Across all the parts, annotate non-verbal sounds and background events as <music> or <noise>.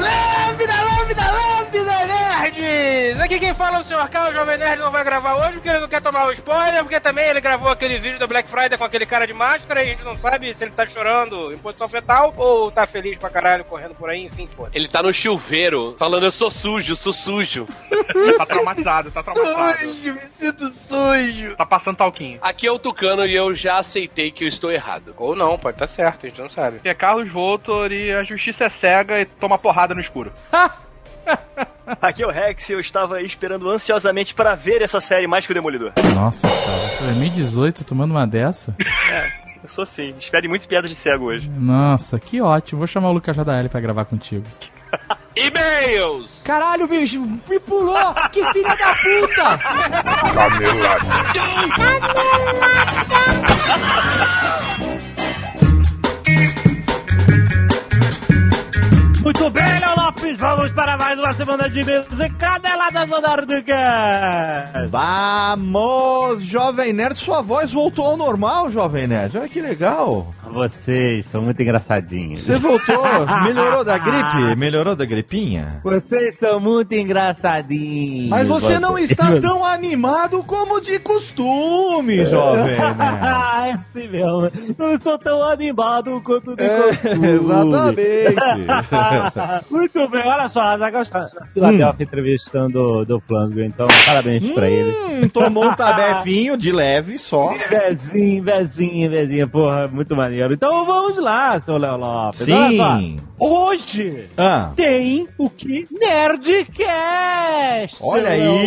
Lambda, lambda, lambda, nerds! Aqui quem fala é o Sr. K, o Jovem Nerd não vai gravar hoje porque ele não quer tomar o spoiler, porque também ele gravou aquele vídeo da Black Friday com aquele cara de máscara e a gente não sabe se ele tá chorando em posição fetal ou tá feliz pra caralho correndo por aí, enfim, foda. Ele tá no chuveiro, falando eu sou sujo, sou sujo. Tá traumatizado, tá traumatizado. me sinto sujo! Tá passando talquinho. Aqui é o Tucano e eu já aceitei que eu estou errado. Ou não, pode tá certo, a gente não sabe. Aqui é Carlos Voltor e a justiça é cega e toma porrada no escuro. Aqui é o Rex e eu estava esperando ansiosamente para ver essa série mais que o Demolidor. Nossa, cara, 2018 tomando uma dessa? Eu sou assim, espere muito piada de cego hoje. Nossa, que ótimo. Vou chamar o Lucas Jadaeli pra gravar contigo. E-mails! Caralho, bicho, me pulou! Que filha da puta! Canelada. Muito bem, Léo Lopes, vamos para mais uma semana de e-mails e caneladas do Nordica! Vamos, Jovem Nerd, sua voz voltou ao normal, Jovem Nerd. Olha que legal. Vocês são muito engraçadinhos. Você voltou, melhorou da gripe? Melhorou da gripinha? Vocês são muito engraçadinhos. Mas você não está tão animado como de costume, Jovem Nerd. Ah, é assim mesmo. Não estou tão animado quanto de costume. É, <laughs> exatamente. <laughs> Muito bem, olha só, a Zagal está na Filadélfia entrevistando o do Flango, então parabéns pra ele. Hum, tomou um tabefinho de leve só. Vezinho, vezinho, vezinho, porra, muito maneiro. Então vamos lá, seu Léo Lopes. Olha só. Sim. Hoje Ah, tem o que? Nerdcast! Olha Léo aí!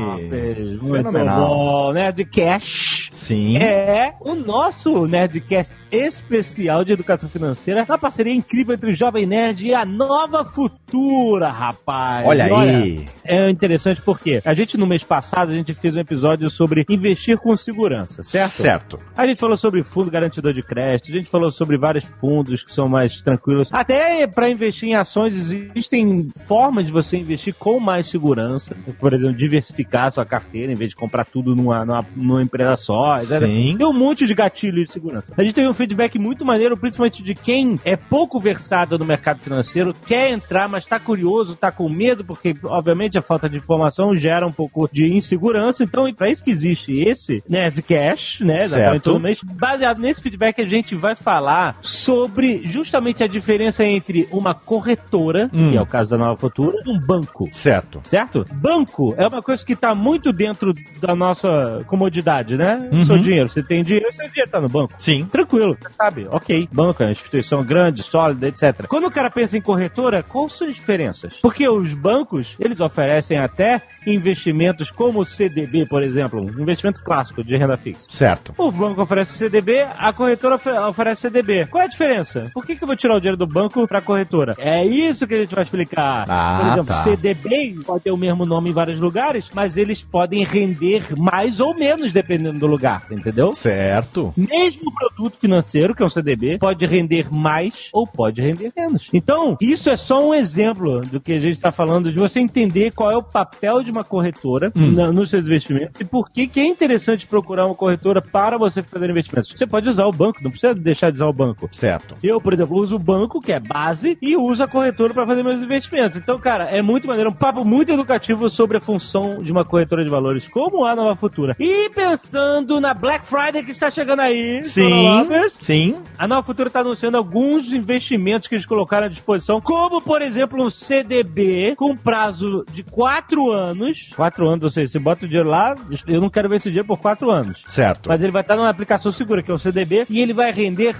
Lopes, Muito Fenomenal. bom! Nerdcast sim. é o nosso Nerdcast especial de educação financeira, uma parceria incrível entre o Jovem Nerd e a Nova Futura, rapaz! Olha E aí. é interessante porque a gente, no mês passado, a gente fez um episódio sobre investir com segurança, certo? Certo. A gente falou sobre fundo garantidor de crédito, a gente falou sobre vários fundos que são mais tranquilos. Até para investir em ações, existem formas de você investir com mais segurança. Por exemplo, diversificar a sua carteira em vez de comprar tudo numa, numa, numa empresa só. etc. Sim. Tem um monte de gatilho de segurança. A gente teve um feedback muito maneiro, principalmente de quem é pouco versado no mercado financeiro, quer entrar, mas está curioso, está com medo, porque, obviamente, a falta de informação gera um pouco de insegurança. Então, é para isso que existe esse Nerdcast, né? Exatamente Certo. todo mês. Baseado nesse feedback, a gente vai falar sobre justamente a diferença entre uma corretora, Hum. que é o caso da Nova Futura, e um banco Certo. certo? Banco é uma coisa que tá muito dentro da nossa comodidade, né? Uhum. Seu dinheiro, você tem dinheiro, seu dinheiro tá no banco. Sim. Tranquilo, você sabe, ok. Banco é uma instituição grande, sólida, etc. Quando o cara pensa em corretora, quais são as diferenças? Porque os bancos, eles oferecem até investimentos como o CDB, por exemplo, um investimento clássico de renda fixa. Certo. O banco oferece CDB, a corretora ofe- oferece CDB. Qual é a diferença? Por que, que eu vou tirar o dinheiro do banco para a corretora? É isso que a gente vai explicar. Ah, Por exemplo, tá. CDB pode ter o mesmo nome em vários lugares, mas eles podem render mais ou menos dependendo do lugar, entendeu? Certo. Mesmo produto financeiro, que é um CDB, pode render mais ou pode render menos. Então, isso é só um exemplo do que a gente está falando, de você entender qual é o papel de uma corretora na- nos seus investimentos e por que, que é interessante procurar uma corretora para você fazer investimentos. Você pode usar o banco, não precisa deixar de usar o banco. Certo. Eu, por exemplo, uso o banco, que é base, e uso a corretora para fazer meus investimentos. Então, cara, é muito maneiro, um papo muito educativo sobre a função de uma corretora de valores, como a Nova Futura. E pensando na Black Friday que está chegando aí, Sim. Dona Lopes, Sim. a Nova Futura está anunciando alguns investimentos que eles colocaram à disposição, como, por exemplo, um CDB com prazo de 4 anos. 4 anos, ou seja, você bota o dinheiro lá, eu não quero ver esse dinheiro por 4 anos. Certo. Mas ele vai estar numa aplicação segura, que é o CDB, e ele vai render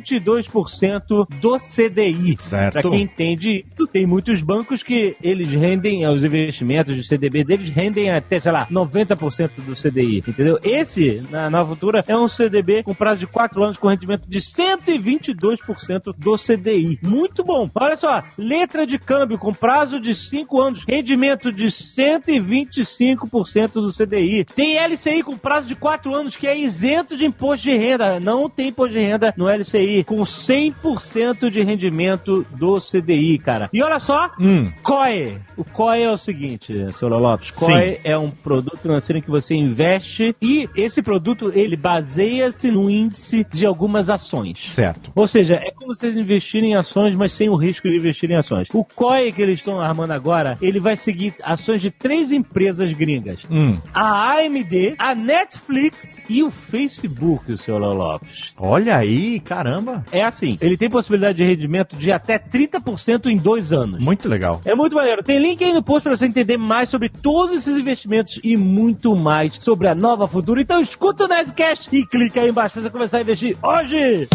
122% do CDI. Certo. Pra quem entende, isso, tem muitos bancos que eles rendem, é, os investimentos do CDB deles rendem até, sei lá, 90% do CDI, entendeu? Esse, na Nova Futura, é um CDB com prazo de 4 quatro anos com rendimento de 122% do CDI. Muito bom. Olha só, letra de câmbio com prazo de 5 anos, rendimento de 125% do CDI. Tem LCI com prazo de 4 anos que é isento de imposto de renda. Não tem imposto de renda no LCI com 100% de rendimento do CDI, cara. E olha só, Hum. COE. O COE é o seguinte, seu Lopes. COE é um produto financeiro em que você investe e esse produto ele baseia-se no índice de algumas ações. Certo. Ou seja, é como vocês investirem em ações, mas sem o risco de investir em ações. O COE que eles estão armando agora, ele vai seguir ações de três empresas gringas. Hum. A AMD, a Netflix e o Facebook, o seu Lopes. Olha aí, caramba. É assim, ele tem possibilidade de rendimento de até 30% em dois anos. Muito legal. É muito maneiro. Tem link aí no post pra você entender mais sobre todos esses investimentos e muito mais sobre a nova futura. Então escuta o Nerdcast e clica aí embaixo pra você começar a investir hoje!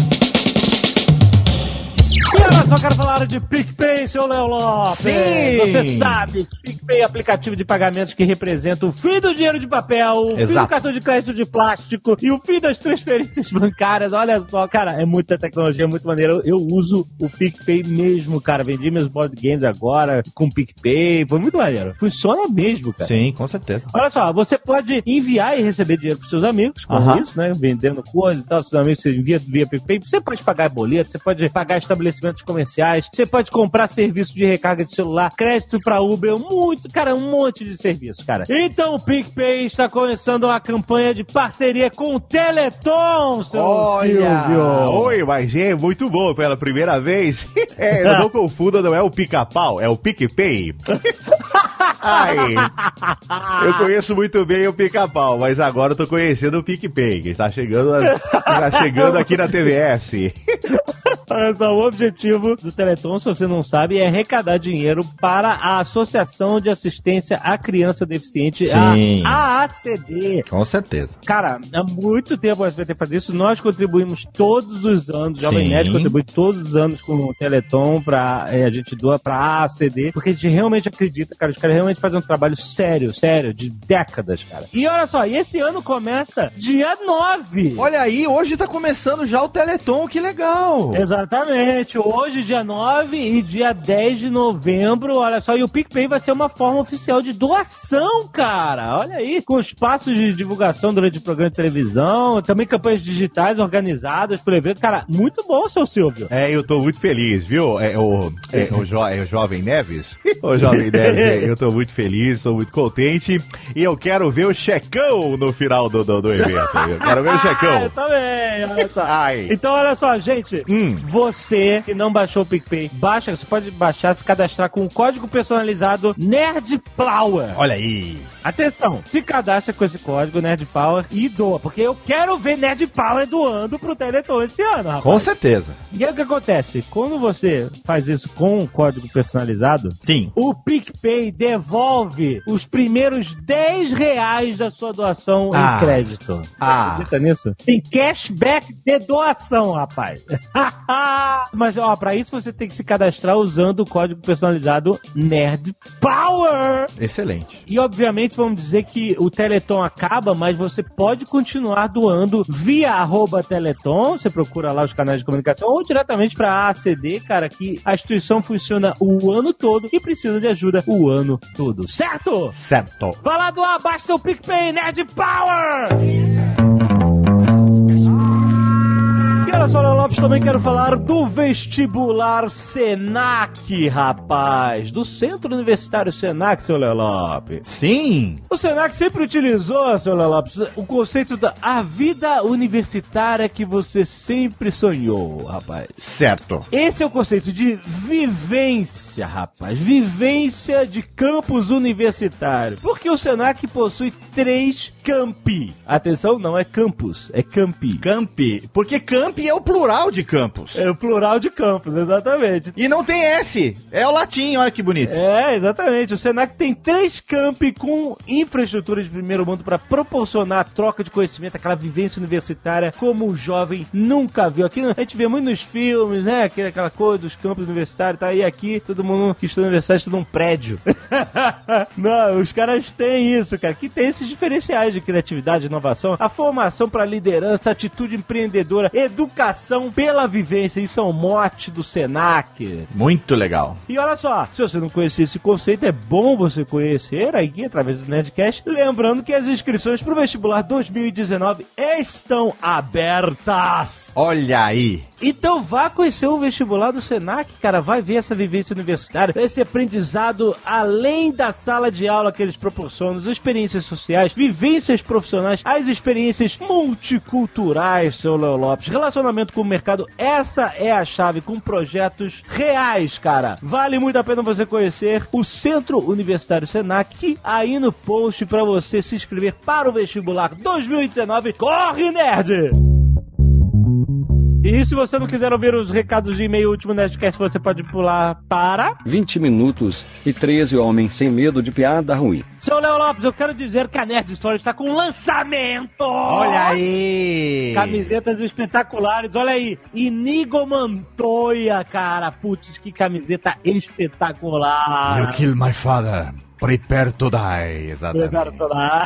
E olha só, quero falar de PicPay, seu Léo Lopes. Sim! Você sabe, PicPay é aplicativo de pagamentos que representa o fim do dinheiro de papel, o fim Exato. do cartão de crédito de plástico e o fim das transferências bancárias. Olha só, cara, é muita tecnologia, é muito maneiro. Eu uso o PicPay mesmo, cara. Vendi meus board games agora com PicPay. Foi muito maneiro. Funciona mesmo, cara. Sim, com certeza. Olha só, você pode enviar e receber dinheiro pros seus amigos, com Aham. isso, né? Vendendo coisas e tal, seus amigos, você envia via PicPay. Você pode pagar boleto, você pode pagar estabelecimentos comerciais, você pode comprar serviço de recarga de celular, crédito pra Uber, muito, cara, um monte de serviço, cara. Então o PicPay está começando uma campanha de parceria com o Teleton, seu Ah. Silvio. Oi, mas é muito bom pela primeira vez. <laughs> É, não confunda, não é o pica-pau, é o PicPay. <laughs> Ai, eu conheço muito bem o pica-pau, mas agora eu tô conhecendo o PicPay, que está chegando, a- que tá chegando aqui na TVS. Olha só, é o objetivo do Teleton, se você não sabe, é arrecadar dinheiro para a Associação de Assistência à Criança Deficiente, Sim. a AACD. Com certeza. Cara, há muito tempo a SBT faz isso. Nós contribuímos todos os anos. Sim. Jovem Nerd contribui todos os anos com o Teleton. Pra, eh, a gente doa pra ACD. Porque a gente realmente acredita, cara. Os caras realmente fazem um trabalho sério, sério, de décadas, cara. E olha só, e esse ano começa dia 9. Olha aí, hoje tá começando já o Teleton, que legal. Exatamente. Hoje, dia 9 e dia 10 de novembro, olha só, e o PicPay vai ser uma forma oficial de doação, cara. Olha aí, com espaços de divulgação durante o programa de televisão, também campanhas digitais organizadas pelo evento. Cara, muito bom, seu Silvio. É, eu tô muito feliz, viu? É, o, é, o, jo- é o Jovem Neves? <laughs> O Jovem Neves, é, eu tô muito feliz, tô muito contente. E eu quero ver o checão no final do, do, do evento. Eu quero <laughs> ver o É, Eu checão. também, olha só. Ai. Então, olha só, gente. Hum. Você que não baixou o PicPay, baixa, você pode baixar, se cadastrar com o código personalizado NerdPlower. Olha aí. Atenção, se cadastra com esse código Nerd Power e doa, porque eu quero ver Nerd Power doando pro Teleton esse ano, rapaz. Com certeza. E aí o que acontece? Quando você faz isso com um código personalizado, Sim. o PicPay devolve os primeiros 10 reais da sua doação Ah. em crédito. Você Ah. Acredita nisso? Tem cashback de doação, rapaz. <laughs> Mas, ó, pra isso você tem que se cadastrar usando o código personalizado Nerd Power. Excelente. E obviamente vamos dizer que o Teleton acaba, mas você pode continuar doando via arroba Teleton, você procura lá os canais de comunicação, ou diretamente para a ACD, cara, que a instituição funciona o ano todo e precisa de ajuda o ano todo, certo? Certo. Vai lá doar, baixa seu PicPay, Nerd Power! E olha só, Léo Lopes, também quero falar do vestibular Senac, rapaz. Do Centro Universitário Senac, seu Léo Lopes. Sim. O Senac sempre utilizou, seu Léo Lopes, o conceito da a vida universitária que você sempre sonhou, rapaz. Certo. Esse é o conceito de vivência, rapaz. Vivência de campus universitário. Porque o Senac possui três campi. Atenção, não é campus, é campi. Camp. Porque camp Camp é o plural de Campos. É o plural de campos, exatamente. E não tem S, é o latim, olha que bonito. É, exatamente. O Senac tem três campi com infraestrutura de primeiro mundo para proporcionar a troca de conhecimento, aquela vivência universitária como o jovem nunca viu. Aqui a gente vê muito nos filmes, né? Aquela, aquela coisa dos campos universitários, tá aí aqui, todo mundo que estuda na universidade estuda num prédio. <laughs> Não, os caras têm isso, cara. Aqui tem esses diferenciais de criatividade, inovação, a formação para liderança, atitude empreendedora, educação pela vivência. Isso é o mote do Senac. Muito legal. E olha só, se você não conhecia esse conceito, é bom você conhecer aqui através do Nerdcast. Lembrando que as inscrições para o vestibular 2019 estão abertas. Olha aí. Então vá conhecer o vestibular do Senac, cara. Vai ver essa vivência universitária, esse aprendizado além da sala de aula que eles proporcionam, as experiências sociais, vivências profissionais, as experiências multiculturais, seu Léo Lopes. Relacionamento com o mercado, essa é a chave com projetos reais, cara. Vale muito a pena você conhecer o Centro Universitário Senac, que aí no post para você se inscrever para o vestibular 2019. Corre, nerd! E se você não quiser ouvir os recados de e-mail último Nerdcast, você pode pular para. 20 minutos e 13 homens sem medo de piada ruim. Seu Léo Lopes, eu quero dizer que a Nerd Story está com um lançamento! Olha aí. Camisetas espetaculares, olha aí. Inigo Mantoia, cara. Putz, que camiseta espetacular. kill my father. Prepare to die.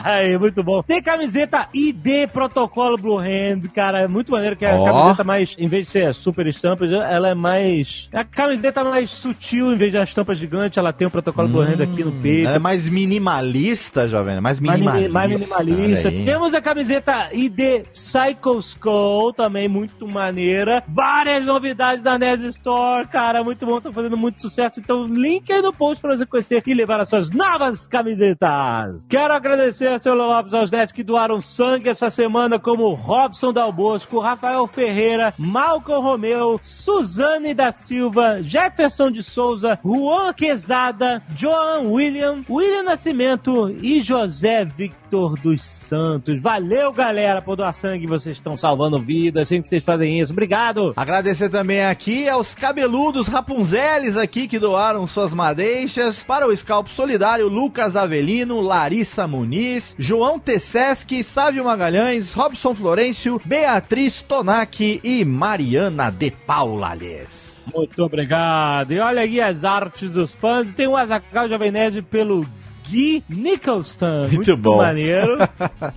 Ai, muito bom. Tem camiseta ID Protocolo Blue Hand, cara. É muito maneiro que é a Ó. camiseta mais, em vez de ser super estampa, ela é mais. É a camiseta mais sutil, em vez da estampa gigante, ela tem o protocolo Blue Hand aqui no peito. Ela é mais minimalista, jovem. né? Mais Mais mini- minimalista. mais minimalista. um- olha aí. Temos a camiseta ID Psycho Skull, também muito maneira. Várias novidades da NES Store, cara, muito bom, tá fazendo muito sucesso. Então, link aí no post pra você conhecer e levar as suas novas camisetas. Quero agradecer a seu Lopes aos Nets que doaram sangue essa semana, como Robson Dal Bosco, Rafael Ferreira, Malcolm Romeu, Suzane da Silva, Jefferson de Souza, Juan Quesada, Joan William, William Nascimento e José Victor dos Santos. Valeu, galera, por doar sangue. Vocês estão salvando vidas, sempre que vocês fazem isso. Obrigado. Agradecer também aqui aos cabeludos Rapunzeles aqui que doaram suas madeixas para o Scalpo Solidário, Lucas Avelino, Larissa Muniz, João Tessesc, Sávio Magalhães, Robson Florencio, Beatriz Tonac e Mariana de Paula Lhes. Muito obrigado. E olha aí as artes dos fãs. Tem o Azaghal Jovem Nerd pelo Gui Nicholson. Muito, bom. maneiro.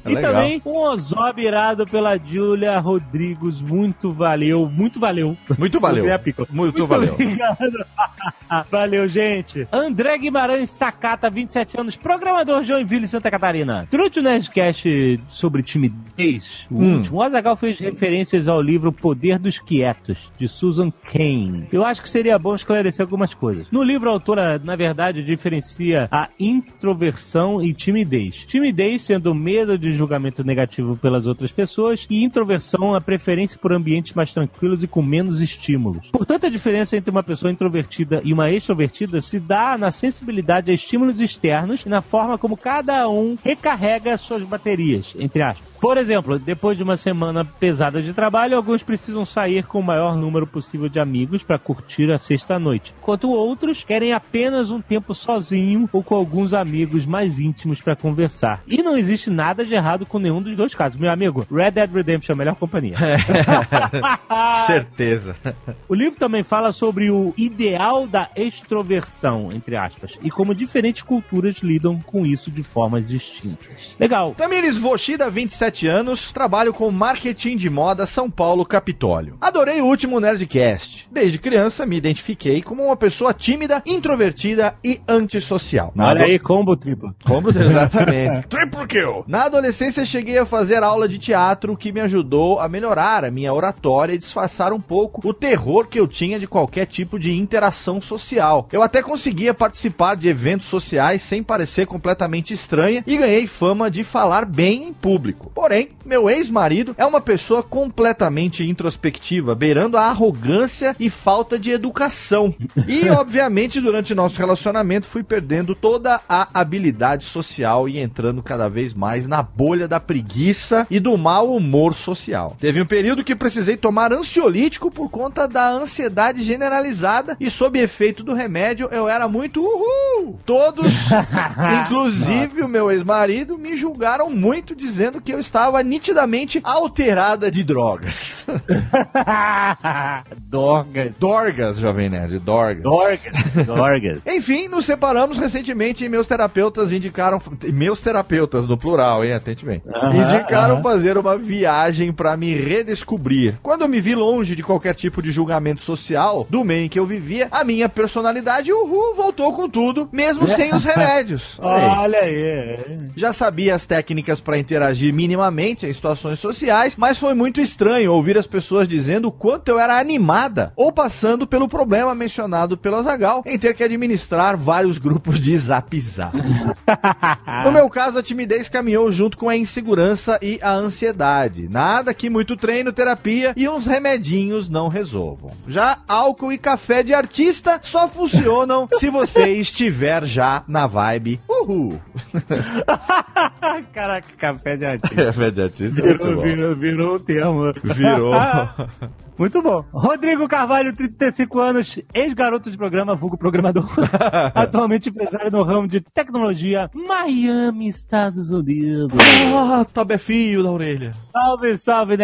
e <laughs> Legal. também um Ozob irado pela Julia Rodrigues. Muito valeu. Muito valeu. Muito valeu. É, Pico. Muito valeu. Obrigado. <laughs> Valeu, gente. André Guimarães Sacata, 27 anos, programador Joinville, Santa Catarina. Durante o Nerdcast sobre timidez, o Hum. último, o Azagal fez referências ao livro O Poder dos Quietos, de Susan Cain. Eu acho que seria bom esclarecer algumas coisas. No livro, a autora, na verdade, diferencia a introversão e timidez. Timidez sendo o medo de julgamento negativo pelas outras pessoas e introversão a preferência por ambientes mais tranquilos e com menos estímulos. Portanto, a diferença entre uma pessoa introvertida e uma extrovertida se dá na sensibilidade a estímulos externos e na forma como cada um recarrega as suas baterias, entre aspas. Por exemplo, depois de uma semana pesada de trabalho, alguns precisam sair com o maior número possível de amigos para curtir a sexta-noite, enquanto outros querem apenas um tempo sozinho ou com alguns amigos mais íntimos para conversar. E não existe nada de errado com nenhum dos dois casos. Meu amigo, Red Dead Redemption é a melhor companhia. <laughs> Certeza. O livro também fala sobre o ideal da extroversão, entre aspas, e como diferentes culturas lidam com isso de formas distintas. Legal. Tamires Voshida, 27 anos, trabalho com marketing de moda São Paulo Capitólio. Adorei o último Nerdcast. Desde criança me identifiquei como uma pessoa tímida, introvertida e antissocial. Na Olha ado- aí, combo triplo. Como exatamente. Triple kill. Na adolescência cheguei a fazer aula de teatro que me ajudou a melhorar a minha oratória e disfarçar um pouco o terror que eu tinha de qualquer tipo de interação social. Eu até conseguia participar de eventos sociais sem parecer completamente estranha e ganhei fama de falar bem em público. Porém, meu ex-marido é uma pessoa completamente introspectiva, beirando a arrogância e falta de educação. E, obviamente, durante nosso relacionamento, fui perdendo toda a habilidade social e entrando cada vez mais na bolha da preguiça e do mau humor social. Teve um período que precisei tomar ansiolítico por conta da ansiedade generalizada e, sob efeito do remédio, eu era muito uhul. Todos, inclusive o meu ex-marido, me julgaram muito dizendo que eu estava nitidamente alterada de drogas. <laughs> <laughs> Dorgas. Dorgas, jovem nerd, dorgas. Dorgas. Dorgas. Enfim, nos separamos recentemente e meus terapeutas indicaram. Meus terapeutas, no plural, hein? Atente bem. Aham, indicaram aham. fazer uma viagem pra me redescobrir. Quando eu me vi longe de qualquer tipo de julgamento social do meio em que eu vivia, a minha personalidade, uhul, voltou com tudo, mesmo sem os remédios. É. <laughs> Olha aí. Já sabia as técnicas para interagir minimamente em situações sociais, mas foi muito estranho ouvir as pessoas dizendo o quanto eu era animada ou passando pelo problema mencionado pelo Azagal em ter que administrar vários grupos de zap zap. No meu caso, a timidez caminhou junto com a insegurança e a ansiedade. Nada que muito treino, terapia e uns remedinhos não resolvam. Já álcool e café de artista só funcionam se você estiver já na vibe. Uhul! <laughs> Caraca, café de artista. Café de artista Virou, virou, virou o termo. Virou. <laughs> Muito bom. Rodrigo Carvalho, 35 anos, ex-garoto de programa, vulgo programador, atualmente empresário no ramo de tecnologia, Miami, Estados Unidos. Ah, tabefinho na orelha. Salve, salve,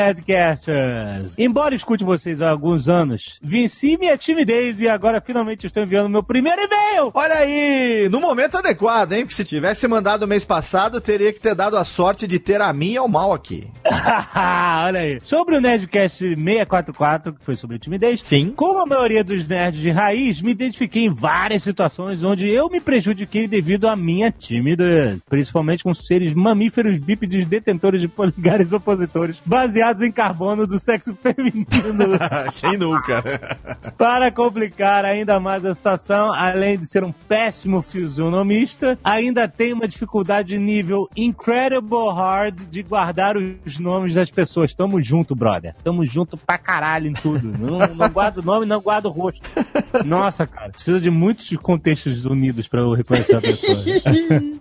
Nerdcasters! Embora escute vocês há alguns anos, venci minha timidez e agora finalmente estou enviando meu primeiro e-mail! Olha aí, no momento adequado, hein? Porque se tivesse mandado mês passado, eu teria que ter dado a sorte de ter a minha ou mal aqui. <laughs> Olha aí. Sobre o Nerdcast 644, que foi sobre timidez. Sim. Como a maioria dos nerds de raiz, me identifiquei em várias situações onde eu me prejudiquei devido à minha timidez. Principalmente com seres mamíferos bípedes detentores de polegares opositores, baseados em carbono do sexo <laughs> feminino. <laughs> Quem nunca, né? Para complicar ainda mais a situação, além de ser um péssimo fisionomista, ainda tem uma dificuldade nível incredible hard de guardar os nomes das pessoas. Tamo junto, brother. Tamo junto pra caralho em tudo. Não, não guardo nome, não guardo rosto. Nossa, cara. Precisa de muitos contextos unidos pra eu reconhecer a pessoa.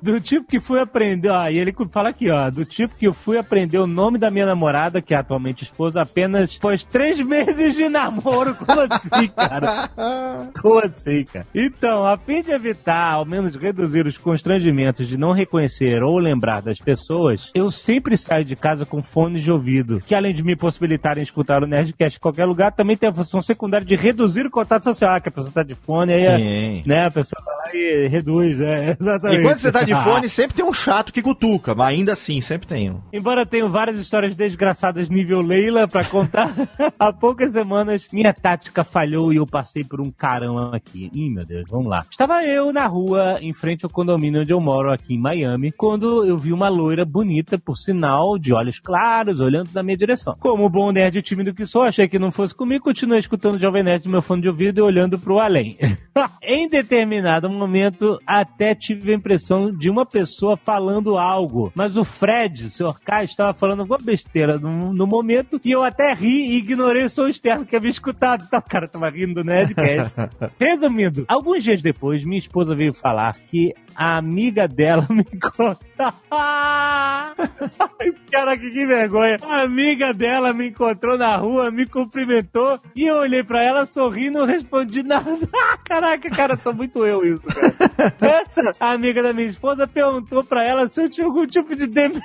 do tipo que fui aprender, ó, e ele fala aqui, ó, do tipo que eu fui aprender o nome da minha namorada, que é atualmente esposa, apenas pós três <laughs> meses de namoro. Como assim, cara? Como assim, cara? Então, a fim de evitar, ao menos reduzir os constrangimentos de não reconhecer ou lembrar das pessoas, eu sempre saio de casa com fones de ouvido, que além de me possibilitarem escutar o Nerdcast em qualquer lugar, também tem a função secundária de reduzir o contato social, Ah, que a pessoa tá de fone, aí a- Sim. né, a pessoa vai lá e reduz, né? <laughs> Exatamente. Enquanto você tá de fone, sempre tem um chato que cutuca, mas ainda assim, sempre tem um. Embora eu tenha várias histórias desgraçadas nível Leila pra contar, <laughs> há poucas semanas minha tática falhou e eu passei por um carão aqui. Ih, meu Deus, vamos lá. Estava eu na rua, em frente ao condomínio onde eu moro aqui em Miami, quando eu vi uma loira bonita, por sinal, de olhos claros, olhando na minha direção. Como bom nerd tímido que sou, achei que não fosse comigo, continuei escutando o Jovem Nerd no meu fone de ouvido e olhando pro além. <laughs> em determinado momento, até tive a impressão de uma pessoa falando algo. Mas o Fred, o senhor K, estava falando alguma besteira no, no momento e eu até ri e ignorei o som externo que havia escutado. Então, <laughs> o cara tava rindo do Nerdcast. Resumindo, alguns dias depois, minha esposa veio falar que a amiga dela <laughs> me conta. <laughs> Caraca, que vergonha. A amiga dela me encontrou na rua, me cumprimentou e eu olhei pra ela sorrindo e não respondi nada. <laughs> Ah, Caraca, cara, sou muito eu isso, cara. Essa amiga da minha esposa perguntou pra ela se eu tinha algum tipo de demência.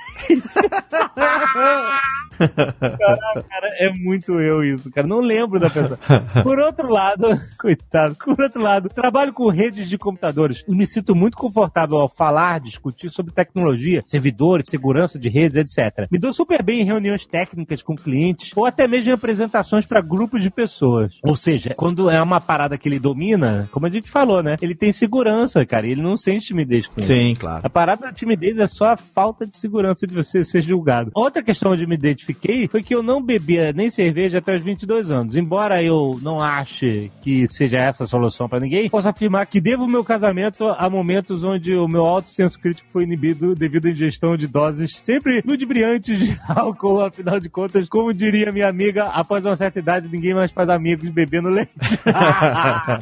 Caraca, cara, é muito eu isso, cara. Não lembro da pessoa. Por outro lado, <laughs> coitado, por outro lado, trabalho com redes de computadores e me sinto muito confortável ao falar, discutir sobre tecnologia, servidores, segurança de redes, etc. Me dou super bem em reuniões técnicas com clientes ou até mesmo em apresentações para grupos de pessoas. Ou seja, quando é uma parada que ele domina, como a gente falou, né? Ele tem segurança, cara, e ele não sente timidez com isso. Sim, claro. A parada da timidez é só a falta de segurança de você ser julgado. Outra questão onde me identifiquei identifiquei foi que eu não bebia nem cerveja até os 22 anos. Embora eu não ache que seja essa a solução pra ninguém, posso afirmar que devo o meu casamento a momentos onde o meu alto senso crítico foi inibido devido à ingestão de doses sempre ludibriantes de <laughs> álcool. Afinal de contas, como diria minha amiga, após uma certa idade ninguém mais faz amigos bebendo leite.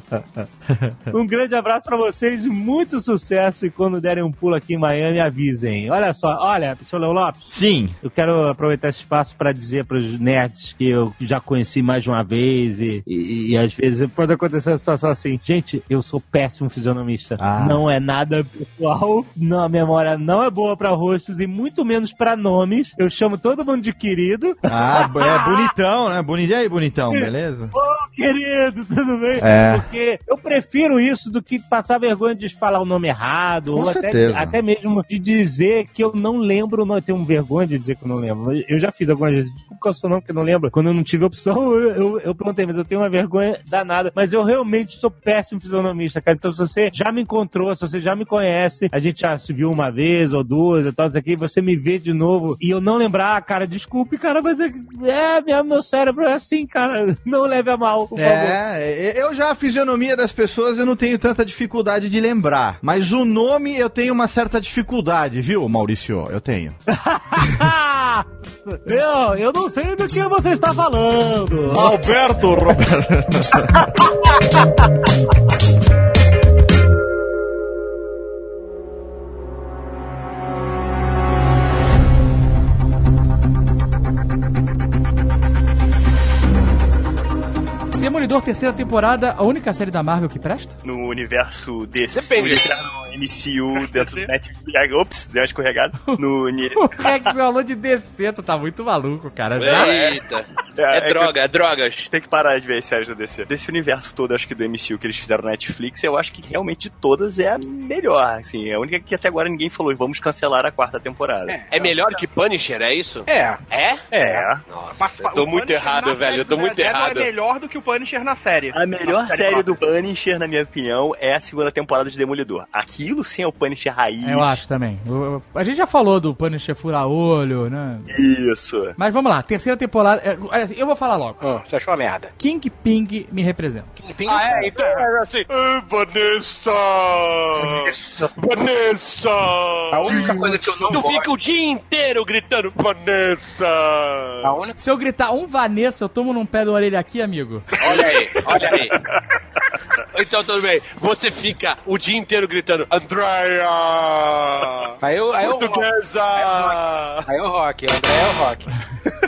<laughs> um grande abraço pra vocês, muito sucesso e quando derem um pulo aqui em Miami, avisem. Olha só, olha, seu Leo Lopes, Sim. eu quero aproveitar esse espaço para dizer para os nerds que eu já conheci mais de uma vez e, e- e às vezes pode acontecer uma situação assim. Gente, eu sou péssimo fisionomista. Ah. Não é nada pessoal. Não, a memória não é boa para rostos e muito menos para nomes. Eu chamo todo mundo de querido. Ah, bo- é bonitão, né? Bonitão aí, bonitão, beleza? Ô, querido, tudo bem? É. Porque eu prefiro isso do que passar vergonha de falar o nome errado, Com ou até, certeza. até mesmo de dizer que eu não lembro, não, eu tenho vergonha de dizer que eu não lembro. Eu já fiz algumas vezes, desculpa qual é o seu nome que eu não lembro. Quando eu não tive opção, eu, eu, eu perguntei, mas eu tenho uma vergonha danada. Mas eu realmente sou péssimo fisionomista, cara. Então se você já me encontrou, se você já me conhece, a gente já se viu uma vez ou duas e tal, isso aqui, você me vê de novo e eu não lembrar, cara, desculpe, cara, mas é, é minha- meu cérebro é assim, cara. Não leve a mal, por favor. <laughs> É, eu já a fisionomia das pessoas eu não tenho tanta dificuldade de lembrar. Mas o nome eu tenho uma certa dificuldade, viu, Maurício? Eu tenho. Ah! Eu, eu não sei do que você está falando. Alberto Roberto. Demolidor, terceira temporada, a única série da Marvel que presta? No universo DC. Depende. No <laughs> MCU, dentro do Netflix. Ops, deu uma escorregada. No. uni- É O Rex falou de DC, tu tá muito maluco, cara. Eita. É, É é que- droga, é drogas. Tem que parar de ver as séries da DC. Desse universo todo, acho que do MCU que eles fizeram na Netflix, eu acho que realmente de todas é a melhor. Assim, é a única que até agora ninguém falou, vamos cancelar a quarta temporada. É melhor que Punisher, é isso? É, É? é. Nossa, eu Mas tô o muito Punisher na errado, velho. Eu tô série do muito Zero errado. É melhor do que o Punisher na série. A melhor Na série do própria. Punisher, na minha opinião, é a segunda temporada de Demolidor. Aquilo sim é o Punisher raiz. Eu acho também. O- o- A gente já falou do Punisher fura-olho, né? Isso. Mas vamos lá, terceira temporada. é, olha assim, Eu vou falar logo. Ah, você achou uma merda. King Ping me representa. Ah, é? Então é assim. Vanessa! Vanessa! A única coisa que eu não Tu gosto- fica o dia inteiro gritando Vanessa! A única... Se eu gritar um Vanessa, eu tomo num pé da orelha aqui, amigo. Olha aí, olha aí. Então tudo bem, você fica o dia inteiro gritando Andrea! Aí eu, aí eu, Portuguesa! aí eu rock, o André é o rock.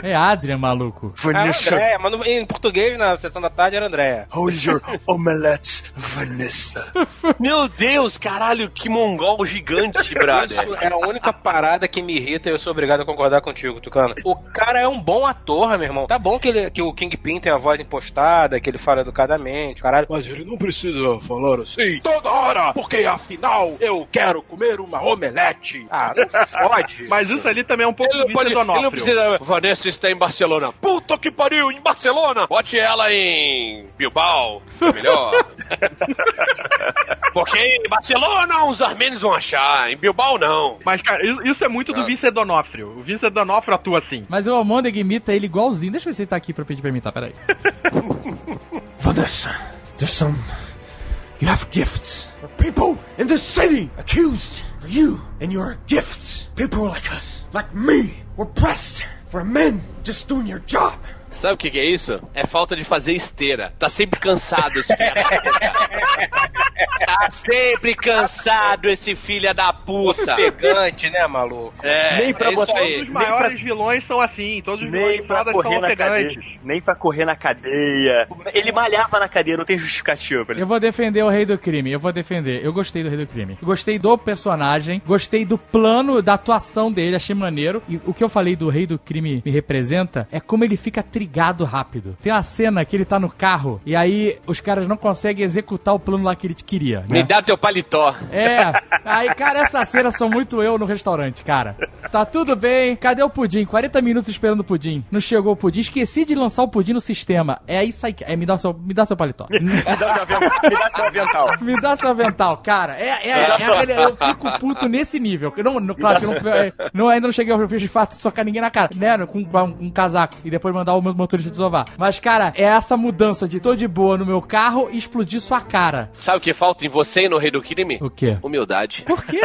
É Adrian, maluco. Ah, André, mas no- em português, na sessão da tarde, era André. Hold your omelets, Vanessa! Meu Deus, caralho, que mongol <laughs> gigante, brother! Isso é a única parada que me irrita e eu sou obrigado a concordar contigo, Tucano. O cara é um bom ator, meu irmão. Tá bom que, ele, que o Kingpin tem a voz impostada, que ele fala educadamente, caralho. Mas ele não precisa falar assim toda hora, porque afinal eu quero comer uma omelete. Ah, não <laughs> fode. Mas isso ali também é um pouco Ele não, pode, ele misonóprio. não precisa. Vanessa está em Barcelona. Puta que pariu, em Barcelona! Bote ela em Bilbao, é <laughs> melhor. Porque em Barcelona os armênios vão achar, em Bilbao não. Mas, cara, isso- isso é muito do Ah. Vincent Donofrio. O Vincent Donofrio atua assim. Mas o Almondeg imita ele igualzinho. Deixa eu ver se ele tá aqui pra pedir pra imitar, peraí. Vanessa, there's some. You have gifts. People in this city accused for you and your gifts. People like us, like me, were pressed for men just doing your job. Sabe o que, que é isso? É falta de fazer esteira. Tá sempre cansado esse filho da puta. Tá sempre cansado esse filho da puta. Pegante, né, maluco? É, Nem pra é isso botar Todos aí. os maiores vilões são assim. Todos os vilões Nem de pra todas são correr na cadeia. ofegantes. Nem pra correr na cadeia. Ele malhava na cadeia, não tem justificativa pra ele. Eu vou defender o Rei do Crime, eu vou defender. Eu gostei do Rei do Crime. Eu Gostei do personagem, gostei do plano, da atuação dele, achei maneiro. E o que eu falei do Rei do Crime me representa é como ele fica obrigado rápido. Tem uma cena que ele tá no carro e aí os caras não conseguem executar o plano lá que ele queria. né? Me dá teu paletó. É, aí, cara, essas cenas são muito eu no restaurante, cara. Tá tudo bem, cadê o pudim? 40 minutos esperando o pudim. Não chegou o pudim, esqueci de lançar o pudim no sistema. É isso aí, é, me, dá o seu, me dá seu <laughs> paletó. Me dá seu aven- me dá seu avental. Me dá seu avental, cara. É, é, é Me dá sua- aquele- eu fico puto nesse nível. Não, não, claro que eu não, é, não, ainda não cheguei ao fim de fato de socar ninguém na cara, né? Com, com um casaco e depois mandar o meu motorista desovar. Mas, cara, é essa mudança de tô de boa no meu carro e explodir sua cara. Sabe o que falta em você e no Rei do Crime? O quê? Humildade. Por quê?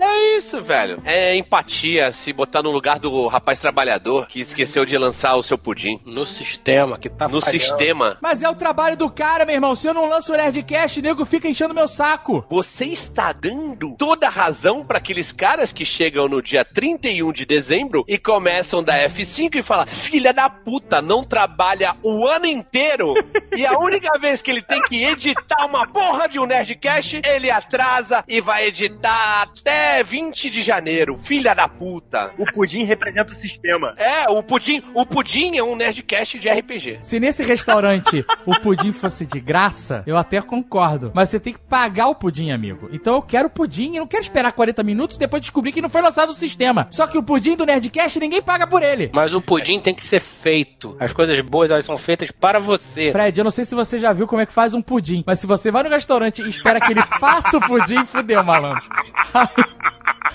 É isso, velho. É empatia, se botar no lugar do rapaz trabalhador que esqueceu de lançar o seu pudim. No sistema, que tá No falhando. sistema. Mas é o trabalho do cara, meu irmão. Se eu não lanço o Nerdcast, nego fica enchendo meu saco. Você está dando toda a razão para aqueles caras que chegam no dia 31 de dezembro e começam da F5 e falam: Filha da puta, não trabalha o ano inteiro e a única vez que ele tem que editar uma porra de um Nerdcast, ele atrasa e vai editar até 20 de janeiro. Filha da puta. O pudim representa o sistema. É, o Pudim, o Pudim é um Nerdcast de RPG. Se nesse restaurante o pudim fosse de graça, eu até concordo. Mas você tem que pagar o pudim, amigo. Então eu quero pudim e não quero esperar 40 minutos e depois descobrir que não foi lançado o sistema. Só que o pudim do Nerdcast ninguém paga por ele. Mas o pudim tem que ser feito. As coisas boas, elas são feitas para você. Fred, eu não sei se você já viu como é que faz um pudim, mas se você vai no restaurante e espera que ele faça o pudim, fudeu, malandro. Aí,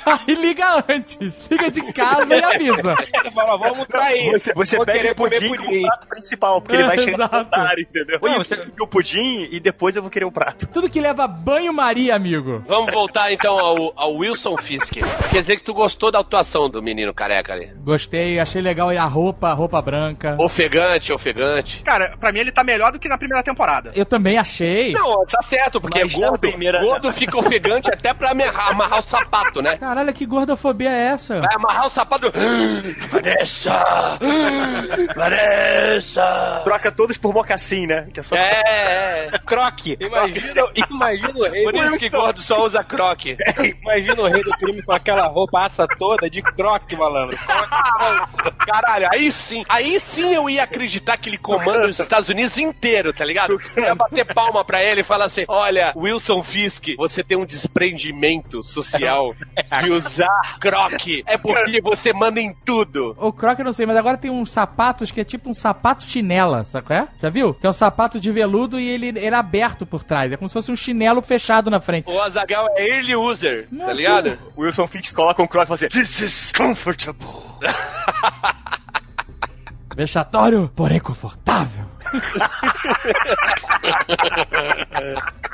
<laughs> aí liga antes. Liga de casa e avisa. Fala, vamos sair. Você, você Vou pega querer o pudim comer com um o prato principal, porque ele vai chegar no Exato. jantar, entendeu? Não, E você- eu quero o pudim e depois eu vou querer o prato. Tudo que leva banho-maria, amigo. Vamos voltar então ao, ao Wilson Fisk. Quer dizer que tu gostou da atuação do menino careca ali? Gostei, achei legal a roupa, a roupa branca. Ofegante, ofegante. Cara, pra mim ele tá melhor do que na primeira temporada. Eu também achei. Não, tá certo, porque Mas na gordo, primeira- gordo fica ofegante até pra amarrar, amarrar o sapato, né? Caralho, que gordofobia é essa? Vai amarrar o <gasps> sapato. Vanessa! Vanessa! Troca todos por mocassim, né? Que é só É, é. Croque. <laughs> Imagina, imagina o rei. Por isso que gordo só usa croque. Imagina o rei do crime com aquela roupa assa toda de croque, malandro. Caralho, aí sim, aí sim eu ia acreditar que ele comanda os Estados Unidos inteiro, tá ligado? Eu ia bater palma pra ele e falar assim: olha, Wilson Fisk, você tem um desprendimento <laughs> social de usar croque. É porque você manda em tudo. O croc eu não sei, mas agora tem uns sapatos que é tipo um sapato chinela, sabe qual é? Já viu? Que é um sapato de veludo e ele, ele é aberto por trás. É como se fosse um chinelo fechado na frente. O Azagal é early user, Não, tá ligado? O Wilson Fix coloca um croc e fala assim: This is comfortable. Vexatório, porém confortável.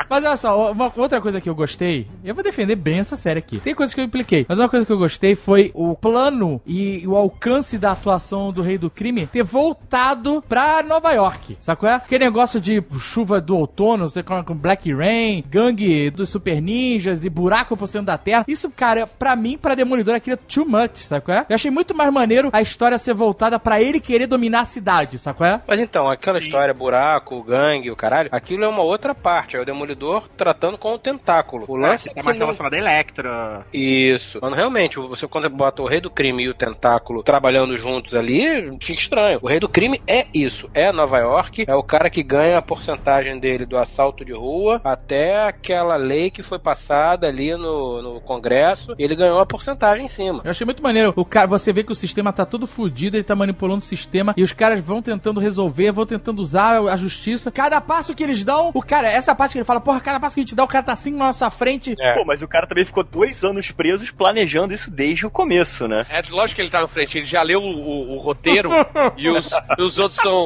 mas olha só, uma outra coisa que eu gostei, eu vou defender bem essa série aqui. Tem coisas que eu impliquei, mas uma coisa que eu gostei foi o plano e o alcance da atuação do Rei do Crime ter voltado pra Nova York, sacou? É? Aquele negócio de chuva do outono, você coloca um Black Rain, gangue dos super ninjas e buraco por cima da terra. Isso, cara, pra mim, pra Demolidor, aquilo é too much, sacou? É? Eu achei muito mais maneiro a história ser voltada pra ele querer dominar a cidade, sacou? É? Mas então, aquela história, buraco, gangue, o caralho, aquilo é uma outra parte. É o Demolidor tratando com o tentáculo. O Ah, lance é tá que mais não... relacionado à Electra. Isso. Mano, realmente, você quando bota o rei do crime e o tentáculo trabalhando juntos ali, fica estranho. O rei do crime é isso. É Nova York, é o cara que ganha a porcentagem dele do assalto de rua até aquela lei que foi passada ali no, no Congresso. Ele ganhou a porcentagem em cima. Eu achei muito maneiro. O cara, você vê que o sistema tá todo fudido, ele tá manipulando o sistema e os caras vão tentando resolver, vão tentando usar a justiça. Cada passo que eles dão, o cara, essa parte que ele fala, porra, cada passo que a gente dá, o cara tá assim na nossa frente. É. <laughs> Pô, mas o cara também ficou dois anos presos planejando isso desde o começo, né? É lógico que ele tá na frente, ele já leu o, o- o roteiro e os, os outros são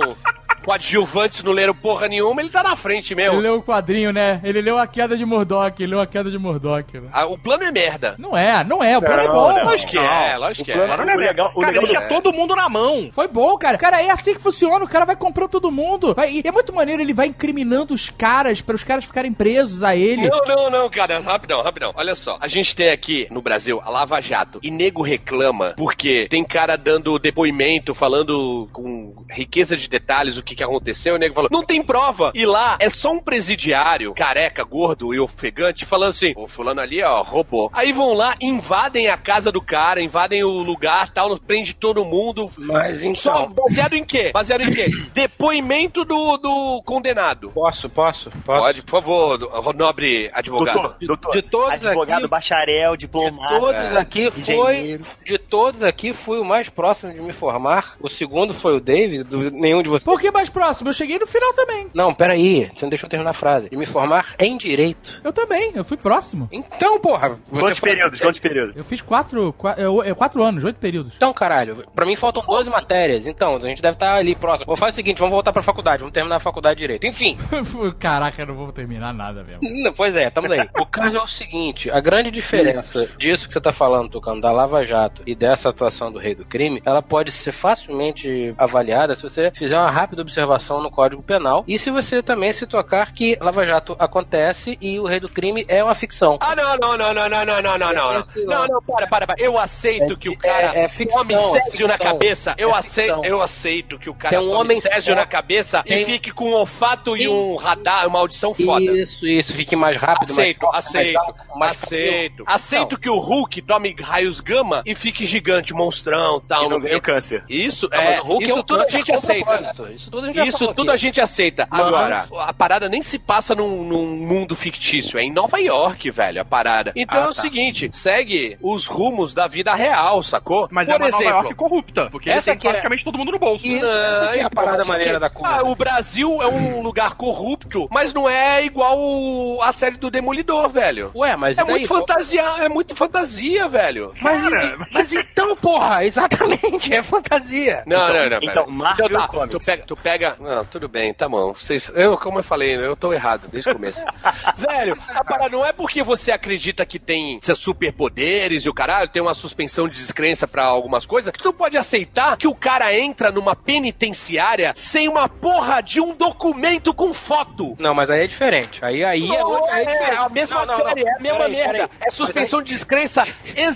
coadjuvantes, não leram porra nenhuma, ele tá na frente Ele mesmo. leu o quadrinho, né? Ele leu a queda de Murdoch, ele leu a queda de Murdoch. né? Ah, o plano é merda. Não é, não é, o plano é bom. não. Lógico que é, lógico que é. O legal, o Cara, legal ele do tinha todo mundo na mão. Foi bom, cara. Cara, é assim que funciona. O cara vai comprando todo mundo. Vai- e é muito maneiro, ele vai incriminando os caras para os caras ficarem presos a ele. Não, não, não, cara. Rapidão, rapidão. Olha só. A gente tem aqui no Brasil a Lava Jato. E nego reclama porque tem cara dando depoimento, falando com riqueza de detalhes o que que, que aconteceu, e o nego falou, não tem prova. E lá é só um presidiário, careca, gordo e ofegante, falando assim, o fulano ali, ó, roubou. Aí vão lá, invadem a casa do cara, invadem o lugar, tal, prende todo mundo. Mas então- Só baseado em quê? Baseado <coughs> em quê? Depoimento do, do condenado. Posso, posso, posso? Pode, por favor, do- ro- nobre advogado. Doutor, doutor, advogado, Ah, bacharel, diplomata. é, Todos aqui foi. engenheiro. De todos aqui, fui o mais próximo de me formar. O segundo foi o David, do- nenhum de vocês. Por que mais próximo? Eu cheguei no final também. Não, peraí, você não deixou eu terminar a frase. De me formar em direito. Eu também, eu fui próximo. Então, porra. você Quantos foi- períodos? Quantos períodos? Eu fiz quatro, qua- é, o- é, quatro anos, oito períodos. <laughs> Então, caralho, pra mim faltam 12 matérias. Então, a gente deve estar ali próximo. Vou fazer o seguinte: vamos voltar pra faculdade, vamos terminar a faculdade de direito. Enfim. Caraca, eu não vou terminar nada mesmo. Não, pois é, estamos aí. O caso é o seguinte: a grande diferença disso que você tá falando, Tucano, da Lava Jato e dessa atuação do rei do crime, ela pode ser facilmente avaliada se você fizer uma rápida observação no Código Penal e se você também se tocar que Lava Jato acontece e o rei do crime é uma ficção. Ah, não, não, não, não, não, não, não, não, não. não. Não, não, para, para, para. Eu aceito que o cara é ficção, tome é césio ficção. na cabeça. Eu, É aceito, ficção. eu aceito que o cara Tem um tome homem césio só. na cabeça e Tem- fique com um olfato e um radar, uma audição foda. Isso, isso, fique mais rápido, aceito, mais forte, aceito, mais alto, mais aceito. cabelo. Aceito que o Hulk tome raios gama e fique gigante, monstrão, tal. E não ganha o câncer. Isso Não, é, mas o Hulk é isso um tudo a câncer gente a aceita. propósito. Isso tudo a gente já Isso falou tudo aqui. a gente aceita. Mas- Agora, a parada nem se passa num, num mundo fictício, é em Nova York, velho, a parada. Então Ah, é o tá. seguinte, segue os rumos da vida real, sacou? Mas é Por uma exemplo, Nova York corrupta, porque Essa tem aqui é- praticamente todo mundo no bolso. Isso, Não, essa aqui é a parada isso aqui- maneira da Cuba. Ah, o Brasil <clears throat> é um lugar corrupto, mas não é igual o- a série do Demolidor, velho. Ué, mas É e daí, muito pô? fantasia, é muito fantasia, velho. Mas, mas então, porra, exatamente, é fantasia. Não, não, não. então, pera. Marvel tá, tu Comics. pega, tu pega. Não, tudo bem, tá bom. Vocês, eu, como eu falei, eu tô errado desde <laughs> o começo. Velho, a parada não é porque você acredita que tem seus superpoderes e o caralho, tem uma suspensão de descrença pra algumas coisas, que tu não pode aceitar que o cara entra numa penitenciária sem uma porra de um documento com foto. Não, mas aí é diferente. Aí, aí é, Não, onde- aí é diferente. a Não, mesma não, série, não. é a mesma Peraí, merda. peraí. É suspensão de descrença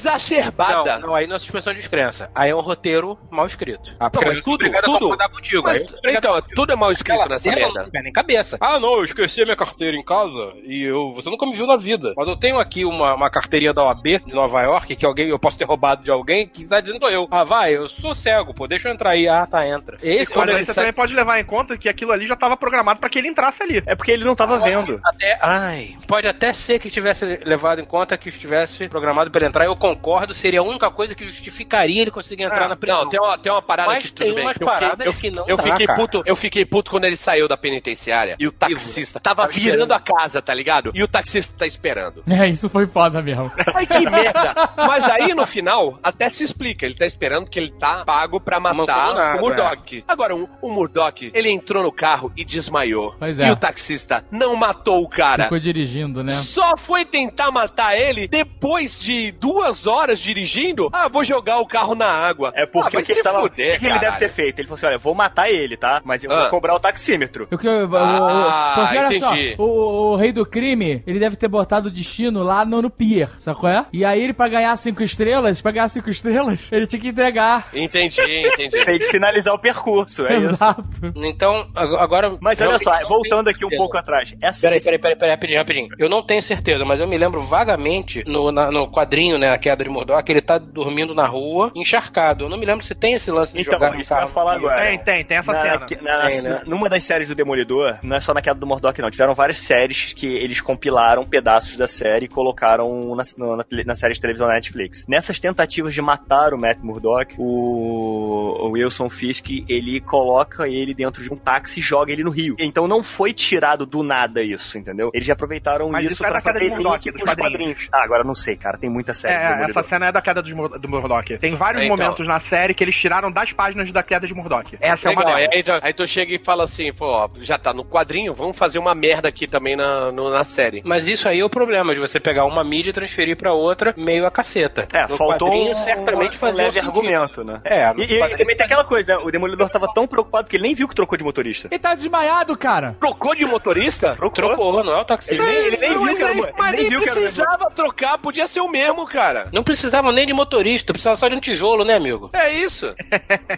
exacerbada. Não, não, aí não é suspensão de descrença. Aí é um roteiro mal escrito. Ah, Não, mas eu- tudo, obrigado a tudo. concordar Contigo, Mas, aí eu- então, tudo é mal escrito Aquela nessa cena merda. não tem nem cabeça. Ah, não, eu esqueci a minha carteira em casa e eu, você nunca me viu na vida. Mas eu tenho aqui uma, uma carteirinha da OAB de Nova York que alguém, eu posso ter roubado de alguém que tá dizendo eu. Ah, vai, eu sou cego, pô, deixa eu entrar aí. Ah, tá, entra. Esse Mas quando aí ele você sai- também pode levar em conta que aquilo ali já estava programado pra que ele entrasse ali. É porque ele não tava vendo. Até, ai, pode até ser que tivesse levado em conta que estivesse programado para ele entrar. Eu concordo, seria a única coisa que justificaria ele conseguir entrar Ah, na prisão. um- Não, tem uma, tem uma parada Mas que tem tudo bem. umas Eu paradas eu, que não eu dá, fiquei cara. puto, eu fiquei puto quando ele saiu da penitenciária e o taxista tava Tava virando esperando. a casa, tá ligado? E o taxista <laughs> tá esperando. É, isso foi foda mesmo. Ai que merda! Mas aí no final até se explica, ele tá esperando que ele tá pago pra matar Mancomunado, o é. Murdoch. Agora o, o Murdoch, ele entrou no carro e desmaiou. Pois é. E o taxista não matou o cara. Ficou dirigindo, né? Só foi tentar matar ele depois de duas horas dirigindo? Ah, vou jogar o carro na água. É ah, porque vai o que ele se tava. fuder, o que ele deve caralho. ter feito? Ele falou assim: olha, vou matar ele, tá? Mas eu Ah. vou cobrar o taxímetro. Eu, que- eu- eu- Ah, eu- porque olha entendi. só, o, o- o rei do crime, ele deve ter botado o destino lá no, no pier, sabe qual é? E aí ele, pra ganhar cinco estrelas, pra ganhar cinco estrelas, <laughs> ele tinha que entregar. Entendi, entendi. Tem que finalizar o percurso, é isso. Exato. Então, ag- agora. Mas eu olha só, não voltando tenho aqui um certeza. pouco atrás. Essa né? Peraí, peraí, peraí, peraí, rapidinho, rapidinho. Eu não tenho certeza, mas eu me lembro vagamente no, na- no quadrinho, né, A Queda de Murdoch, ele tá dormindo na rua, encharcado. Eu não me lembro se tem esse lance de jogar no Então, É, então. isso que eu carro. ia falar agora. Tem, tem, tem essa Na- cena. que- na- Tem, né? Numa das séries do Demolidor, não é só na queda do Murdoch, não. Tiveram várias séries que eles compilaram pedaços da série e colocaram na, no- na, tele- na série de televisão da Netflix. Nessas tentativas de matar o Matt Murdock, o, o Wilson Fisk, ele coloca ele dentro de um táxi e joga ele no rio. Então não foi tirado do nada isso, entendeu? Eles aproveitaram Mas isso, isso é pra da queda fazer do Murdoch, link dos com os quadrinhos. quadrinhos. Ah, agora não sei, cara. Tem muita série do É, Demolidor. essa cena é da queda do, Mur- do Murdoch. Tem vários Então. momentos na série que eles tiraram das páginas da queda de Murdoch. Essa é uma Legal, delas. aí, tu- aí tu chega e fala assim, pô, ó, já tá no quadrinho, vamos fazer uma merda aqui também na, no- na série. Mas isso aí é o problema de você pegar uma mídia e transferir pra outra meio a caceta. É, faltou quadrinho, um, certamente um fazia leve sentido. argumento, né? É, E, e- e também tem aquela coisa, né? O Demolidor tava tão preocupado que ele nem viu que trocou de motorista. Ele tá desmaiado, cara. Trocou de motorista? trocou, não é o taxista. Ele nem, ele nem Não, viu mas que era, nem- ele mas nem nem viu que era o Demolidor. precisava trocar, podia ser o mesmo, cara. Não precisava nem de motorista, precisava só de um tijolo, né, amigo? É isso.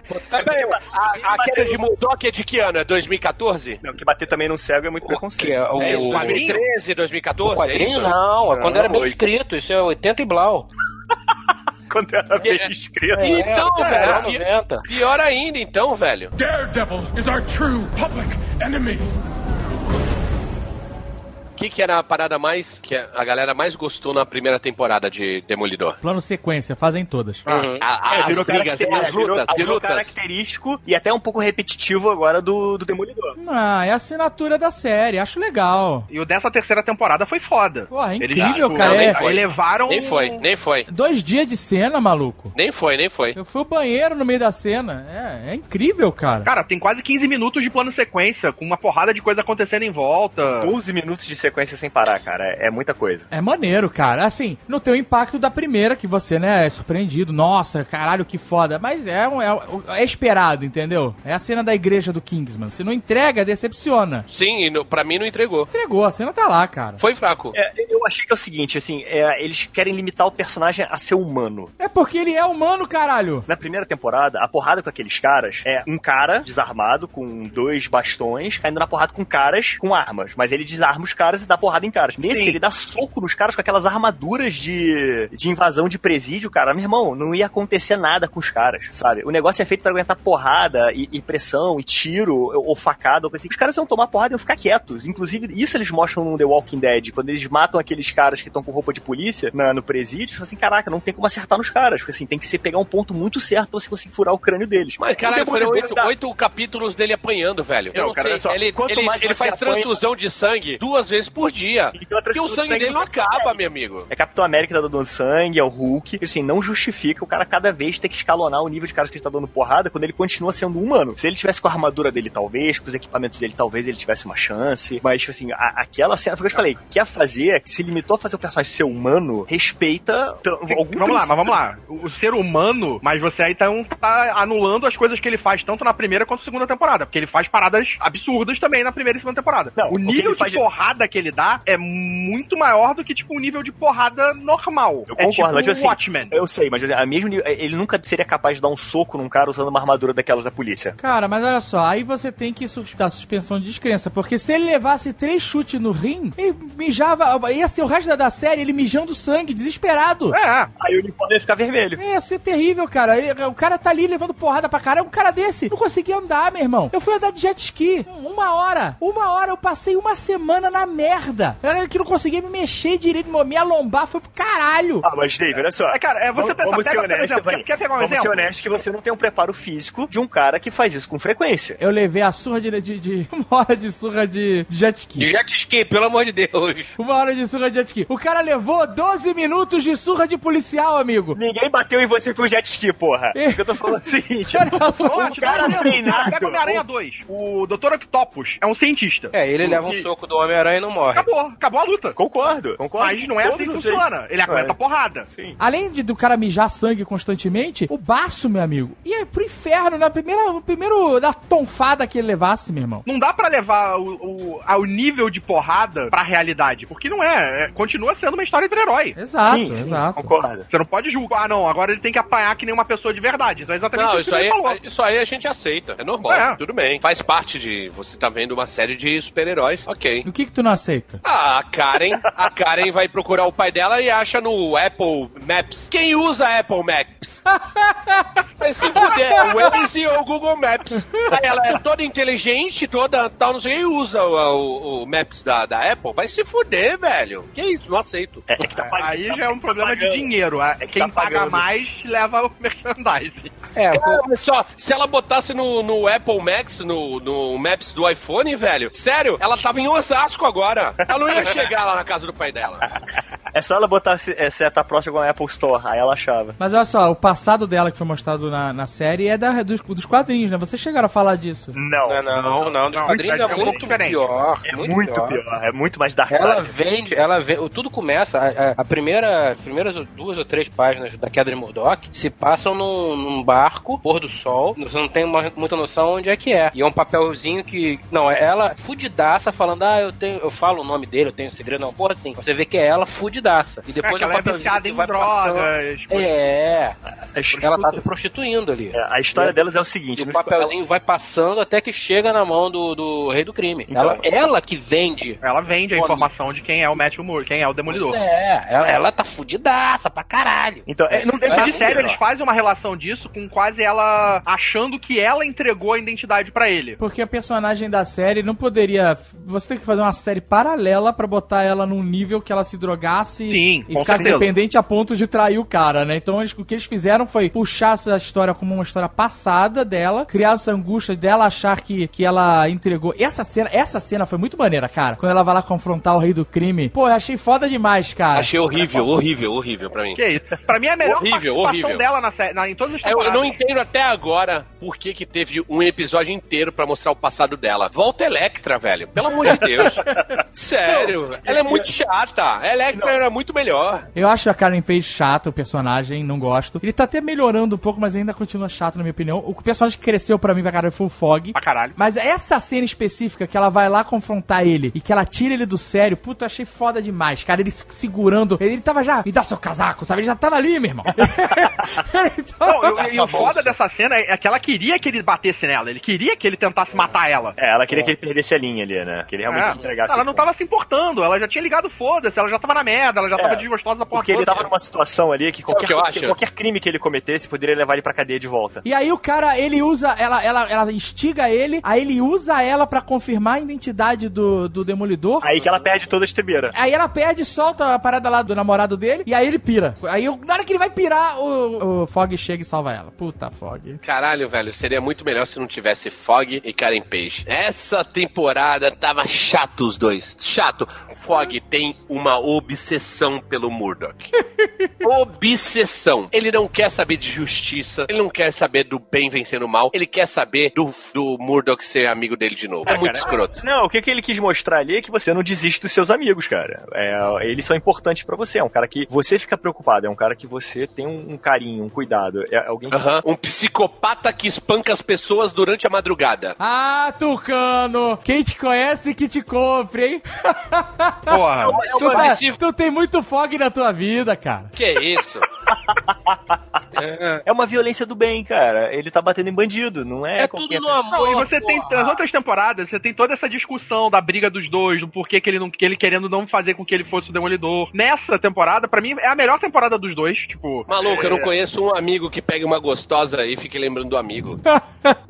Mas, peraí, a, a queda de Murdoch Doc é de que ano? É 2014? Não, que bater também num cego é muito preconceito. é o- É isso, o quadrinho? 2013, O 2014? é quadrinho isso? não, é quando Não, era bem oito. escrito, isso é 80 e blau. <laughs> Quando era bem escrito. Então, é, velho, é, que- 90. Pior ainda, então, velho. Daredevil is our true public enemy. O que, que era a parada mais que a galera mais gostou na primeira temporada de Demolidor? Plano sequência, fazem todas. Uhum. A- a- É, as virou brigas, caracter- as é, virou- lutas, de virou lutas. característico e até um pouco repetitivo agora do, do Demolidor. Ah, é a assinatura da série, acho legal. E o dessa terceira temporada foi foda. Porra, é Eles- incrível, tipo, cara. não, nem é- foi. Elevaram. um Nem foi, nem foi, Dois dias de cena, maluco. nem foi, nem foi. Eu fui ao banheiro no meio da cena. É, é incrível, cara. Cara, tem quase 15 minutos de plano sequência, com uma porrada de coisa acontecendo em volta. 12 minutos de sequência sem parar, cara. É, é muita coisa. É maneiro, cara. Assim, não tem o impacto da primeira que você, né, é surpreendido. Nossa, caralho, que foda. Mas é, um- é um- é esperado, entendeu? É a cena da igreja do Kingsman. Se não entrega, decepciona. Sim, e no, pra mim não entregou. Entregou, a cena tá lá, cara. Foi fraco. É, eu achei que é o seguinte, assim, é, eles querem limitar o personagem a ser humano. É porque ele é humano, caralho. Na primeira temporada, a porrada com aqueles caras é um cara desarmado com dois bastões caindo na porrada com caras com armas. Mas ele desarma os caras e dá porrada em caras. Nesse, ele dá soco nos caras com aquelas armaduras de, de invasão de presídio, cara. Meu irmão, não ia acontecer nada com os caras, sabe? O negócio é feito pra aguentar porrada e, e pressão e tiro ou, ou facada. Ou coisa assim. Os caras vão tomar porrada e vão ficar quietos. Inclusive, isso eles mostram no The Walking Dead. Quando eles matam aqueles caras que estão com roupa de polícia na- no presídio, eles falam assim: caraca, não tem como acertar nos caras. Porque assim, tem que ser pegar um ponto muito certo pra você conseguir furar o crânio deles. Mas, cara, caralho, foram oito, oito capítulos dele apanhando, velho. Eu Não, não cara, sei, olha só, ele, quanto ele, mais ele você faz apanha- transfusão de sangue duas vezes por dia. Então, a Porque o transfusão sangue de sangue dele não não acaba, acaba. meu amigo. É Capitão América tá dando sangue, é o Hulk. E, Assim, não justifica o cara cada vez ter que escalonar o nível de caras que ele tá dando porrada quando ele continua sendo humano. Se ele tivesse com a armadura dele, talvez, com os equipamentos dele, talvez ele tivesse uma chance. Mas, tipo assim, a- aquela cena foi o que eu te falei. Quer fazer, se limitou a fazer o personagem ser humano, respeita tran- algum vamos lá, princípio. mas vamos lá. O o ser humano, mas você aí tá, um- tá anulando as coisas que ele faz tanto na primeira quanto na segunda temporada. Porque ele faz paradas absurdas também na primeira e segunda temporada. Não, o o que nível ele de faz de- porrada que ele dá é muito maior do que, tipo, um nível de porrada normal. Eu é concordo, tipo mas, tipo assim, Watchmen. Eu sei, mas tipo assim, a mesmo nível- ele nunca seria capaz de dar um soco num cara usando uma armadura daquelas da polícia. Cara, mas olha só, aí você tem que sus- dar suspensão de descrença, porque se ele levasse três chutes no rim, ele mijava, ia ser o resto da- da série ele mijando sangue, desesperado. É, Aí o uniforme ia ficar vermelho. É, Ia ser terrível, cara. Ele- O cara tá ali levando porrada pra caralho. Um cara desse não conseguia andar, meu irmão. Eu fui andar de jet ski um- uma hora. Uma hora eu passei uma semana na merda. Era que não conseguia me mexer direito. meu- Minha lombar foi pro caralho. Ah, mas Dave, olha só. É, cara, é você vamos, pensar, vamos pega, ser por honesto, exemplo, Dave. quer- quer pegar um vamos exemplo? ser honesto que você não tem um preparo físico de um cara que faz isso com frequência. Eu levei a surra de. de, de- <laughs> uma hora de surra de, de jet ski. Jet ski, pelo amor de Deus. Uma hora de surra de jet ski. O cara levou 12 minutos de surra de policial, <laughs> amigo. Ninguém bateu em você com jet ski, porra. É. Eu tô falando <laughs> o seguinte. Olha só. Pô, te dá cara um exemplo. treinado. Pega Homem-Aranha 2. O Dr. Octopus é um cientista. É, ele leva um soco do Homem-Aranha e não morre. Acabou, acabou a luta. Concordo, concordo. Mas não é assim que Todos funciona. Ele aguenta É. a porrada. Sim. Além de, do cara mijar sangue constantemente, o baço, meu amigo, ia pro inferno na primeira, no primeiro da tonfada que ele levasse, meu irmão. Não dá pra levar o, o- ao nível de porrada pra realidade, porque não é, é- Continua sendo uma história entre herói. Exato, sim, sim, exato. Concordo. Você não pode julgar, ah, não, agora ele tem que apanhar que nem uma pessoa de verdade. Então é exatamente Não, o isso que ele aí, falou. isso aí a gente aceita. É normal, É. tudo bem. Faz parte de. Você tá vendo uma série de super-heróis, ok. E o que que tu não aceita? Ah, a Karen, a Karen vai procurar o pai dela e acha no Apple Maps. Quem usa Apple <laughs> Maps? Vai se fuder, o Waze ou o Google Maps. Aí ela é toda inteligente, toda tal, não sei, e usa o, o- o Maps da, da Apple. Vai se fuder, velho. Que isso, não aceito. É, é que tá pagando, Aí tá- já é um tá problema de pagando. dinheiro. É Quem tá paga pagando. mais leva o <laughs> merchandising. É, Cara, mas só, se ela botasse no, no Apple Max, no, no Maps do iPhone, velho, sério, ela tava em Osasco agora. Ela não ia chegar lá na casa do pai dela. um É só ela botar se- é, seta próxima com a Apple Store, aí ela achava. Mas olha só, o passado dela que foi mostrado na, na série é da, dos, dos quadrinhos, né? Vocês chegaram a falar disso. Não. não, é não, não. Dos Não, quadrinhos é é um pouco muito diferente. pior. É muito, pior. é muito mais Dark Ela Side. vende, ela vende, tudo começa, a, a- a primeira, as primeiras duas ou três páginas da Queda de Murdoch se passam num, num barco, pôr do sol, você não tem uma- muita noção onde é que é. E é um papelzinho que, não, é ela fudidaça falando, ah, eu tenho, eu falo o nome dele, eu tenho um segredo, não, porra assim, você vê que é ela bandidaça. E depois É, que ela é papelzinho viciada que em vai drogas, assim. passando. É, A his- ela tá se prostituindo ali. é, a história delas é o seguinte: E o no- papelzinho vai passando até que chega na mão do, do rei do crime. Então. ela, ela que vende. Ela vende a Olha. informação de quem é o Matthew Moore, quem é o Demolidor. É, ela, ela tá fudidaça pra caralho. Então, é, não deixa Mas de de sério, ser. eles fazem uma relação disso com quase ela achando que ela entregou a identidade pra ele. Porque a personagem da série não poderia. Você tem que fazer uma série paralela pra botar ela num nível que ela se drogasse Sim, e com ficasse certeza. dependente a ponto de trair o cara, né? Então eles- o que eles fizeram foi puxar essa história como uma história passada dela, criar essa angústia dela achar que, que ela entregou. Essa cena, essa cena foi muito maneira, cara. Quando ela vai lá confrontar o rei do crime. Pô, eu achei foda demais, cara. <laughs> Achei horrível, horrível, horrível pra mim. Que isso? Pra mim é a melhor Horrível, participação horrível. É, dela na série, na- em todas as Eu, eu temporadas. não entendo até agora por que, que teve um episódio inteiro pra mostrar o passado dela. Volta Electra, velho. Pelo amor de <laughs> Deus. Sério. ela é muito chata. A Electra era muito melhor. Eu acho a Karen Page chata, o personagem, não gosto. Ele tá até melhorando um pouco, mas ainda continua chato, na minha opinião. O personagem que cresceu pra mim pra caralho foi o Fog. Pra caralho. Mas essa cena específica que ela vai lá confrontar ele e que ela tira ele do sério, puta, eu achei foda demais, cara. Ele se segurando. Ele, ele tava já, me dá seu casaco, sabe? Ele já tava <laughs> ali, meu irmão. Ele tava- Não, eu- e o foda dessa cena é que ela queria que ele batesse nela, ele queria que ele tentasse matar ela. É, ela queria que ele perdesse a linha ali, né? Que ele realmente É. entregasse. Ela o não ponto. tava se importando, ela já tinha ligado foda-se, ela já tava na merda, ela já É. tava desgostosa da porra Porque ele toda. tava numa situação ali que qualquer, o que eu coisa que- acho? qualquer crime que ele cometesse poderia levar ele pra cadeia de volta. E aí o cara, ele usa, ela, ela, ela instiga ele, aí ele usa ela pra confirmar a identidade do, do Demolidor. Aí que ela perde toda a estribeira. Aí ela perde, solta a parada lá do namorado dele e aí ele pira. Aí eu- na hora que ele vai pirar, o, o Fog chega e salva ela. Puta Fog. Caralho, velho. Seria muito melhor se não tivesse Fog e Karen Page. Essa temporada tava chato os dois. Chato. Fog tem uma obsessão pelo Murdoch. obsessão. Ele não quer saber de justiça. Ele não quer saber do bem vencendo o mal. Ele quer saber do, do Murdoch ser amigo dele de novo. É, Ah, muito escroto. Não, o que, que ele quis mostrar ali é que você não desiste dos seus amigos, cara. É, eles são importantes pra você. É um cara que você fica preocupado. É um cara que você tem um, um carinho, um cuidado. É alguém que. Aham. Um psicopata que espanca as pessoas durante a madrugada. Ah, Tucano! Quem te conhece que te compre, hein? Porra. É Tu, uma tá- obsessiva- tu tem muito Fog na tua vida, cara. Que é isso? É uma violência do bem, cara. Ele tá batendo em bandido, não é? É, qualquer tudo no pessoa. amor. Não, e você tem porra. nas outras temporadas, você tem toda essa discussão da briga dos dois, do porquê que ele não que ele querendo não fazer com que ele fosse o demolidor. Nessa temporada, pra mim é a melhor temporada dos dois, tipo, Maluco, eu não conheço um amigo que pegue uma gostosa e fique lembrando do amigo.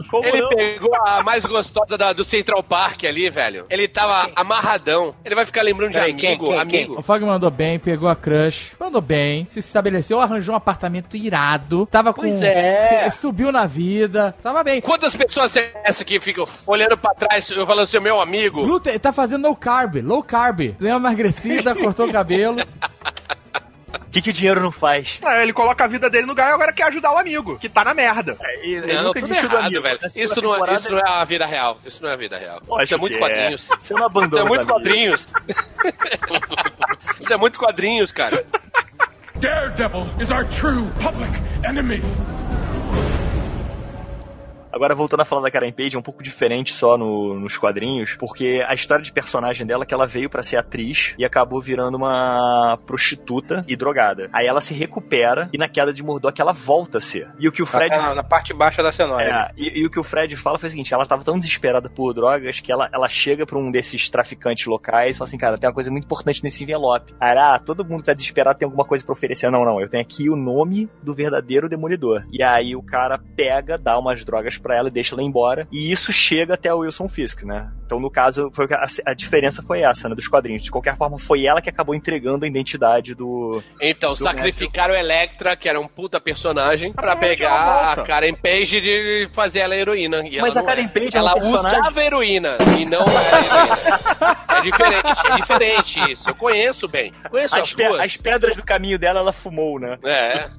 Como Ele não? pegou a mais gostosa da- do Central Park ali, velho. Ele tava amarradão. Ele vai ficar lembrando de Peraí, amigo, quem, quem, amigo. O Fog mandou bem, pegou a crush, mandou bem, se estabeleceu, arranjou um apartamento irado, tava com. Pois é. Subiu na vida, tava bem. Quantas pessoas são essas que ficam olhando pra trás e falando assim, meu amigo? Gluten, tá fazendo low carb, low carb. Deu uma emagrecida, cortou o cabelo. O que, que o dinheiro não faz? ah, ele coloca a vida dele no lugar e agora quer ajudar o amigo, que tá na merda. Ele É, Não, nunca tudo desistiu do errado, amigo. velho. Nessa Isso não, é, temporada, isso não é a vida real. Isso não é a vida real. eu acho Isso é muito que quadrinhos. Você não abandona Isso é os muito amigos. quadrinhos. <laughs> Isso é muito quadrinhos, cara. Daredevil is our true public enemy. Agora, voltando a falar da Karen Page, é um pouco diferente só no- nos quadrinhos, porque a história de personagem dela é que ela veio pra ser atriz e acabou virando uma prostituta e drogada. Aí ela se recupera e na queda de Murdoch ela volta a ser. E o que o Fred... É, né? Na, na parte baixa da cenoura. É, e, e o que o Fred fala foi o seguinte: ela tava tão desesperada por drogas que ela, ela chega pra um desses traficantes locais e fala assim, cara, tem uma coisa muito importante nesse envelope. Aí, ela, ah, todo mundo que tá desesperado, tem alguma coisa pra oferecer. Não, não, eu tenho aqui o nome do verdadeiro demolidor. E aí o cara pega, dá umas drogas pra ela e deixa ela embora. E isso chega até o Wilson Fisk, né? Então, no caso, foi o que a, a diferença foi essa, né? Dos quadrinhos. De qualquer forma, foi ela que acabou entregando a identidade do. Então, sacrificaram Electra, que era um puta personagem, pra pegar a Karen Page e fazer ela heroína. E Mas ela a não Karen é. Page é uma ela personagem- usava heroína e não era heroína. É diferente, é diferente isso. Eu conheço bem. Conheço as, As, pe- duas. as pedras do caminho dela, ela fumou, né? É.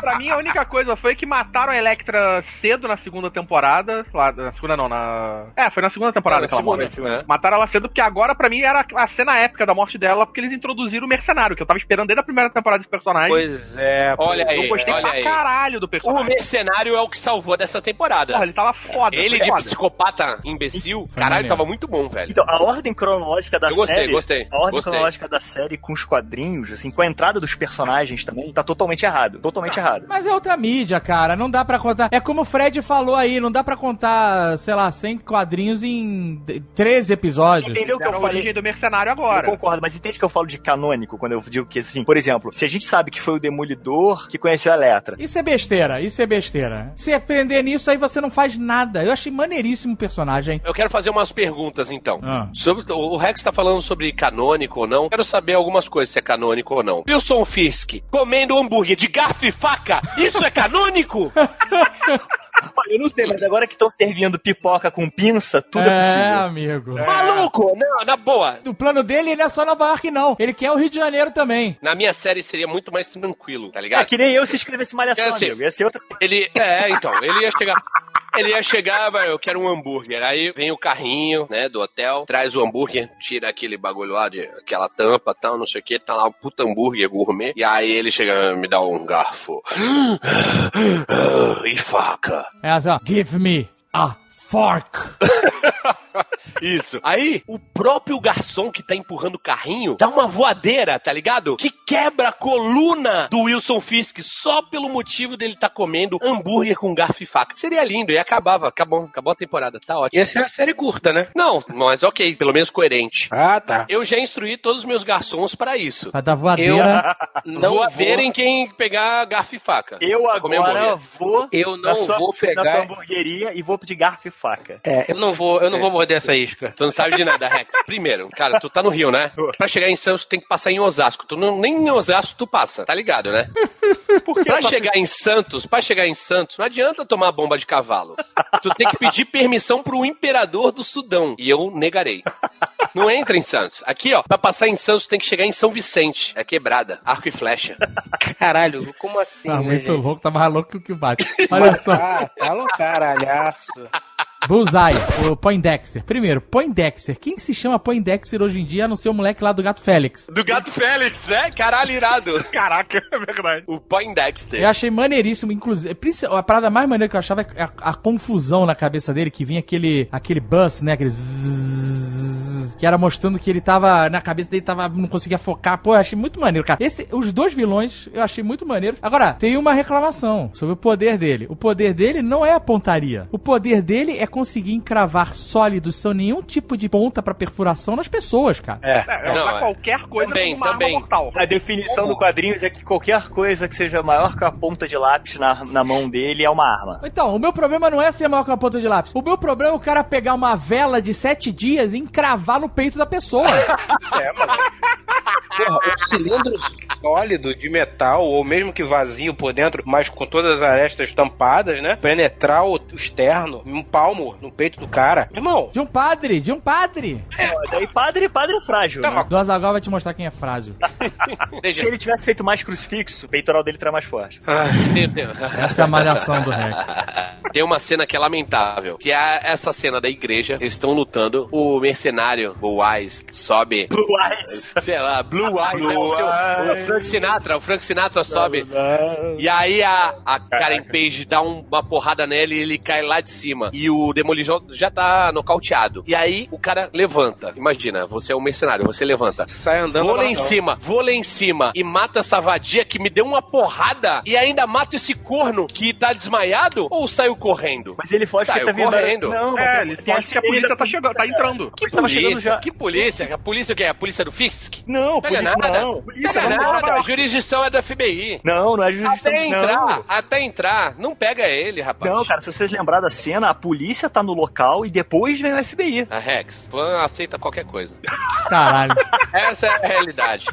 Pra mim, a única coisa foi que mataram a Electra cedo na segunda temporada. Lá, na segunda não, na. É, foi na segunda temporada Na que ela segunda. morte, né? Mataram ela cedo, porque agora, pra mim, era a cena épica da morte dela, porque eles introduziram o mercenário, que eu tava esperando desde a primeira temporada desse personagem. Pois é. Olha eu aí, gostei olha pra aí. caralho do O personagem. mercenário é o que salvou dessa temporada. Porra, ele tava foda. tá Ele foi de foda. psicopata imbecil, Foi caralho, maneiro. tava muito bom, velho. Então, a ordem cronológica da Eu gostei, série. gostei, A ordem gostei. cronológica da série com os quadrinhos, assim, com a entrada dos personagens também, tá totalmente errado. Totalmente errado. Mas é outra mídia, cara. Não dá pra contar. É como o Fred falou aí, não dá pra contar, sei lá, 100 quadrinhos em d- 13 episódios. Entendeu o que Deram eu a falei? origem do mercenário Eu agora. concordo, mas entende que eu falo de canônico quando eu digo que, assim, por exemplo, se a gente sabe que foi o Demolidor que conheceu a Letra. Isso é besteira, isso é besteira. Se aprender nisso, aí você não faz nada. Eu achei maneiríssimo o personagem. Eu quero fazer umas perguntas, então. Ah. Sobre, o Rex tá falando sobre canônico ou não. Quero saber algumas coisas, se é canônico ou não. Wilson Fisk, comendo hambúrguer de garfo e faca, isso é canônico? Olha, eu não sei, mas agora que estão servindo pipoca com pinça, tudo é, é, possível. amigo. Maluco! Não, na boa. O plano dele não é só Nova York, não. Ele quer o Rio de Janeiro também. Na minha série seria muito mais tranquilo, tá ligado? É que nem eu se inscrevesse malhação, Quer dizer, amigo. Ia ser outra Ele. É, então, ele ia chegar. Ele ia chegar, vai, eu quero um hambúrguer. Aí vem o carrinho, né, do hotel, traz o hambúrguer, tira aquele bagulho lá, de, aquela tampa tal, não sei o que, tá lá o puta hambúrguer gourmet. E aí ele chega, me dá um garfo. <gasps> ah, e faca. É assim, ó. Give me a fork. Isso. Aí, o próprio garçom que tá empurrando o carrinho dá uma voadeira, tá ligado? Que quebra a coluna do Wilson Fisk só pelo motivo dele tá comendo hambúrguer com garfo e faca. Seria lindo, e acabava. Acabou, acabou a temporada, tá ótimo. Ia ser uma série curta, né? Não, mas ok, pelo menos coerente. Ah, tá. Eu já instruí todos os meus garçons pra isso. Vai dar tá voadeira. Não Vou a vou- ver em quem pegar garfo e faca. Eu Pra comer agora hambúrguer. vou Eu na não sua, vou na sua pegar. hamburgueria e vou pedir garfo e faca. É, eu não vou, eu não vou morder essa isca. Tu não sabe de nada, Rex. Primeiro, cara, tu tá no Rio, né? Pra chegar em Santos, tu tem que passar em Osasco. Tu não, nem em Osasco tu passa, tá ligado, <laughs> né? pra chegar em Santos, pra chegar em Santos, não adianta tomar bomba de cavalo. Tu tem que pedir permissão pro imperador do Sudão. E eu negarei. Não entra em Santos. Aqui, ó, pra passar em Santos, tem que chegar em São Vicente. É quebrada, arco e flecha. Caralho, como assim? Tá né, muito gente? louco, tá mais louco que o que bate. Olha só. Ah, tá um caralhaço. Bullseye, o Poindexter. Primeiro, Poindexter. Quem que se chama Poindexter hoje em dia a não ser o moleque lá do Gato Félix? Do gato Félix, né? Caralho irado. <laughs> Caraca, é verdade. O Poindexter. Eu achei maneiríssimo, inclusive. é princi- A parada mais maneira que eu achava é a, a confusão na cabeça dele, que vinha aquele, aquele buzz, né? Aqueles. zzzz, Que era mostrando que ele tava. Na cabeça dele tava. Não conseguia focar. Pô, eu achei muito maneiro, cara. Esse, os dois vilões eu achei muito maneiro. Agora, tem uma reclamação sobre o poder dele. O poder dele não é a pontaria. O poder dele é conseguir encravar sólidos sem nenhum tipo de ponta pra perfuração nas pessoas, cara. É, é Não, usar é. qualquer coisa Também, como uma também. arma mortal. A definição do quadrinhos é que qualquer coisa que seja maior que a ponta de lápis na, na mão dele é uma arma. Então, o meu problema não é ser maior que uma ponta de lápis. O meu problema é o cara pegar uma vela de sete dias e encravar no peito da pessoa. Porra, um cilindro sólido de metal, ou mesmo que vazio por dentro, mas com todas as arestas tampadas, né? Penetrar o o externo, um palmo no peito do cara. Irmão, De um padre, de um padre. Daí padre, padre é frágil, né? Do Azagal vai te mostrar quem é frágil. Se ele tivesse feito mais crucifixo, o peitoral dele tá mais forte. Tem, tem- Essa é a malhação do Rex. <laughs> tem uma cena que é lamentável, que é essa cena da igreja. Eles estão lutando. O mercenário, o Wise, sobe. <laughs> Blue Eyes. Sei lá, Blue Eyes, né? O, seu- o Frank Sinatra, o Frank Sinatra sobe. E aí a, a Karen Page dá um- uma porrada nele e ele cai lá de cima. E o Demolition já tá nocauteado. E aí o cara levanta. Imagina, você é um mercenário, você levanta. sai andando. Vou lá em amarradão. cima, vou lá em cima e mata essa vadia que me deu uma porrada e ainda mato esse corno que tá desmaiado ou saiu correndo? Mas ele foge Saiu porque tá vindo. correndo. Não, É, mas ele tem pode esse- que a polícia tá chegando, tá entrando. Que tava chegando polícia? já. Que polícia? A polícia o quê? A polícia do Fisk? Tá Não, Pega polícia nada. não. Polícia Pega não. nada, a Não, jurisdição é da FBI. não, não é Tá jurisdição. Até entrar, Não. até entrar, não pega ele, rapaz. Não, cara, se vocês lembrarem da cena, a polícia tá no local e depois vem o FBI. A Rex, fã aceita qualquer coisa. Caralho. Essa é a realidade.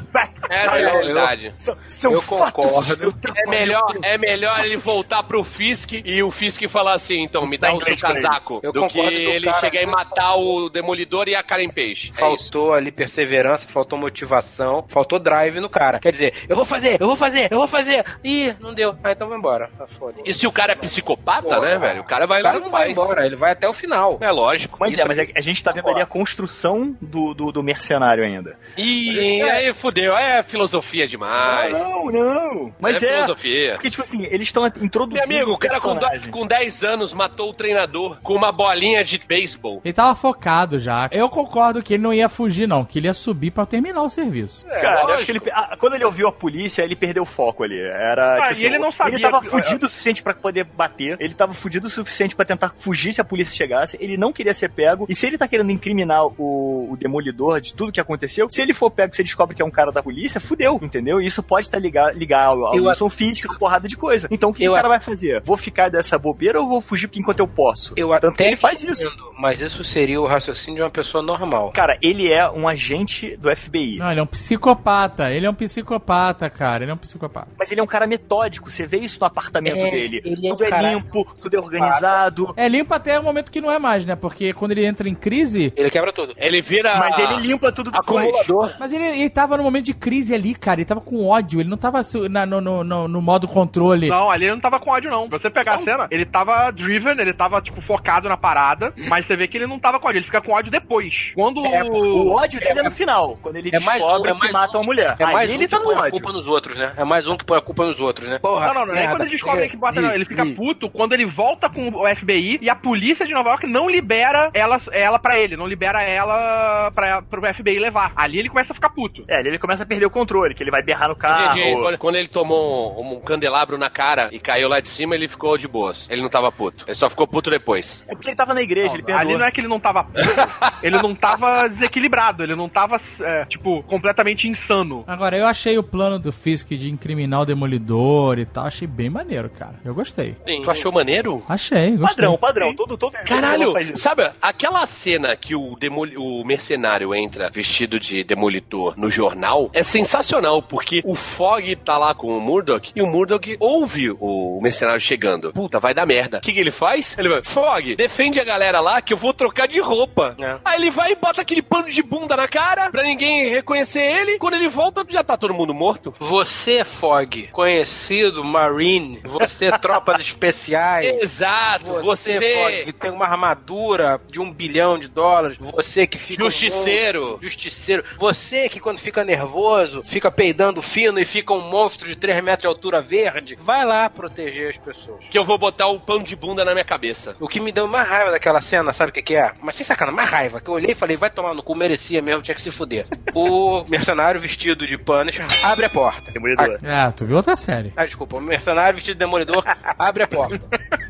Essa é a realidade. São, são Eu fatos. concordo. Eu tenho- É melhor, é melhor ele voltar pro Fisk e o Fisk falar assim, então, tá me dá o seu casaco. Eu do que concordo com o ele cara. chegar e matar o Demolidor e a Karen Peixe. É isso. Faltou ali perseverança, faltou motivação, Não, faltou drive no cara. Quer dizer, eu vou fazer, eu vou fazer, eu vou fazer. Ih, não deu. Ah, então vou embora. Tá Ah, foda E se o cara é psicopata, Porra. né, velho? O cara vai O cara lá não e vai faz. embora, ele vai até o final. É lógico. Mas Isso é, mas é que a gente tá vendo ali a construção do, do, do mercenário ainda. Ih, aí fudeu. É filosofia demais. Não, não. Mas é. filosofia. Porque, tipo assim, eles estão Meu introduzindo. amigo, o cara com, do- personagem. com 10 anos matou o treinador com uma bolinha de beisebol. Ele tava focado já. Eu concordo que ele não ia fugir, não, que ele ia subir pra terminar o serviço. É, Cara, eu lógico. acho que ele, ah, quando ele ouviu a polícia, ele perdeu o foco ali. Era, tipo assim, Ah, e ele não sabia Ele tava que- fudido o suficiente pra poder bater, ele tava fudido o suficiente pra tentar fugir se a polícia chegasse, ele não queria ser pego, e se ele tá querendo incriminar o, o demolidor de tudo que aconteceu, se ele for pego, se ele descobre que é um cara da polícia, fudeu, entendeu? E isso pode estar ligado, ligado ao Eu Wilson Fisk, uma porrada de coisa. Então o que Eu o cara vai fazer? Vou ficar dessa bobeira ou vou fugir enquanto eu posso? Eu Tanto que até ele faz isso. entendo, Mas isso seria o raciocínio de uma pessoa normal. Cara, ele é um agente do FBI. Não, ele é um psicopata. Ele é um psicopata, cara. Ele é um psicopata. Mas ele é um cara metódico, você vê isso no apartamento É, dele. ele é um tudo é cara- limpo, tudo é organizado. É limpo até o momento que não é mais, né? Porque quando ele entra em crise. Ele quebra tudo. Ele vira. Mas Ah, ele limpa tudo depois. acumulador. Mas ele, ele tava num momento de crise ali, cara. Ele tava com ódio. Ele não tava su- na- no, no, no, no modo controle. Não, ali ele não tava com ódio, não. Você pegar a cena, ele tava driven, ele tava, tipo, focado na parada, mas você vê que ele não tava com ódio, ele fica com ódio depois. Quando. É, O ódio dele é no final, quando ele É mais descobre um, é mais que matam um. a mulher. É mais Aí um ele que tá no põe a ódio. culpa nos outros, né? É mais um que põe a culpa nos outros, né? Porra, Não, não, não. Nem merda. quando ele descobre que bota, não. Ele fica Ih, puto quando ele volta com o FBI e a polícia de Nova York não libera ela, ela pra ele, não libera ela pra, pro FBI levar. Ali ele começa a ficar puto. É, ele começa a perder o controle, que ele vai berrar no carro. Entendi. Quando- Quando ele tomou um, um candelabro na cara e caiu lá de cima, ele ficou de boas. Ele não tava puto. Ele só ficou puto depois. É porque ele tava na igreja, ele perdoou. Ali não é que ele não tava <laughs> puto, ele não tava desequilibrado, ele não tava, é, tipo, completamente insano. Agora, eu achei o plano do Fisk de incriminar o Demolidor e tal. Achei bem maneiro, cara. Eu gostei. sim. Tu achou maneiro? Achei, gostei. Padrão, padrão, todo, todo. Caralho, todo faz isso. sabe aquela cena que o, demoli- o mercenário entra vestido de demolidor no jornal? É sensacional, porque o Fogg tá lá com o Murdoch e o Murdoch ouve o mercenário chegando. Puta, vai dar merda. O que, que ele faz? Ele vai, Fogg, defende a galera lá que eu vou trocar de roupa. É. Aí ele vai e bota aquele pano de bunda na cara pra ninguém reconhecer ele. Quando ele volta, já tá todo mundo morto. Você, Fog, conhecido Marine, você, tropas <laughs> especiais. Exato, você, Fog, que tem uma armadura de um bilhão de dólares. Você que fica. justiceiro. Um monstro, justiceiro. Você que quando fica nervoso, fica peidando fino e fica um monstro de 3 metros de altura verde. Vai lá proteger as pessoas. que eu vou botar o pano de bunda na minha cabeça. O que me deu mais raiva daquela cena, sabe o que, que é? Mas sem sacana, mais raiva. Que eu olhei e falei, vai tomar no cu, merecia mesmo, tinha que se fuder. o mercenário vestido de Punisher abre a porta. Demolidor. É, tu viu outra série. Ah, desculpa, o mercenário vestido de demolidor abre a porta.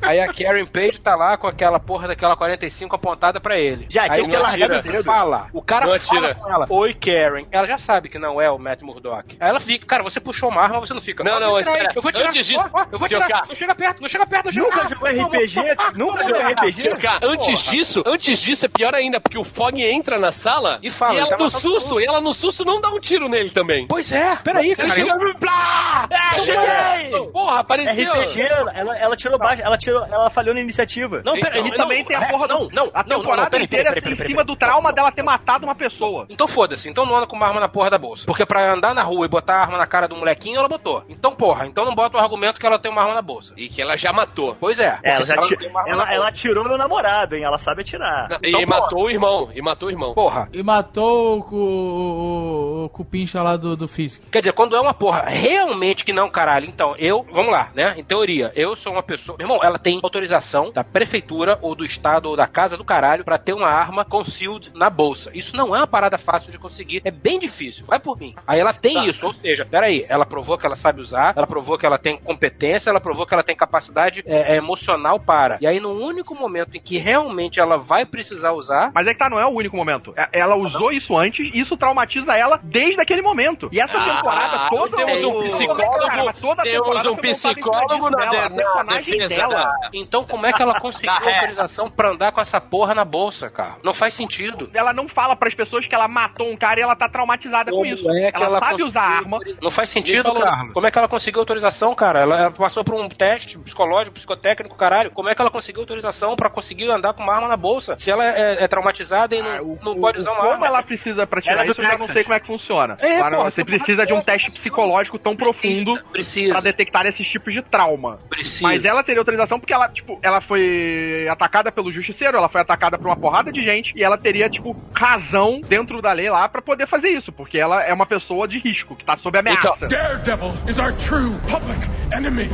Aí a Karen Page tá lá com aquela porra daquela 45 apontada pra ele. Já, Aí tinha que ter o largado cara o dedo. Fala. O cara Não fala atira. com ela. Oi, Karen. Ela já sabe que não é o Matt Murdock. Aí ela fica, cara, você puxou uma arma, você não fica. Não, Ó, não, vou tirar espera. ele, Eu vou tirar. Antes disso, ó, ó, eu vou seu tirar. cara. Não chega perto, não chega perto, não chega Nunca Ah, jogou toma, RPG? ah, Nunca toma, jogou ah, RPG? Seu cara, antes disso, antes disso é pior ainda, porque o Fog entra na sala E fala, ela tá no matando todo susto, e ela no susto não dá um tiro nele também. Pois é, peraí, Você cara. chega- Blá! É, cheguei! Porra, apareceu! RPG, ela- ela, ela tirou baixo, ela tirou, ela falhou na iniciativa. Não, Pera, peraí, ele também tem a porra do. Não, não, a não, temporada não, peraí, peraí, inteira peraí, é em peraí, cima peraí. do trauma dela ter matado uma pessoa. Então foda-se, então não anda com uma arma na porra da bolsa. Porque pra andar na rua e botar a arma na cara do molequinho, ela botou. Então, porra, então não bota o argumento que ela tem uma arma na bolsa. E que ela já matou. Pois é. É, ela, porque se já não ti- tem uma arma ela, na ela bolsa- atirou no meu namorado, hein? Ela sabe atirar. Não, Então, e pô, matou o irmão, e matou o irmão. Porra. E matou o, cu- o, o, o cupincha lá do, do Fisk. Quer dizer, quando é uma porra realmente que não, caralho. Então, eu, vamos lá, né? Em teoria, eu sou uma pessoa. Meu irmão, ela tem autorização da prefeitura ou do estado ou da casa do caralho pra ter uma arma concealed na bolsa. Isso não é uma parada fácil de conseguir. É bem difícil. Vai por mim. Aí ela tem isso, ou seja, peraí, ela provou que ela sabe usar, ela provou que ela tem competência, ela provou que ela tem capacidade é, é, emocional para. E aí, no único momento em que realmente ela vai precisar usar, Mas é que tá, não é o único momento. É- Ela usou isso antes e isso traumatiza ela desde aquele momento. E essa Ah, temporada toda. temos um o- psicólogo, Cara, mas toda a temos temporada um foi voltada em psicólogo cima na disso dela, de- na a personagem defesa dela. da- Então como é que ela conseguiu autorização pra andar com essa porra na bolsa, cara? Não faz sentido. Ela não fala pras pessoas que ela matou um cara e ela tá traumatizada com isso. é ela, sabe usar arma. Não faz sentido, falou, cara. Como é que ela conseguiu autorização, cara? Ela ela passou por um teste psicológico, psicotécnico, caralho. Como é que ela conseguiu autorização pra conseguir andar com uma arma na bolsa? Se ela é, é traumatizada e não, não pode usar uma Como arma. ela precisa pra tirar Ela é do isso, eu já não Texas. sei como é que funciona. É, Claro, porra, você precisa de um teste psicológico tão profundo Precisa. pra detectar esses tipos de trauma. Precisa. Mas ela teria autorização porque ela, tipo, ela foi atacada pelo justiceiro, ela foi atacada por uma porrada de gente e ela teria, tipo, razão dentro da lei lá pra poder fazer isso, porque ela é uma pessoa de risco, que tá sob ameaça. Então, Daredevil is our true public enemy.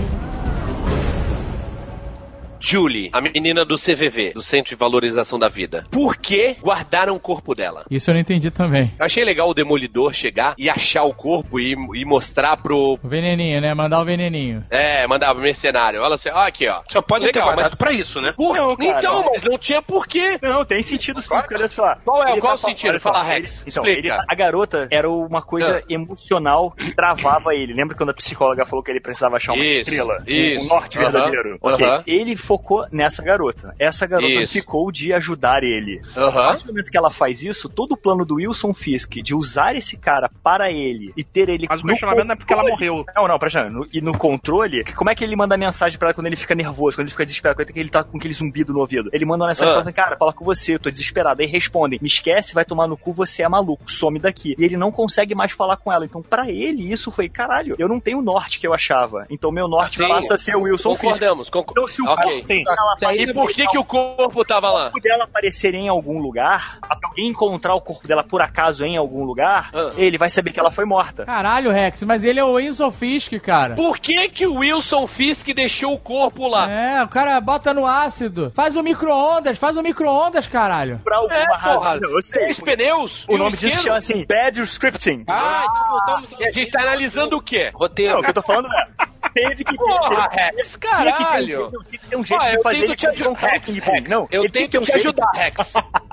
Julie, a menina do CVV, do Centro de Valorização da Vida. Por que guardaram o corpo dela? Isso eu não entendi também. Eu achei legal o Demolidor chegar e achar o corpo e, e mostrar pro... O veneninho, né? Mandar o veneninho. É, mandar pro mercenário. Olha assim, ó, aqui, ó. Só pode ter Legal, guardado mas- pra isso, né? Por... Não, cara. então, mas não tinha porquê. Não, tem sentido sim, Claro. assim, porque olha só. Qual é? Ele Qual o falando- sentido? olha só, Fala, ele- Rex, Então, explica. ele- a garota era uma Ah. coisa emocional que travava ele. Lembra quando a psicóloga falou que ele precisava achar uma Isso, estrela? Um- isso. Um norte Aham, verdadeiro. Ok. aham. Ele focou nessa garota. Essa garota Isso. ficou de ajudar ele. A Aham. partir do momento que ela faz isso, todo o plano do Wilson Fisk de usar esse cara para ele e ter ele. Mas o no questionamento não é porque ela controle- morreu. Não, não, presta atenção. No- E no controle, como é que ele manda mensagem pra ela quando ele fica nervoso, quando ele fica desesperado, quando ele tá com aquele zumbido no ouvido? Ele manda uma mensagem Ah. pra ela, cara, fala com você, eu tô desesperado. Aí respondem, me esquece, vai tomar no cu, você é maluco, some daqui. E ele não consegue mais falar com ela. Então, pra ele, isso foi, caralho, eu não tenho o norte que eu achava. Então, meu norte Ah, Sim. passa a ser o Wilson Fisk. Concordamos, Então, concordamos. se o Ok. cara ela Até aí aparece- E por que que o corpo tava o lá? corpo dela aparecer em algum lugar, alguém encontrar o corpo dela por acaso em algum lugar, Ah. ele vai saber que ela foi morta. Caralho, Rex, mas ele é o Enzo Fisk, cara. Por que que o Wilson Fisk deixou o corpo lá? É, o cara bota no ácido. Faz o micro-ondas, faz o micro-ondas, caralho. Por alguma É, razão. porra. Não, eu sei. Três pneus? O e um nome disso isqueiro? chama assim Bad Scripting. Ah, então voltamos ao E a gente tá analisando o quê? roteiro. Não, o que eu tô falando é. Teve que Porra, teve- Rex, tinha que ter um caralho. jeito- tinha que ter um jeito Ó, de Ah, eu fazer tento ele te contra um ajudar, cara Rex, que ele- Rex. Não, Eu ele tem tento que ter um te jeito- ajudar, Rex.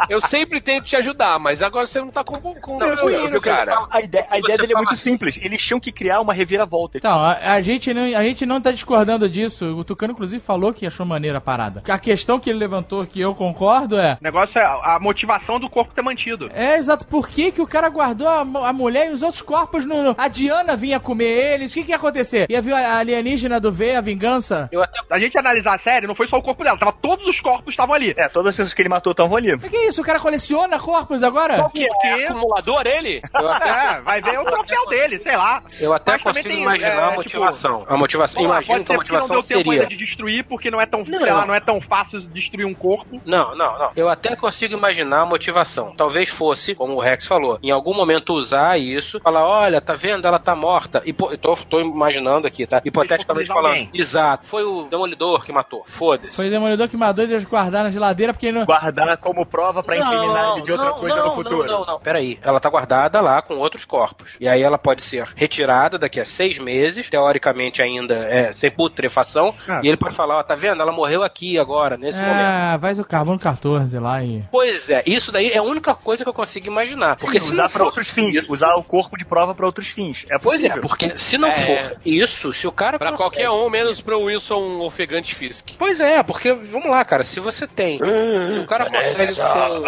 Eu sempre tento te ajudar, mas agora você não tá com com Não, meu eu- eu- cara. A ideia, a ideia Você dele é fala- muito simples. Eles tinham que criar uma reviravolta. Então, a, a gente não, a gente não tá discordando disso. O Tucano, inclusive, falou que achou maneira a parada. A questão que ele levantou, que eu concordo, é... O negócio é a motivação do corpo ter mantido. É, exato. Por que, que o cara guardou a, mu- a mulher e os outros corpos no, no- A Diana vinha comer eles. O que, que ia acontecer? Ia vir a a alienígena do V, a vingança? Eu até A gente analisar a série, não foi só o corpo dela, tava, todos os corpos estavam ali. É, todas as pessoas que ele matou estavam ali. Mas que é isso? O cara coleciona corpos agora? Porque Acumulador ele? É, vai ver o troféu dele, sei lá. Eu até Mas também consigo tem, imaginar é, a motivação. a motivação, Vamos lá, imagino que a pode ser porque não deu motivação tempo ainda seria. de destruir, porque não é tão, Não. sei lá, não é tão fácil destruir um corpo. Não, não, não. Eu até consigo imaginar a motivação. Talvez fosse, como o Rex falou, em algum momento usar isso, falar, olha, tá vendo? Ela tá morta. E pô, eu tô, tô imaginando aqui, tá? Hipoteticamente Responsabilizar falando. alguém. Exato. Foi o Demolidor que matou. Foda-se. Foi o demolidor que mandou eles guardar na geladeira porque ele não. Guardar como prova pra incriminar ele de outra não, coisa não, no futuro. Não, não, não. Peraí. Ela tá guardada lá com outros corpos. E aí ela pode ser retirada daqui a seis meses, teoricamente ainda é, sem putrefação. E ele pode falar, ó, tá vendo? Ela morreu aqui agora, nesse É. momento. Ah, faz o carbono 14 lá e. Pois é, isso daí é a única coisa que eu consigo imaginar. Porque se usar não pra for outros fins, usar o corpo de prova pra outros fins. É Pois é, possível. porque se não É. for isso, se o cara. Pra consegue- qualquer um, menos pro Wilson ofegante Fisk. Pois é, porque, vamos lá, cara, se você tem. Ah. Se o cara consegue ter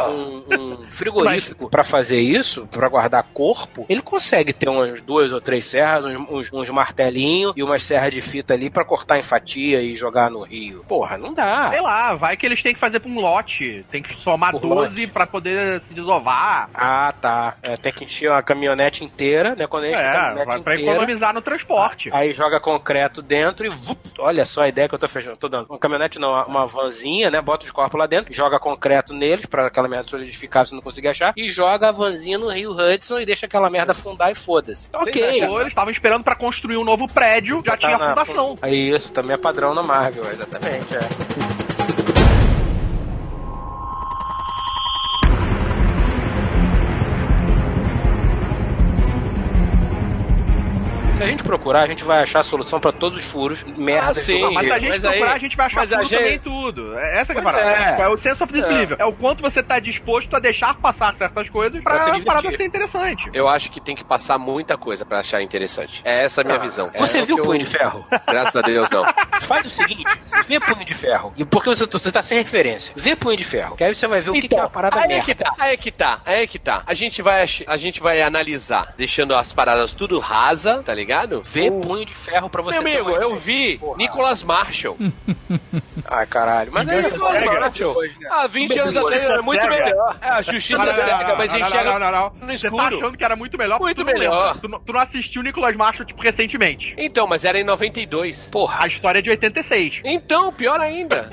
um, um frigorífico pra fazer isso, pra guardar corpo, ele consegue ter umas duas ou três serras, uns, uns, uns martelinhos e umas serras de fita ali pra cortar em fatia e jogar no rio. Porra, não Sei É. dá. lá, vai que eles têm que fazer pra um lote. Tem que somar Por 12 pra poder se desovar. Ah, tá. É, tem que encher uma caminhonete inteira, né? Quando enche a É, caminhonete vai pra inteira. economizar no transporte. Aí joga concreto dentro e vup, olha só a ideia que eu tô fechando, tô dando. Uma caminhonete não, uma- uma vanzinha, né? Bota os corpos lá dentro, joga concreto neles pra aquela merda solidificar se não conseguir achar e joga a vanzinha no Rio Hudson e deixa aquela merda afundar e foda-se. Tá Ou Ok. Então, Eles estavam esperando pra construir um novo prédio, já Tá tinha na- a fundação. Aí isso também é padrão na Marvel, exatamente. É. Se a gente procurar, a gente vai achar a solução pra todos os furos, merda. Ah, sim. e tudo mais. Mas a gente Mas procurar, aí- a gente vai achar mas a tudo gente- também tudo. É essa que é a Pois é. parada. É. o senso of disbelief. É. o quanto você tá disposto a deixar passar certas coisas pra se a divertir. parada ser interessante. Eu acho que tem que passar muita coisa pra achar interessante. É essa a minha visão. Você É viu que o eu- Punho de Ferro? <laughs> Graças a <laughs> Deus, não. Faz o seguinte, vê Punho de Ferro. E porque você, você tá sem referência. Vê Punho de Ferro. Que aí você vai ver o que, que é uma parada aí é merda. que tá, aí é que tá, aí é que tá. A gente vai, ach- a gente vai analisar, deixando as paradas tudo rasa, tá ligado? Vê Punho de Ferro pra você Meu ter amigo, uma- eu vi Nicolas Marshall. Ai, caralho. Mas aí é Vingança eu gosto de cega. falar depois, né? Há 20 Ah, anos Justiça atrás era muito cega. melhor. É, a justiça cega, mas não, enxerga não, não, no Você tá escuro. achando que era muito melhor? porque Muito tu não lembra. melhor. Tu não, tu não assistiu o Nicolas Marshall, tipo, recentemente. Então, mas era em 92. A Porra, história é de 86. Então, pior <laughs> ainda.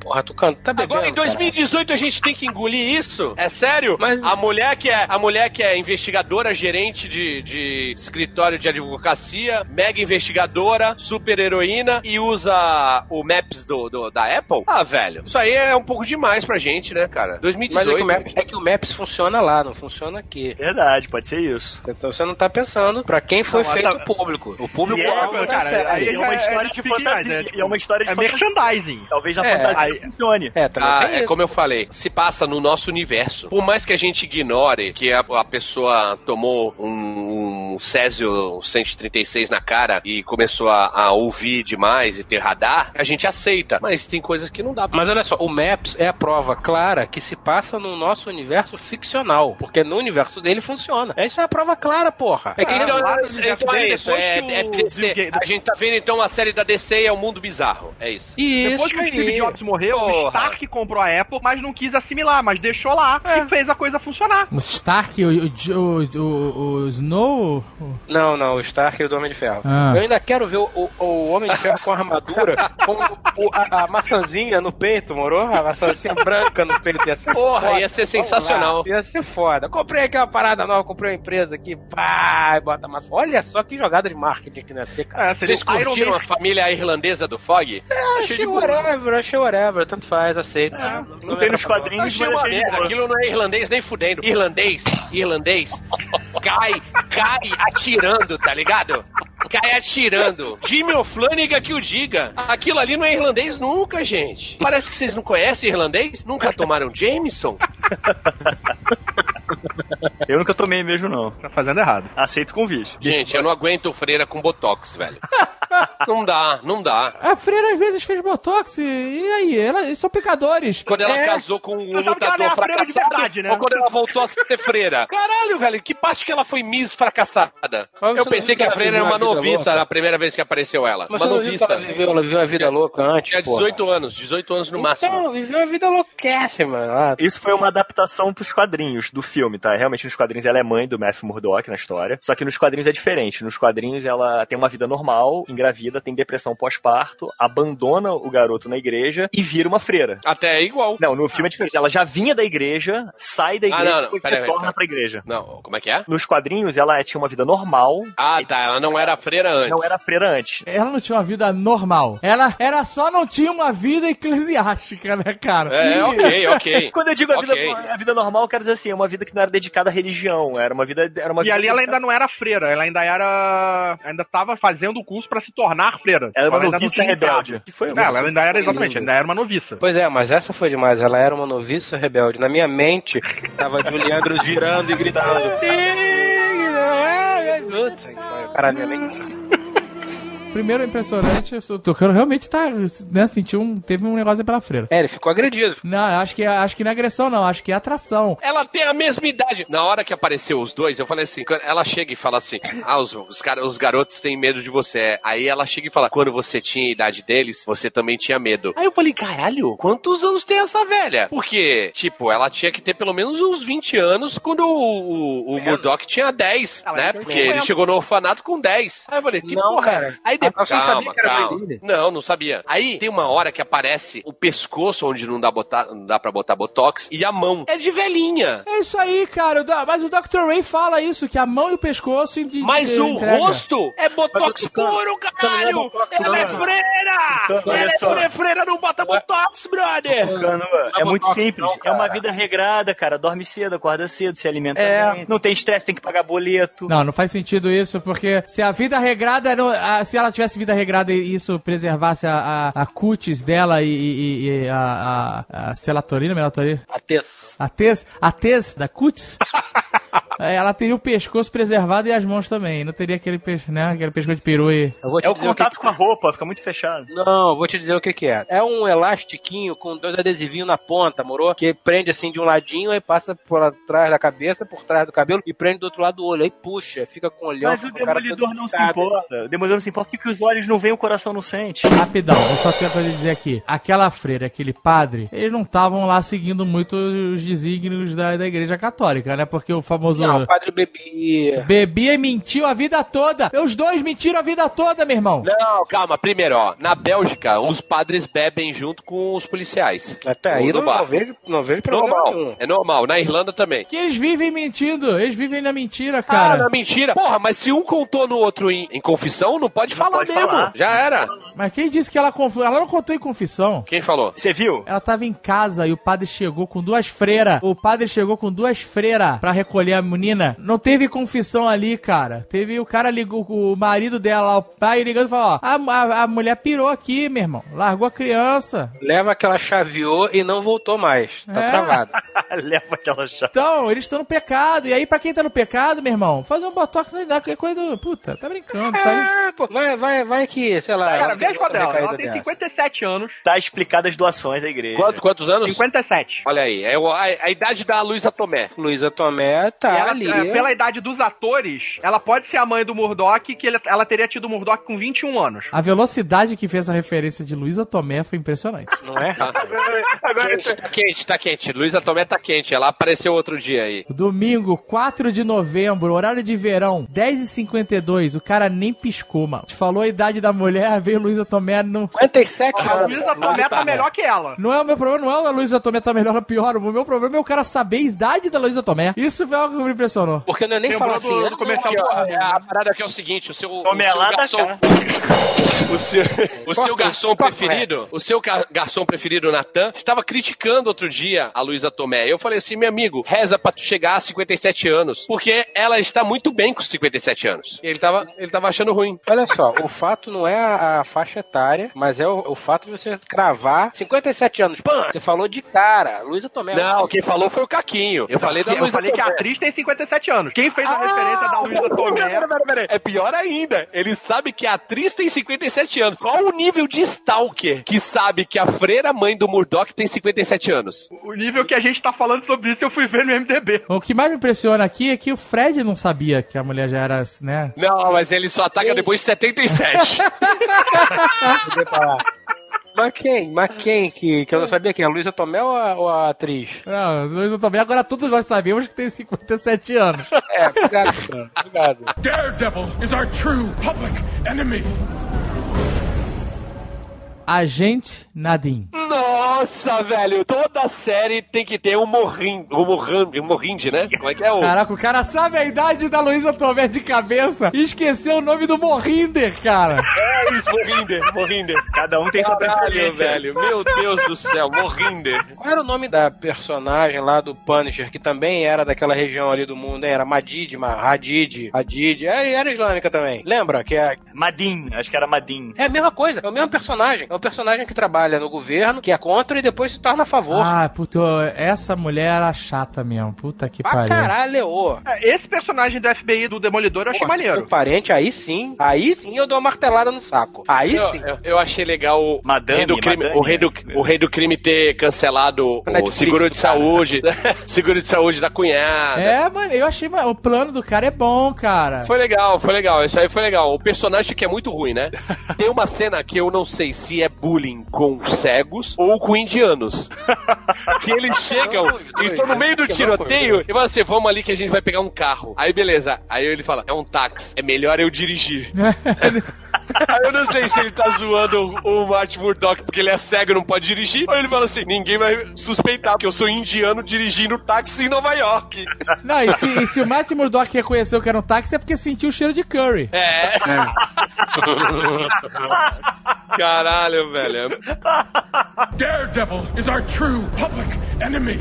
porra, tu canta, tá bebendo. Agora em cara. 2018 a gente tem que engolir isso? É sério? Mas- A mulher que é a mulher que é investigadora, gerente de, de escritório de advocacia, mega investigadora, super heroína e usa o Maps do, do- da Apple? Ah, velho, isso aí é um pouco demais pra gente, né, cara? Mas é que, 2018. o Maps, é que o Maps funciona lá, não funciona aqui. Verdade, pode ser isso. Então você não tá pensando pra quem foi Não, mas feito tá- o público. O público E é, alvo tá cara, da série. aí- E é uma já- história é de justificado, né? fantasia. Tipo, E é uma história de É fantasia. merchandising. Talvez na É, fantasia aí- funcione. É, também Ah, tem é isso. como eu falei, se passa no nosso universo. Por mais que a gente ignore que a, a pessoa tomou um, um Césio 136 na cara e começou a, a ouvir demais e ter radar, a gente aceita. Mas tem coisas que não dá pra. Mas olha só, o Maps é a prova clara que se passa no nosso universo ficcional. Porque no universo dele funciona. Isso é a prova clara, porra. Ah, É que então, então, claro, então já é tem. isso, é, Depois é que o DC. Bill Gates- A gente tá vendo então a série da DC é o mundo bizarro. É isso. isso Depois que o Steve aí. Jobs morreu, Porra. o Stark comprou a Apple, mas não quis assimilar, mas deixou lá e fez a coisa funcionar. O Stark, o, o, o, o- o Snow. o- Não, não, o Stark e o do Homem de Ferro. Ah. Eu ainda quero ver o, o- o Homem de Ferro com a armadura, com o- o- a, a maçãzinha no peito, moro? A maçãzinha branca no peito. Ia ser Porra, foda. ia ser Vamos sensacional. lá, Ia ser foda. Comprei aqui uma parada nova, comprei uma empresa aqui, pá, e bota maçã. Olha só que jogada de marketing que nascer, cara. "Ah, É, seria Vocês o Iron curtiram Man. a família irlandesa do Fog? Achei whatever, achei whatever, tanto faz, aceito. É, Não tem nos Eu quadrinhos, Achei mas uma achei de merda. boa. Aquilo não é irlandês nem fudendo. Irlandês, irlandês, cai, cai atirando, tá ligado? Cai atirando. Jimmy O'Flanagan que o diga. Aquilo ali não é irlandês nunca, gente. Parece que vocês não conhecem irlandês? Nunca tomaram Jameson? Eu nunca tomei mesmo, não. Tá fazendo errado. Aceito o convite. Gente, eu não aguento o Freira com Botox, velho. Não dá, não dá. A Freira às vezes fez botox e, e aí? Ela, eles são pecadores. Quando ela casou com um Eu tava que ela era lutador freira fracassado, de verdade, né? ou quando ela voltou a ser freira. <laughs> Caralho, velho, que parte que ela foi Miss fracassada? Mas Eu você pensei não que a viu freira que era ela uma viveu uma vida noviça louca? na primeira vez que apareceu ela. Mas uma você não viu que noviça. ela viveu, ela viveu a vida louca antes, Tinha porra. 18 anos, 18 anos no máximo. Então, viveu a vida louquece, mano. Ah, Isso foi uma adaptação pros quadrinhos do filme, tá? Realmente nos quadrinhos ela é mãe do Matthew Murdock na história. Só que nos quadrinhos é diferente. Nos quadrinhos ela tem uma vida normal, engravida, tem depressão pós-parto, abandona o garoto na igreja e vira uma freira. Até é igual. Não, no filme é diferente. Ela já vinha da igreja, sai da Ah, igreja não, não. e depois Pera aí, retorna pera. pra igreja. Não, como é que é? Nos quadrinhos ela tinha uma vida normal, Ah, tá, ela não era freira antes. não era freira antes. Ela não tinha uma vida normal. Ela, ela só não tinha uma vida eclesiástica, né, cara? É, ok, ok. Quando eu digo a vida, Ok. a vida normal, eu quero dizer assim, é uma vida que não era dedicada à religião, era uma vida... Era uma E vida ali ela ainda não era freira, ela ainda era. ainda tava fazendo o curso pra se tornar freira. Ela era uma ainda não noviça tinha entrado. rebelde. Que foi Não, ela ainda era, exatamente, ainda era uma noviça. <laughs> Pois é, mas essa foi demais. Ela era uma noviça rebelde. Na minha mente, tava Juliandro girando e gritando. Putz, Caralho, minha mente. um- Primeiro impressionante, eu sou- o Tucano realmente tá, né, sentiu um, teve um negócio aí pela freira. É, ele ficou agredido. Não, acho que, acho que não é agressão, não. Acho que é atração. Ela tem a mesma idade. Na hora que apareceu os dois, eu falei assim: quando ela chega e fala assim: Ah, os, os, gar- os garotos têm medo de você. Aí ela chega e fala: Quando você tinha a idade deles, você também tinha medo. Aí eu falei: Caralho, quantos anos tem essa velha? Porque, tipo, ela tinha que ter pelo menos uns 20 anos quando o, o, o Murdoch tinha 10, Ela né? tinha Porque ele 50. chegou no orfanato com 10. Aí eu falei: Que Não, porra. é?" cara. Aí depois. Eu não sabia Calma, que era calma. mãe dele. Não, não sabia. Aí tem uma hora que aparece o pescoço onde não dá, botar, não dá pra botar botox e a mão. É de velhinha. É isso aí, cara. O do- Mas o Dr. Ray fala isso, que a mão e o pescoço... indi- Mas eh, o entrega. rosto é botox Mas o Tucano- puro, não é caralho! botox, Ela é não. freira! olha Ela é só. fre- freira, não bota botox, brother! Cano, é muito Botox, simples. não, é uma cara. vida regrada, cara. Dorme cedo, acorda cedo, se alimenta É. bem. Não tem estresse, tem que pagar boleto. Não, não faz sentido isso, porque se a vida regrada, não- a- se ela tivesse vida regrada e isso preservasse a, a, a cutis dela e, e- e a, a, a selatorina, melatonina, Até. a tez, a tez da cutis, É, Ela teria o pescoço preservado e as mãos também. Não teria aquele, pes... né, aquele pescoço de peru e... Eu vou te É o dizer o que contato com a roupa, fica muito fechado. Não, vou te dizer o que que é. É um elastiquinho com dois adesivinhos na ponta, moro? Que prende assim de um ladinho, aí passa por trás da cabeça, por trás do cabelo e prende do outro lado do olho. Aí puxa, fica com o olhão. Mas o fica cara demolidor todo não se picado. importa. O demolidor não se importa porque os olhos não veem, o coração não sente. Rapidão, eu só tenho uma coisa a dizer aqui. Aquela freira, aquele padre, eles não estavam lá seguindo muito os desígnios da, da igreja católica, né? Porque o famoso... Não, o padre bebia. Bebia e mentiu a vida toda. Os dois mentiram a vida toda, meu irmão. Não, calma. Primeiro, ó. Na Bélgica, os padres bebem junto com os policiais. É, tá Até aí Ou no não, bar. não vejo, não vejo problema nenhum. Normal. É normal. Na Irlanda também. Que eles vivem mentindo. Eles vivem na mentira, Ah, cara. não, mentira. Porra, mas se um contou no outro em, em confissão, não pode falar pode mesmo. falar. Já era. Mas quem disse que ela confundiu? Ela não contou em confissão. Quem falou? Você <laughs> viu? Ela tava em casa e o padre chegou com duas freiras. O padre chegou com duas freiras pra recolher a menina. Não teve confissão ali, cara. Teve o cara ligou, o marido dela, o pai, ligando e falou: ó, a, a, a mulher pirou aqui, meu irmão. Largou a criança. Leva que ela chaveou e não voltou mais. Tá É. travada. Ah, Leva aquela chave. Então, eles estão no pecado. E aí, pra quem tá no pecado, meu irmão, fazer um botox não dá, que é coisa do. Puta, tá brincando, <laughs> <laughs> sabe? Ah, pô, vai, vai, vai que, sei lá. Cara, ela tem veja com a outra dela. Ela recaída tem dessa. 57 anos. Tá explicado as doações da igreja. Quanto- quantos anos? 57. Olha aí. É o- a, a idade da Luísa Tomé. Luísa Tomé E tá ela, ali. eh, pela idade dos atores, ela pode ser a mãe do Murdock, que ele- ela teria tido o Murdock com 21 anos. A velocidade que fez essa referência de Luísa Tomé foi impressionante. Não é? Quente, tá quente, tá quente. Luísa Tomé tá quente. Ela apareceu outro dia aí. Domingo, 4 de novembro, horário de verão, 10h52. O cara nem piscou, mano. Te falou a idade da mulher, veio Luísa Tomé. Não, 57 A anos. Luísa Tomé tá melhor que ela. não é o meu problema, não é a Luísa Tomé tá melhor ou pior. O meu problema é o cara saber a idade da Luísa Tomé. Isso foi algo que me impressionou. Porque não é nem falar Lembrou assim. eu do- do não- comercial aqui, ó, É, a parada que é o seguinte, o seu, o seu Tomelada garçom, cá. <laughs> o seu, o seu garçom corta o preferido, o seu ga- garçom preferido, Natan, estava criticando outro dia a Luísa Tomé. Eu falei assim, meu amigo, reza pra tu chegar a 57 anos, porque ela está muito bem com 57 anos. Ele tava, ele tava achando ruim. Olha só, o fato não é a, a faixa etária, mas é o, o fato de você cravar 57 anos. Pã, você falou de cara, Luísa Tomé. Não, quem falou foi o Caquinho. Eu falei da Eu Luísa falei que a Tomé. atriz tem 57 anos. Quem fez a referência da Luísa Tomé? Pera, pera, pera. É pior ainda. Ele sabe que a atriz tem 57 anos. Qual o nível de stalker que sabe que a freira mãe do Murdoch tem 57 anos? O nível que a gente tá falando sobre isso, eu fui ver no MDB. O que mais me impressiona aqui é que o Fred não sabia que a mulher já era, né? Não, mas ele só ataca depois de 77. Deixa eu falar. Mas quem? Mas quem? Que, que eu não sabia quem? A Luísa Tomé ou a, ou a atriz? Não, Luísa Tomé, agora todos nós sabemos que tem 57 anos. É, obrigado, cara. Obrigado. Daredevil is our true public enemy. Agente Nadim. <laughs> Nossa, velho, toda série tem que ter um morrin, um morran, um morrinde, né? Como é que é o... Caraca, o cara sabe a idade da Luísa Tomé de cabeça e esqueceu o nome do Morrinder, cara. É isso, morrinder, morrinder. Cada um tem sua Caralho, preferência. velho, meu Deus do céu, morrinder. Qual era o nome da personagem lá do Punisher, que também era daquela região ali do mundo, hein? Era Madid, Hadid, Hadid. É, Era islâmica também. Lembra? Que é, Madin, acho que era Madin. é a mesma coisa, é o mesmo personagem. É um personagem que trabalha no governo, que é contra e depois se torna a favor. Ah, puta, essa mulher era chata mesmo. Puta que pra pariu. caralho, ô. É, Esse personagem do FBI do Demolidor eu achei Porra, se maneiro. for parente, aí sim. Aí sim eu dou uma martelada no saco. Aí Eu, sim. eu- eu achei legal o Madame, rei do crime, Madame, o, rei do, né? o rei do crime ter cancelado o Netflix seguro do de cara. saúde, seguro de saúde da cunhada. É, mano, eu achei. mano, O plano do cara é bom, cara. Foi legal, foi legal. Isso aí foi legal. O personagem que é muito ruim, né? Tem uma cena que eu não sei se é bullying com cegos ou com indianos. que eles chegam Não, os e dois, estão no né? meio do Que não, os tiroteio dois. e falam assim: vamos ali que a gente vai pegar um carro. Aí beleza. Aí ele fala: é um táxi, é melhor eu dirigir. Aí eu não sei se ele tá zoando o, o Martin Murdock porque ele é cego e não pode dirigir, ou ele fala assim: ninguém vai suspeitar porque eu sou indiano dirigindo táxi em Nova York. Não, e se, e se o Matt Murdock reconheceu que era um táxi é porque sentiu o cheiro de curry. É. Caralho, velho. Daredevil is our true public enemy.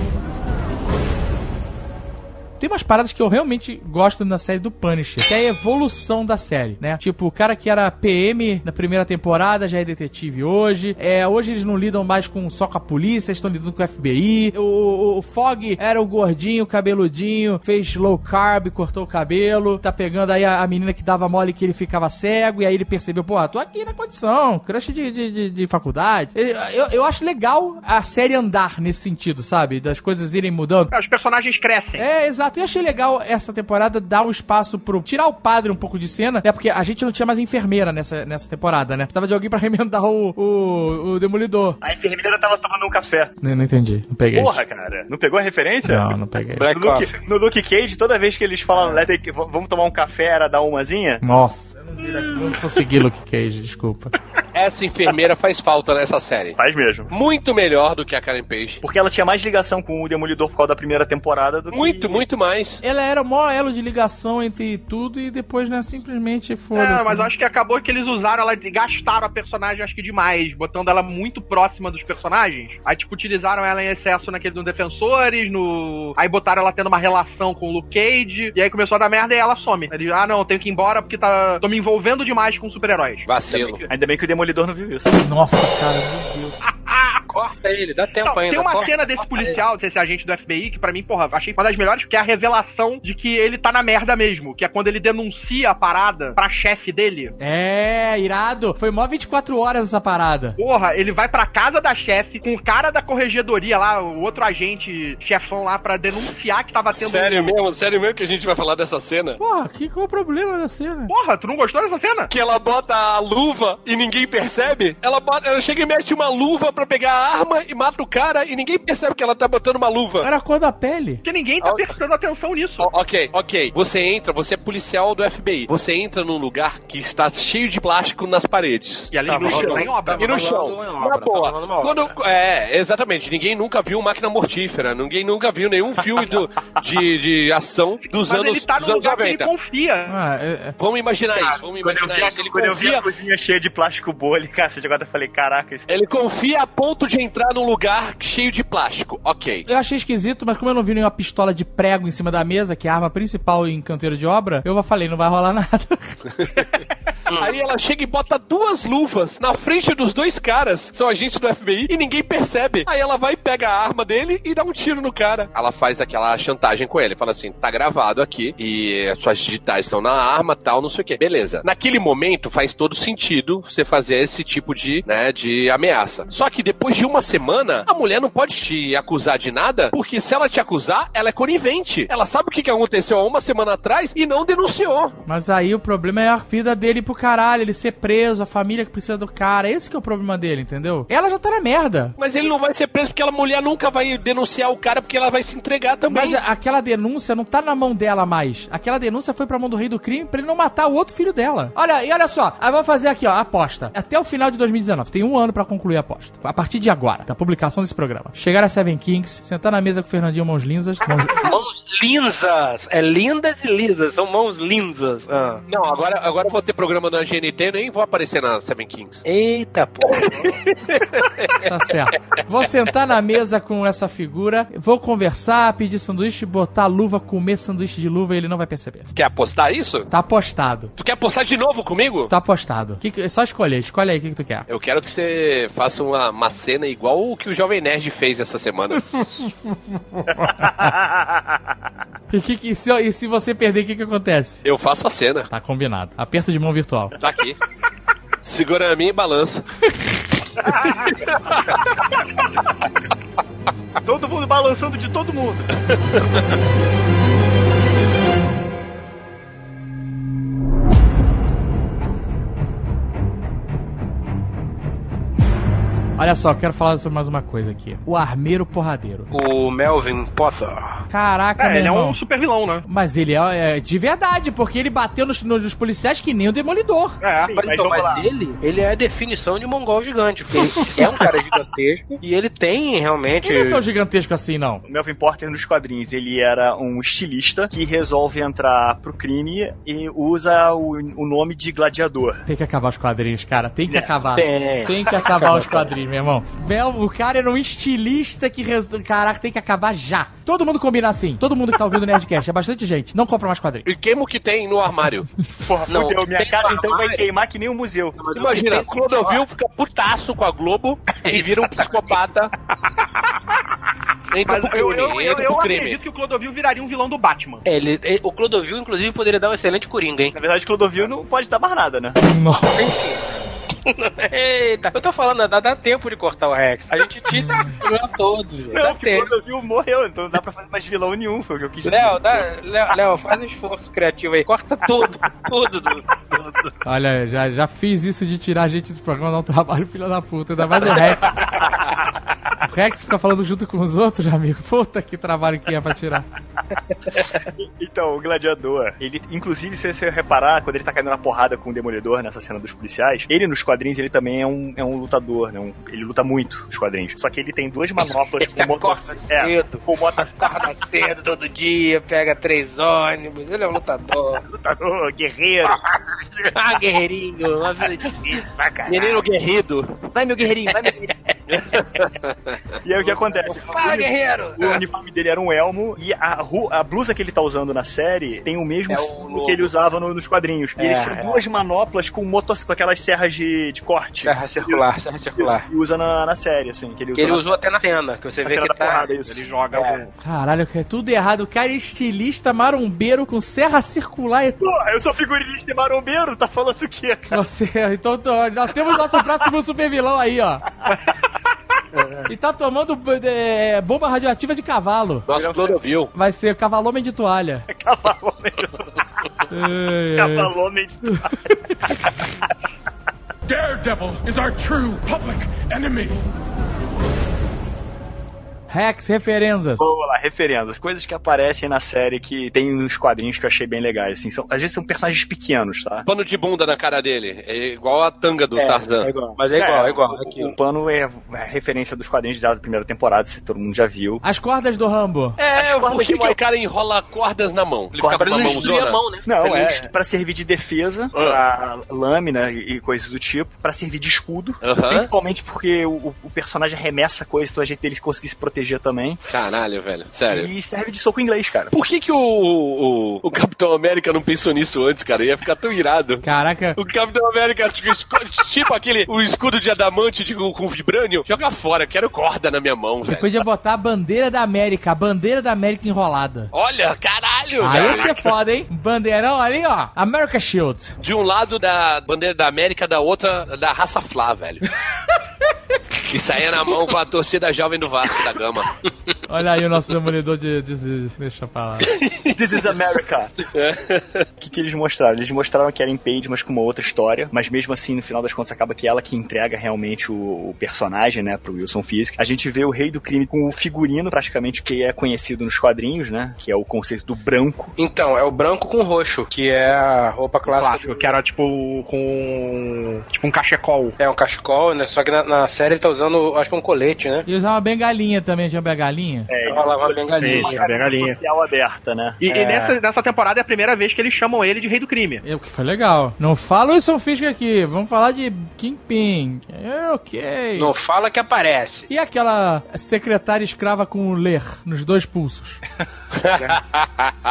Tem umas paradas que eu realmente gosto na série do Punisher, que é a evolução da série, né? Tipo, o cara que era PM na primeira temporada já é detetive hoje. É, hoje eles não lidam mais com só com a polícia, eles estão lidando com o FBI. O, o, o Fogg era o gordinho, cabeludinho, fez low carb, cortou o cabelo. Tá pegando aí a, a menina que dava mole que ele ficava cego, e aí ele percebeu, pô, tô aqui na condição, crush de, de, de, de faculdade. Eu, eu, eu acho legal a série andar nesse sentido, sabe? Das coisas irem mudando. Os personagens crescem. É, exato. E achei legal essa temporada dar um espaço pro. Tirar o padre um pouco de cena, né? Porque a gente não tinha mais enfermeira nessa, nessa temporada, né? Precisava de alguém pra <laughs> remendar o, o, o Demolidor. A enfermeira tava tomando um café. Não, não entendi. Não peguei. Porra, cara. Não pegou a referência? Não, não peguei. No Luke, no Luke Cage, toda vez que eles É. falam, "Let it- v- vamos tomar um café, era dar umazinha? Nossa, eu não, vi, não consegui Luke Cage, desculpa. Essa enfermeira faz falta nessa série. Faz mesmo. Muito melhor do que a Karen Page. Porque ela tinha mais ligação com o Demolidor por causa da primeira temporada do que- Muito, muito mais. Ela era o maior elo de ligação entre tudo e depois, né, simplesmente foda-se. É, mas né? eu acho que acabou que eles usaram ela, de- gastaram a personagem, acho que demais, botando ela muito próxima dos personagens. Aí, tipo, utilizaram ela em excesso naquele no Defensores, no. Aí botaram ela tendo uma relação com o Luke Cage, e aí começou a dar merda e ela some. Ele, ah, não, tenho que ir embora porque tá. tô me envolvendo demais com super-heróis. Vacilo. Ainda bem que o Demolidor não viu isso. Nossa, cara, meu Deus. Corta ele, dá tempo Não, ainda. Então, tem uma corta, cena desse corta policial, desse agente do FBI, que pra mim, porra, achei uma das melhores, que é a revelação de que ele tá na merda mesmo. Que é quando ele denuncia a parada pra chefe dele. É, irado. Foi mó 24 horas essa parada. Porra, ele vai pra casa da chefe com o cara da corregedoria lá, o outro agente chefão lá, pra denunciar que tava tendo. um- Sério mesmo? Sério mesmo que a gente vai falar dessa cena? Porra, que, qual o problema da cena? Porra, tu não gostou dessa cena? Que ela bota a luva e ninguém percebe? Ela, bota, ela chega e mete uma luva pra pegar a arma e mata o cara e ninguém percebe que ela tá botando uma luva. Era a cor da pele. Porque ninguém tá prestando atenção nisso. Ó, ok, ok. Você entra, você é policial do FBI. Você entra num lugar que está cheio de plástico nas paredes. E além no disso, chão. tá em obra. E Tá no rolando chão. uma Na obra, tá boa. rolando uma Quando- obra. é, exatamente. Ninguém nunca viu máquina mortífera. Ninguém nunca viu nenhum filme do- de, de ação dos Mas anos, ele tá dos num anos lugar que ele 90. confia. Ah, é, é. Vamos imaginar isso. Vamos Quando eu imaginar vi, a, isso. Ele quando eu vi a confia, cozinha cheia de plástico bolha, <laughs> cara, você agora eu falei, caraca, esse... ele confia a ponto de entrar num lugar cheio de plástico. Ok. Eu achei esquisito, mas como eu não vi nenhuma pistola de prego em cima da mesa, que é a arma principal em canteiro de obra, eu falei, não vai rolar <laughs> nada. Aí ela chega e bota duas luvas na frente dos dois caras, são agentes do FBI, e ninguém percebe. Aí ela vai, pega a arma dele e dá um tiro no cara. Ela faz aquela chantagem com ele, fala assim: tá gravado aqui e as suas digitais estão na arma, tal, não sei o quê. Beleza. Naquele momento faz todo sentido você fazer esse tipo de, né, de ameaça. Só que depois de uma semana, a mulher não pode te acusar de nada, porque se ela te acusar, ela é conivente. Ela sabe o que que aconteceu há uma semana atrás e não denunciou. Mas aí o problema é a vida dele pro caralho, ele ser preso, a família que precisa do cara. Esse que é o problema dele, entendeu? Ela já tá na merda. Mas ele não vai ser preso porque a mulher nunca vai denunciar o cara porque ela vai se entregar também. Mas a- aquela denúncia não tá na mão dela mais. Aquela denúncia foi pra mão do rei do crime pra ele não matar o outro filho dela. Olha, e olha só. Aí vamos fazer aqui, ó, a aposta. Até o final de 2019. Tem um ano pra concluir a aposta. A partir de agora, da publicação desse programa. Chegar a Seven Kings, sentar na mesa com o Fernandinho Mãos Lindas. Mãos... Mãos lindas. É lindas e lisas. São mãos lindas. Ah. Não, agora, agora eu vou ter programa na GNT, eu nem vou aparecer na Seven Kings. É, Eita, porra. Tá certo. Vou sentar na mesa com essa figura, vou conversar, pedir sanduíche, botar luva, comer sanduíche de luva e ele não vai perceber. Quer apostar isso? Tá apostado. Tu quer apostar de novo comigo? Tá apostado. Que que- é só escolher. Escolhe aí o que, que tu quer. Eu quero que você faça uma, uma cena igual o que o Jovem Nerd fez essa <laughs> semana. E, que, que- e se, e se você perder, o que, que acontece? eu faço a cena. Tá combinado. Aperto de mão virtual. Tá aqui. Segura a minha e balança. todo mundo balançando de todo mundo. Olha só, eu quero falar sobre mais uma coisa aqui. O armeiro porradeiro. O Melvin Potter. Caraca, meu É, ele é irmão. um super vilão, né? Mas ele é, é de verdade, porque ele bateu nos, nos policiais que nem o demolidor. É. Sim, Mas, mas então, mas vamos lá. ele, ele é a definição de mongol <laughs> gigante. Porque ele é um cara gigantesco e ele tem realmente. Ele não é tão gigantesco assim, não. O Melvin Porter nos quadrinhos, ele era um estilista que resolve entrar pro crime e usa o, o nome de gladiador. Tem que acabar os quadrinhos, cara. Tem que É, acabar. tem. Tem que acabar os quadrinhos. meu irmão. Belo, o cara era um estilista que. res- Caraca, tem que acabar já. Todo mundo combina assim. Todo mundo que tá ouvindo o Nerdcast, é bastante gente. Não compra mais quadrinhos. E queima o que tem no armário. Porra, Não, fudeu, minha tem casa então vai armário. queimar que nem um museu. Imagina, Clodovil fica putaço com a Globo <laughs> e vira um psicopata. Entra Mas É pro eu, crime, eu, eu, entra eu pro acredito crime. que o Clodovil viraria um vilão do Batman. É, ele, é, o Clodovil, inclusive, poderia dar um excelente coringa, hein? Na verdade, Clodovil não pode dar mais nada, né? Eita, eu tô falando, dá, dá tempo de cortar o Rex. A gente tira todos. velho. Dá Não, porque tempo. Clodovil morreu, então não dá pra fazer mais vilão nenhum, foi o que eu quis dizer. Léo, dá- Léo, Léo, faz um esforço criativo aí. Corta tudo, tudo. do- do- do- Olha, já, já fiz isso de tirar a gente do programa, dá um trabalho, filha da puta. Ainda mais o Rex. O Rex fica falando junto com os outros, amigo. Puta que trabalho que é pra tirar. Então, o gladiador, ele, inclusive, se você reparar, quando ele tá caindo na porrada com o demolidor nessa cena dos policiais, ele nos quadrinhos, ele também é um, é um lutador, né? Um- ele luta muito nos quadrinhos. Só que ele tem <laughs> duas manoplas com Acorda motocicleta. É, cedo, com motocicleta. acorda cedo todo dia, pega três ônibus. Ele é um lutador. lutador, <laughs> guerreiro. Ah, guerreirinho, uma vida difícil pra caralho. Menino é um guerrido. Vai, meu guerreirinho, vai, meu guerreirinho. e aí o que acontece? Fala, Ah, guerreiro! O uniforme dele era um elmo e a, ru- a blusa que ele tá usando na série tem o mesmo É o símbolo logo. que ele usava no- nos quadrinhos. e É, ele tinha é. duas manoplas com, motos, com aquelas serras de, de corte. Serra circular, serra circular. Que usa na, na série, assim. Que ele, Que ele usa usou até na cena, que você na, na vê cena que da tá. porrada, isso. Ele joga É. o... Caralho, que é tudo errado. O cara é estilista marombeiro com serra circular e Pô, eu sou figurinista e marombeiro, tá falando o <laughs> quê? Você, então tô- nós temos nosso próximo super vilão aí, ó. E tá tomando é, bomba radioativa de cavalo. Nosso Clodovil. Vai ser cavalomem de toalha. Cavalo Cavalomem de Daredevil is our true public enemy. Rex, referências. Vamos lá, referências. Coisas que aparecem na série que tem uns quadrinhos que eu achei bem legais. Assim, são, às vezes são personagens pequenos, tá? Pano de bunda na cara dele. É igual a tanga do Tarzan. Mas é igual, é igual. o- aqui, ó. O pano é a referência dos quadrinhos da primeira temporada, se todo mundo já viu. As cordas do Rambo. É, cordas por de que, que mão. o cara enrola cordas na mão? Ele Corda fica não Ah. com uma destruir mãozona. a mão, né? Não, é. é pra servir de defesa, pra lâmina e coisas do tipo, pra servir de escudo, Aham. principalmente porque o, o personagem arremessa coisas, então a gente dele conseguir se proteger também. Caralho, velho. Sério. E serve de soco inglês, cara. Por que que o, o, o Capitão América não pensou nisso antes, cara? Ia ficar tão irado. Caraca. O Capitão América, <laughs> tipo, esco- tipo aquele o escudo de adamante de- com vibrânio, joga fora, quero corda na minha mão, Ele velho. podia botar a bandeira da América, a bandeira da América enrolada. Olha, caralho, Aí velho. esse é foda, hein? Bandeirão ali, ó. America Shield. De um lado da bandeira da América, da outra da raça Flá, <laughs> velho. E saía na mão com a torcida jovem do Vasco da Gama. Olha aí o nosso demolidor de. de- de- deixa eu falar. This is America. O que, que eles mostraram? Eles mostraram que era em Page, mas com uma outra história. Mas mesmo assim, no final das contas, acaba que ela que entrega realmente o, o personagem, né, pro Wilson Fisk. A gente vê o rei do crime com o figurino, praticamente, que é conhecido nos quadrinhos, né? Que é o conceito do branco. Então, é o branco com roxo, que é a roupa clássica. Clássico, que era tipo com. Tipo um cachecol. É um cachecol, né? Só que na, na série ele tá usando, acho que um colete, né? E usar uma bengalinha também, tinha uma bengalinha? É, Ele rolava uma Sim. bengalinha. bem galinha. social aberta, né? E, e nessa, nessa temporada é a primeira vez que eles chamam ele de Rei do Crime. É o que foi legal. Não fala o Wilson Fisk aqui, vamos falar de Kingpin. É ok. Não fala que aparece. E aquela secretária escrava com o ler nos dois pulsos? <laughs>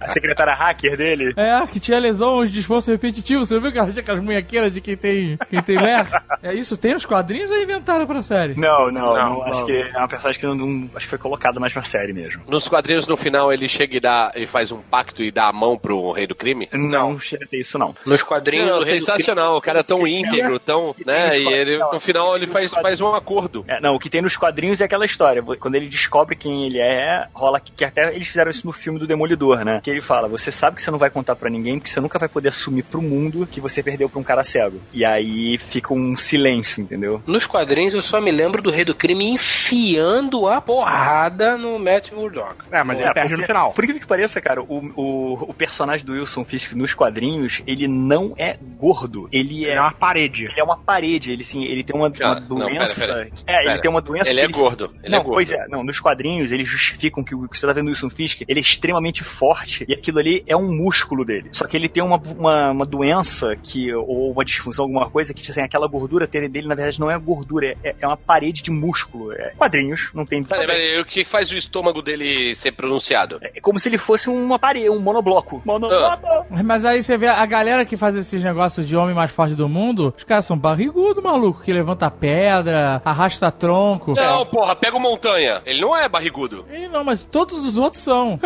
A secretária hacker dele. É, que tinha lesão de esforço repetitivo. Você viu que ela tinha aquelas munhequeiras de quem tem, quem tem ler? É isso, tem nos quadrinhos ou inventaram pra série? Não, não, Não, não, Acho que é uma personagem que não, não- acho que foi colocada mais na série mesmo. Nos quadrinhos, no final, ele chega e dá, ele faz um pacto e dá a mão pro rei do crime. Não, chega a ter isso, não. Nos quadrinhos, Não, o rei do sensacional, o cara é <laughs> tão íntegro, tão, né, e ele, no final, ele faz, faz um acordo. É, não, o que tem nos quadrinhos é aquela história. Quando ele descobre quem ele é, rola que, que até eles fizeram isso no filme do Demolidor, né? Que ele fala: você sabe que você não vai contar pra ninguém, porque você nunca vai poder assumir pro mundo que você perdeu pra um cara cego. E aí fica um silêncio, entendeu? Nos quadrinhos eu só me lembro do Rei do Crime enfiando a porrada no Matt Murdock. É, mas ele É, perde porque- no final. Por incrível que pareça, cara, o, o, o personagem do Wilson Fisk nos quadrinhos, ele não é gordo. Ele É, é. uma parede. Ele é uma parede, ele sim, ele tem uma, uma Cara, não, pera, doença. pera. é, ele Pera. tem uma doença. Ele que é gordo, ele não, é gordo. pois é, não, nos quadrinhos eles justificam que o que você tá vendo do Wilson Fisk, ele é extremamente forte e aquilo ali é um músculo dele. Só que ele tem uma, uma, uma doença que, ou uma disfunção, alguma coisa, que assim, aquela gordura ter- dele, na verdade, não é é gordura, é, é uma parede de músculo. É quadrinhos, não tem. Tá Peraí, peraí, o que faz o estômago dele ser pronunciado? É como se ele fosse uma parede, um monobloco. Monobloco! Mas aí você vê a galera que faz esses negócios de homem mais forte do mundo, os caras são barrigudo, maluco, que levanta pedra, arrasta tronco. Não, É. porra, pega o montanha. Ele não é barrigudo. E não, mas todos os outros <laughs> são.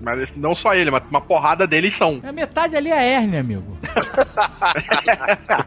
Mas não só ele, mas uma porrada deles são. A metade ali é hérnia, amigo.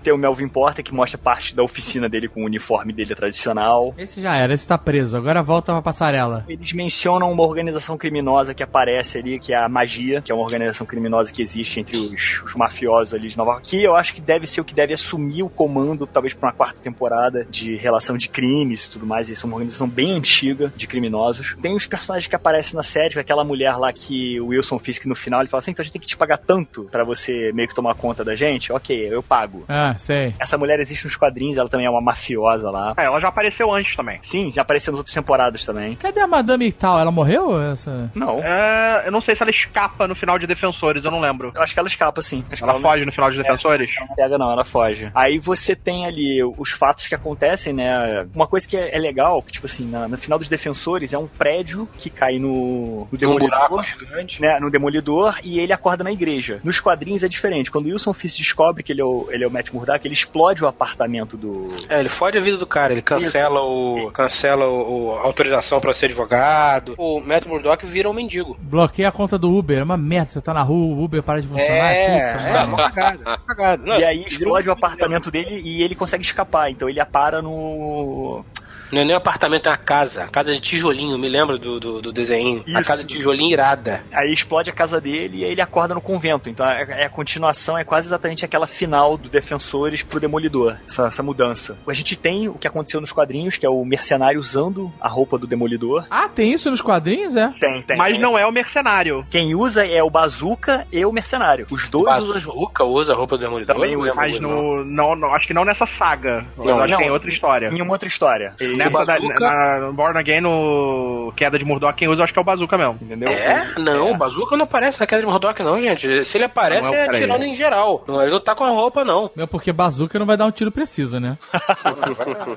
Tem Ah. o Melvin Porter que mostra parte da oficina dele com o uniforme dele tradicional. Esse já era, esse tá preso. Agora volta pra passarela. Eles mencionam uma organização criminosa que aparece ali, que é a Magia, que é uma organização criminosa que existe entre os, os mafiosos ali de Nova York. Que eu acho que deve ser o que deve assumir o comando, talvez pra uma quarta temporada de relação de crimes e tudo mais. Eles são uma organização bem antiga de criminosos. Tem os personagens que aparecem na série, tipo aquela mulher lá que o Wilson Fisk no final ele fala assim: então a gente tem que te pagar tanto pra você meio que tomar conta da gente. Ok, eu pago. Ah, sei. Essa mulher existe nos quadrinhos, ela também é uma mafiosa lá. É, ela já apareceu antes também. Sim, já apareceu nas outras temporadas também. Cadê a Madame Tal? Ela morreu? Essa... Não. É, eu não sei se ela escapa no final de Defensores, eu não lembro. Eu acho que ela escapa, sim. Acho que Ela foge no final de Defensores? Não pega, não, ela foge. Aí você tem ali os fatos que acontecem, né? Uma coisa que é, é legal, que, tipo assim, na, no final dos defensores é um prédio que cai no, no Tem um buraco demolidor. gigante. Né, no Demolidor e ele acorda na igreja. Nos quadrinhos é diferente. Quando o Wilson Fisk descobre que ele é o, ele é o Matt Murdock, ele explode o apartamento do. É, ele fode a vida do cara, ele cancela o. cancela o, o- a autorização pra ser advogado. O Matt Murdock vira um mendigo. Bloqueia a conta do Uber. É uma merda. Você tá na rua, o Uber para de funcionar. Puta, né? é, é merda. uma cagada, uma cagada. Não, e aí vira um explode o mendigo. apartamento dele e ele consegue escapar. Então ele apara no. Não é nem um apartamento, é uma casa. Uma Casa de tijolinho, me lembro do, do, do desenho. A Isso. casa de tijolinho irada. Aí explode a casa dele e aí ele acorda no convento. Então é é a, continuação, é quase exatamente aquela final do Defensores pro Demolidor, essa, essa mudança. A gente tem o que aconteceu nos quadrinhos, que é o mercenário usando a roupa do Demolidor. Ah, tem isso nos quadrinhos, é? Tem, tem. Mas não é o mercenário. Quem usa é o Bazooka e o Mercenário. Os dois usam. Bazuca usa a roupa do demolidor? Também Não é lembro usa, Mas disso, no. Não, não, acho que não nessa saga. Não, eu acho que tem não. outra história. Em uma outra história. Nessa da, Bazooka? na, na Born Again, no Queda de Murdoch, quem usa eu acho que é o Bazooka mesmo. Entendeu? É? Não, o Bazuca não aparece na queda de Murdoch, não, gente. Se ele aparece, Não, é o é cara aí. atirando em geral. Não, ele não tá com a roupa, não. É porque bazuca não vai dar um tiro preciso, né?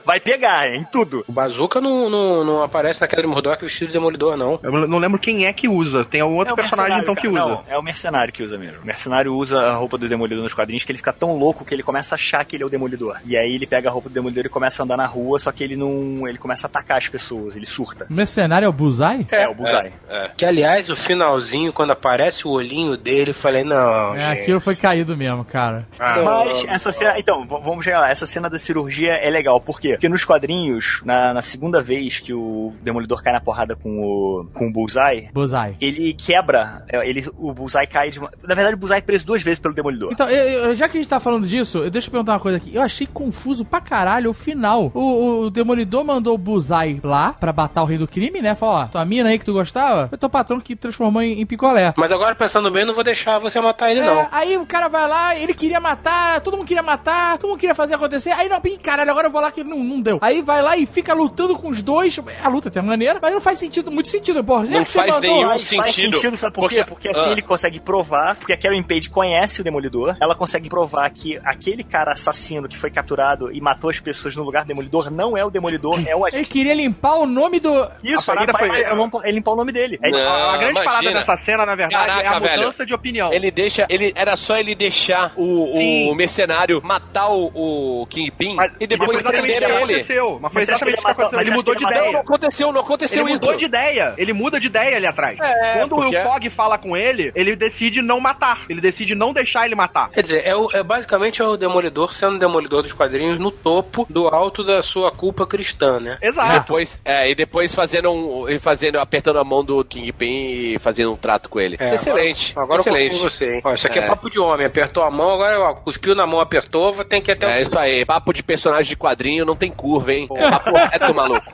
Vai pegar, é, em tudo. O Bazuca não, não, não aparece na queda de Murdoch vestido de demolidor, não. Eu não lembro quem é que usa. Tem um outro É o personagem mercenário, então que usa. cara. Não, é o mercenário que usa mesmo. O mercenário usa a roupa do demolidor nos quadrinhos que ele fica tão louco que ele começa a achar que ele é o demolidor. E aí ele pega a roupa do demolidor e começa a andar na rua, só que ele não. ele começa a atacar as pessoas, ele surta. O mercenário é o Buzai? É, o Bullseye. Que, aliás, o finalzinho, quando aparece o olhinho dele, eu falei, não, É, gente. aquilo foi caído mesmo, cara. Ah, Mas essa cena. Então, v- vamos chegar lá. Essa cena da cirurgia é legal. Por quê? Porque nos quadrinhos, na, na segunda vez que o Demolidor cai na porrada com o, com o Bullseye, Buzai. ele quebra. é, Ele, o Bullseye cai de uma. Na verdade, o Bullseye é preso duas vezes pelo Demolidor. Então, eu- eu- já que a gente tá falando disso, eu- deixa eu perguntar uma coisa aqui. Eu achei confuso pra caralho o final. O, o- o Demolidor mandou o Buzai lá pra matar o rei do crime, né? Falou, ó, tua mina aí que tu gostava, foi teu patrão que transformou em, em picolé. Mas agora, pensando bem, eu não vou deixar você matar ele, É, não. aí o cara vai lá, ele queria matar, todo mundo queria matar, todo mundo queria fazer acontecer. Aí não, ih, caralho, agora eu vou lá que não, não deu. Aí vai lá e fica lutando com os dois. A luta até é maneira, mas não faz sentido, muito sentido, porra. Já Não que você faz mandou- nenhum Faz- Faz sentido. sentido, sabe por quê? Porque Porque- assim Ah. ele consegue provar, porque a Karen Page conhece o Demolidor, ela consegue provar que aquele cara assassino que foi capturado e matou as pessoas no lugar do Demolidor não é o Demolidor, é o Ele agente. queria limpar o nome do, Isso, A ele, parada vai- foi- ele limpa- ele limpar o nome dele. É Aí ele- Não. A grande imagina. parada dessa cena, na verdade, é a Caraca, velho. mudança de opinião. Ele deixa. Ele, era só ele deixar Sim. o, o mercenário matar o, o Kingpin Mas- e depois exatamente prender o que ele. aconteceu. Mas foi Mas você acha exatamente que ele o que matou- aconteceu. mas Ele você mudou acha de Não, que ele matou? ideia. não aconteceu, não aconteceu Ele isso. mudou de ideia. Ele muda de ideia ali atrás. É, Quando o porque- Fogg fala com ele, ele decide não matar. Ele decide não deixar ele matar. Quer dizer, é, o- é basicamente é o Demolidor sendo o Demolidor dos quadrinhos no topo do alto da sua culpa cristã, né? E Exato. depois, é, e depois fazendo um. e fazendo, apertando a mão do Kingpin e fazendo um trato com ele. É, excelente. Agora eu excelente. confundo você, hein? Ó, isso aqui é. É. papo de homem. Apertou a mão, agora ó, cuspiu na mão, apertou, vai- tem que ir até É o... isso aí, papo de personagem de quadrinho, não tem curva, hein? É papo reto, maluco.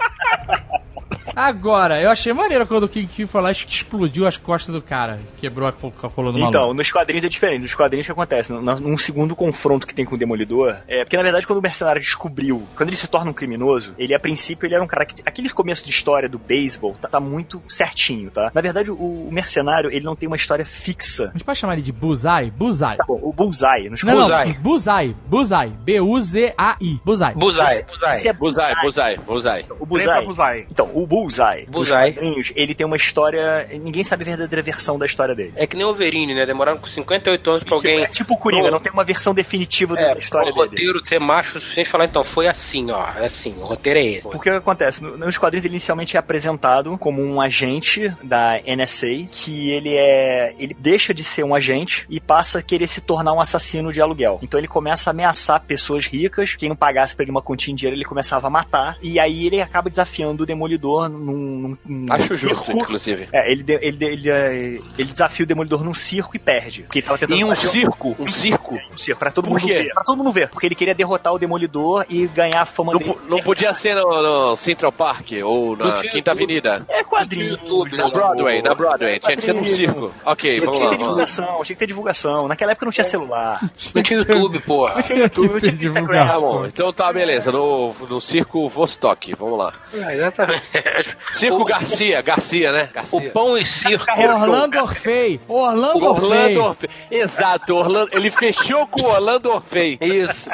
Agora, eu achei maneiro quando o King King foi lá e explodiu as costas do cara. Quebrou a, col- a coluna do Então, maluco. nos quadrinhos é diferente. Nos quadrinhos o que acontece? Na- Num segundo confronto que tem com o Demolidor, é porque na verdade quando o mercenário descobriu, quando ele se torna um criminoso, ele a princípio ele era um cara que. Aquele começo de história do beisebol tá, tá muito certinho, tá? Na verdade, o, o mercenário ele não tem uma história fixa. A gente pode chamar ele de Buzai? Buzai. Tá bom, o Bullseye, nos Não, Buzai. não, Buzai. Buzai. B-U-Z-A-I. Buzai. Buzai, Buzai. se é Buzai, Buzai, Bullseye- Buzai. O Vem pra Bullseye. Buzai. Então, o Bullseye, dos Bullseye. quadrinhos, ele tem uma história. Ninguém sabe a verdadeira versão da história dele. É que nem o Verini, né? Demoraram com 58 anos pra alguém. Tipo, é tipo o Coringa, Não. não tem uma versão definitiva da É, história o dele. roteiro ter macho o suficiente e falar, então, foi assim, ó. É assim, o roteiro é esse. Porque o que acontece? No- Nos quadrinhos ele inicialmente é apresentado como um agente da NSA, que ele é. ele deixa de ser um agente e passa a querer se tornar um assassino de aluguel. Então ele começa a ameaçar pessoas ricas, quem não pagasse pra ele uma quantia em dinheiro, ele começava a matar. E aí ele acaba desafiando o demolidor num. num, num Acho justo, Um circo. inclusive. É, ele, de- ele, de- ele, eh, ele desafia o demolidor num circo e perde. Porque ele tava tentando Em um fazer circo, um circo, um circo pra todo Por mundo quê? ver. Pra todo mundo ver. Porque ele queria derrotar o demolidor e ganhar a fama não, dele. po- não podia ser no, no Central Park ou na Não tinha Quinta tudo. Avenida. É quadrinho. YouTube, né? Na Broadway, na Broadway. Tinha que ser num circo. Ok, Tinha vamos lá. É. que Vamos ter lá. divulgação, tinha que ter divulgação. Naquela época não tinha celular. Não tinha YouTube, <laughs> porra. Tinha YouTube, tinha Instagram. Tá bom, então tá, beleza. No, no circo Vostok, vamos lá. É, exatamente. Circo O- Garcia, Garcia, né? Garcia. O pão e circo. Orlando Orfei. Orlando Orfei. Orlando Orfei. Exato, Orlando. Ele fechou com o Orlando Orfei. Isso.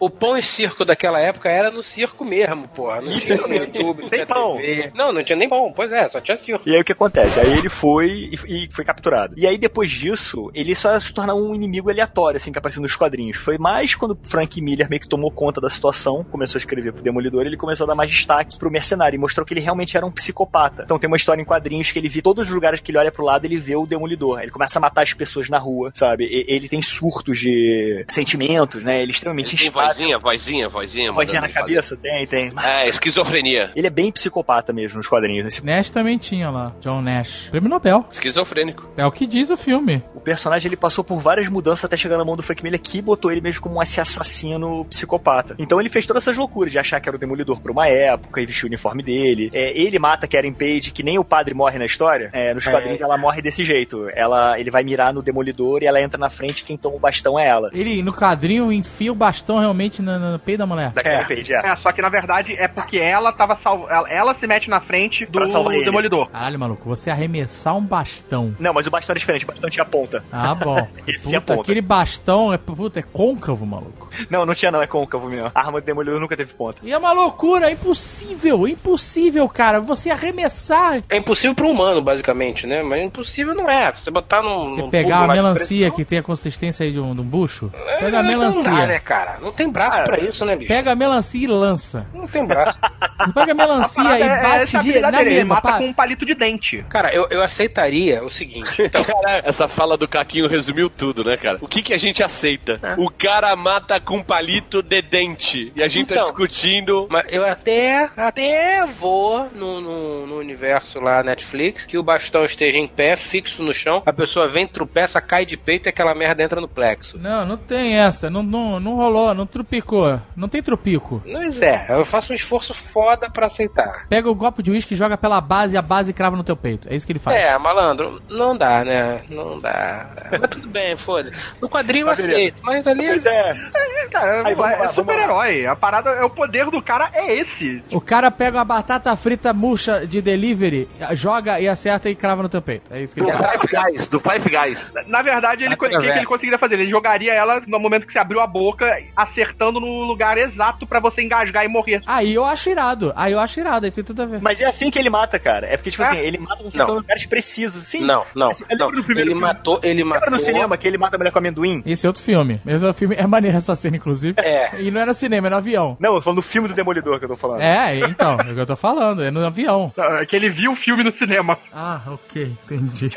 O pão e circo daquela época era no circo mesmo, porra. <laughs> Não tinha no YouTube, não Sem tinha pão. TV. Não, não tinha nem pão. Pois é, só tinha circo. E aí o que acontece? Aí ele foi e, e foi capturado. E aí depois disso, ele só se torna um inimigo aleatório, assim, que apareceu nos quadrinhos. Foi mais quando o Frank Miller meio que tomou conta da situação, começou a escrever pro Demolidor, ele começou a dar mais destaque pro mercenário e mostrou que ele realmente era um psicopata. Então tem uma história em quadrinhos que ele vê todos os lugares que ele olha pro lado, ele vê o Demolidor. Ele começa a matar as pessoas na rua, sabe? E- ele tem surtos de sentimentos, né? Ele é extremamente Tem instável. vozinha, né, vozinha, vozinha. Vozinha na mandando ele cabeça? Tem, tem. fazer. É, esquizofrenia. Ele é bem psicopata mesmo nos quadrinhos. Esse- Nash também tinha lá. John Nash. Prêmio Nobel. Esquizofrênico. É o que diz o filme. O personagem ele passou por várias mudanças até chegar na mão do Frank Miller que botou ele mesmo como esse assassino psicopata. Então ele fez todas essas loucuras de achar que era o Demolidor por uma época e vestiu o uniforme dele. É, ele mata Karen Page, que nem o padre morre na história. É, nos quadrinhos ela morre desse jeito. Ela, ele vai mirar no Demolidor e ela entra na frente quem toma o bastão é ela. Ele, no quadrinho, enfia o bastão realmente no, no, no peito da mulher. Da Karen Page, é. É, só que na verdade é porque ela tava salva... ela, ela se mete na frente do Pra salvar ele. demolidor. Caralho, maluco, você arremessar um bastão. Não, mas o bastão é diferente, o bastão tinha ponta. Ah, bom. Esse é puta, ponta. aquele bastão é, puta, é côncavo, maluco. Não, não tinha não, é côncavo mesmo. A arma do Demolidor nunca teve ponta. E é uma loucura, é impossível, é impossível, cara. Você arremessar, É impossível pro humano, <laughs> basicamente, né? Mas impossível não é. Você botar num. você num pegar tubo uma lá de melancia pressão, que tem a consistência aí de um, de um bucho, pega não dá, a né, melancia. cara? Não tem braço pra isso, né, bicho? Pega a melancia e lança. Não tem braço. Você pega a melancia e bate é essa de, é habilidade na dele, ele mesa. mata pá. com um palito de dente. <laughs> Cara, eu, eu aceitaria o seguinte. Cara, Então, essa fala do Caquinho resumiu tudo, né, cara? O que, que a gente aceita? É. O cara mata com palito de dente. E a gente tá Então. discutindo. Mas eu até, até vou no, no, no universo lá Netflix, que o bastão esteja em pé, fixo no chão, a pessoa vem, tropeça, cai de peito e aquela merda entra no plexo. Não, não tem essa. Não, não, não rolou, não trupicou. Não tem trupico. Mas é, eu faço um esforço foda pra aceitar. Pega o copo de uísque, joga pela base e a base crava no teu peito. É isso que ele faz. É, malandro, não dá, né? Não dá. Mas tudo bem, foda. No quadrinho eu aceito, mas ali. Tá Pois é. É, cara, Aí, vamos lá, vamos lá, é vamos super-herói. A parada é o poder do cara é esse. O cara pega uma batata frita murcha de delivery, joga e acerta e crava no teu peito. É isso que ele faz. Five Guys, do Five Guys. Na- Na verdade, ele, o que, que ele conseguiria fazer? Ele jogaria ela no momento que você abriu a boca, acertando no lugar exato pra você engasgar e morrer. Aí eu acho irado. Aí eu acho irado. Aí tem tudo a ver. Mas é assim que ele mata, cara. É porque, tipo Ah. assim, ele mata você Não. em lugares precisos. Sim, Não, não. Assim, eu não. lembro do primeiro Ele filme. matou, ele Lembra matou. no cinema que ele mata a mulher com amendoim? Esse é outro filme. Esse é outro filme. É maneiro essa cena, inclusive. É. E não é no cinema, é no avião. Não, eu tô falando do filme do Demolidor que eu tô falando. É, então, é o que eu tô falando, é no avião. Ah, Que ele viu o filme no cinema. Ah, ok, entendi.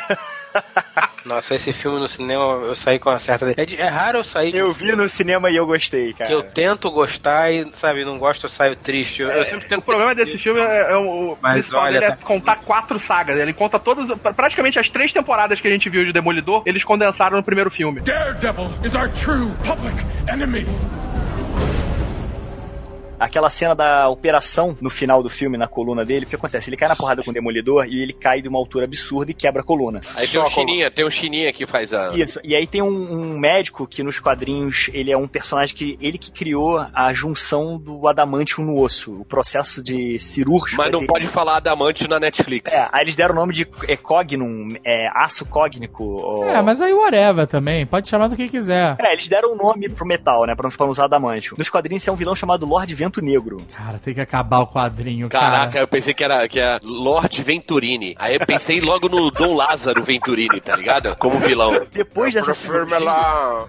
Nossa, esse filme no cinema eu saí com uma certa. É, de- é raro eu sair de Eu um vi no cinema e eu gostei, cara. Que eu tento gostar e, sabe, não gosto, eu saio triste. É. Eu, eu sempre tento. O problema desse filme é, é o, o Mas principal olha, dele é tá- contar quatro sagas. Ele conta todas, pra- praticamente as três temporadas que a gente viu de Demolidor, eles condensaram no primeiro filme. Daredevil is our true public enemy. Aquela cena da operação no final do filme, na coluna dele, o que acontece? Ele cai na porrada com o Demolidor e ele cai de uma altura absurda e quebra a coluna. Aí Só tem um a coluna. chininha, tem um chininha que faz a... Isso. E aí tem um, um médico que nos quadrinhos ele é um personagem que ele que criou a junção do adamantium no osso, o processo de cirúrgico. Mas não dele. pode falar adamante na Netflix. É, aí eles deram o nome de é, cognum, é, aço cógnico. ou- É, mas aí whatever também. Pode chamar do que quiser. É, eles deram o nome pro metal, né? Pra não ficar usar adamantium. Nos quadrinhos tem um vilão chamado Lorde Vento Negro. Cara, tem que acabar o quadrinho, Caraca, cara. eu pensei que era, que era Lord Venturini. Aí eu pensei logo no Dom Lázaro Venturini, tá ligado? Como vilão. Depois É, dessa cirurgia,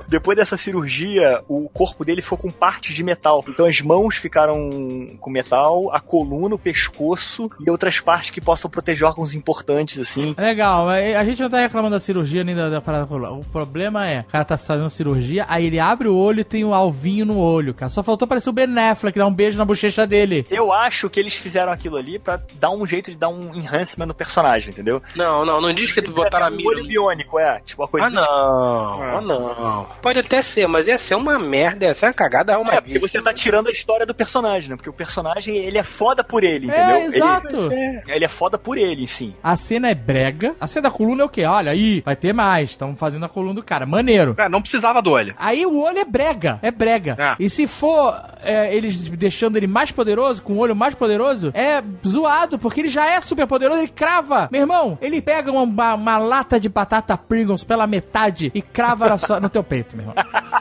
depois dessa cirurgia, o corpo dele ficou com partes de metal. Então as mãos ficaram com metal, a coluna, o pescoço e outras partes que possam proteger órgãos importantes, assim. Legal, mas a gente não tá reclamando da cirurgia nem da, da parada. colar. O problema é, o cara tá fazendo cirurgia, aí ele abre o olho e tem um alvinho no olho, cara. Só faltou aparecer o Ben Affleck, dar um beijo na bochecha dele. Eu acho que eles fizeram aquilo ali pra dar um jeito de dar um enhancement no personagem, entendeu? Não, não, não diz que tu botaram a Um olho mira. biônico, é. Tipo, uma coisa Ah, do não. Ah, não. Pode até ser, mas ia ser uma merda, ia ser uma né? cagada É, porque arrumadíssima. você tá tirando a história do personagem, né? Porque o personagem, ele é foda por ele, entendeu? É, exato. Ele, ele é foda por ele, sim. A cena é brega. A cena da coluna é o quê? Olha, aí, vai ter mais. Estamos fazendo a coluna do cara. Maneiro. É, não precisava do olho. Aí o olho é brega, é brega. É. E se for é, eles deixando ele mais poderoso, com o olho mais poderoso, é zoado, porque ele já é super poderoso, ele crava. Meu irmão, ele pega uma, uma- uma lata de batata Pringles pela metade e crava na sua- no teu peito, meu irmão.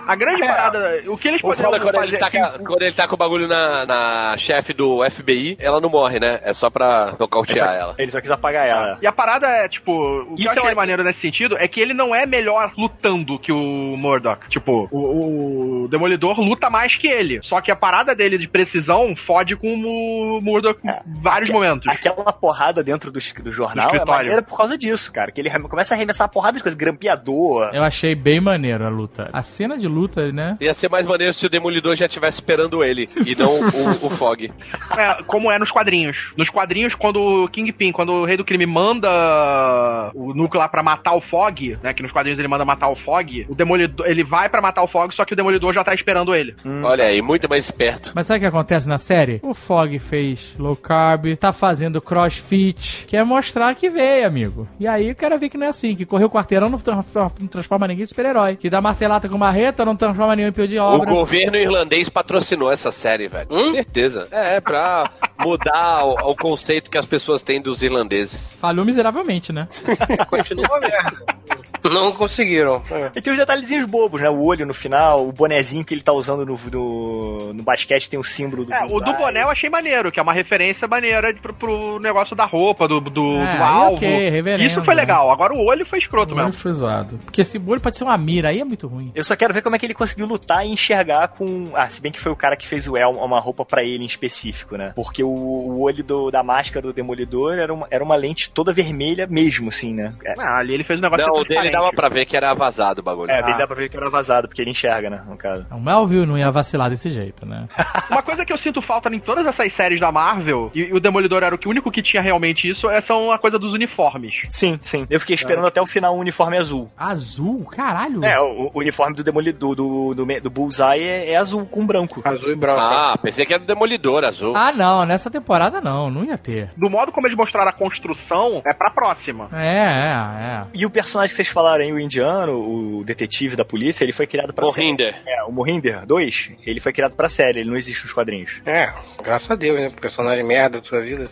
A grande parada, o que eles O foda é poderiam quando ele, fazer... tá, com- quando ele tá com o bagulho na, na chefe do FBI, ela não morre, né? É só pra nocautear ela. Ele só quis apagar ela. E a parada é, tipo, o que Isso eu achei é- maneiro nesse sentido é que ele não é melhor lutando que o Murdoch. Tipo, o, o Demolidor luta mais que ele. Só que a parada dele de precisão fode com o Murdoch em É. vários momentos. Aquela porrada dentro do, es- do jornal é escritório. maneira por causa disso, cara. Que ele arrem- começa a arremessar uma porrada de coisas, grampeador. Eu achei bem maneiro a luta. A cena de luta, né? Ia ser mais maneiro se o Demolidor já estivesse esperando ele e não o, o Fog. É, como é nos quadrinhos. Nos quadrinhos, quando o Kingpin, quando o Rei do Crime manda o núcleo lá pra matar o Fog, né? Que nos quadrinhos ele manda matar o Fog, o Demolidor, ele vai pra matar o Fog, só que o Demolidor já tá esperando ele. Olha aí, muito mais esperto. Mas sabe o que acontece na série? O Fog fez low carb, tá fazendo crossfit, quer mostrar que veio, amigo. E aí o cara vê que não é assim, que correr o quarteirão não, tra- não transforma ninguém em super-herói. Que dá martelata com marreta não transforma ninguém em pio de O obra. governo irlandês patrocinou essa série, velho. Com certeza. É, pra mudar o, o conceito que as pessoas têm dos irlandeses. Falhou miseravelmente, né? Continua a merda. Não conseguiram. E tem os detalhezinhos bobos, né? O olho no final, o bonezinho que ele tá usando no, no, no basquete tem o símbolo do. É, o do Bullseye. boné eu achei maneiro, que é uma referência maneira de- pro, pro negócio da roupa, do, do, Ah, do alvo. ok, reverendo. Isso foi legal. Agora o olho foi escroto mesmo. foi zoado. Porque esse bolho pode ser uma mira, aí é muito ruim. Eu só quero ver como é que ele conseguiu lutar e enxergar com. Ah, se bem que foi o cara que fez o El, uma roupa pra ele em específico, né? Porque o, o olho do- da máscara do Demolidor era uma, era uma lente toda vermelha mesmo, assim, né? É, Ah, ali ele fez um negócio Não, o dele transparente. dava pra ver que era vazado o bagulho. Ah, é, dele dá pra ver que era vazado, porque ele enxerga, né? No caso. O Então, Melville não ia vacilar desse jeito, né? Uma coisa que eu sinto falta em todas essas séries da Marvel, e, e o Demolidor era o que- o único que tinha realmente isso, é são a coisa dos uniformes. Sim, sim. Ah. Eu fiquei esperando até o final o uniforme azul. Azul, caralho. É, o, o uniforme do Demolidor, do, do, do Bullseye é, é azul com branco. Azul e branco. Ah, pensei que era o Demolidor azul. Ah, não, nessa temporada não, não ia ter. Do modo como eles mostraram a construção, é pra próxima. É, é, é. E o personagem que vocês falaram aí, o indiano, o detetive da polícia, ele foi criado pra Morrinder. série. É, o Morrinder 2, ele foi criado pra série, ele não existe nos quadrinhos. É, graças a Deus, né? Personagem merda da sua <laughs> vida.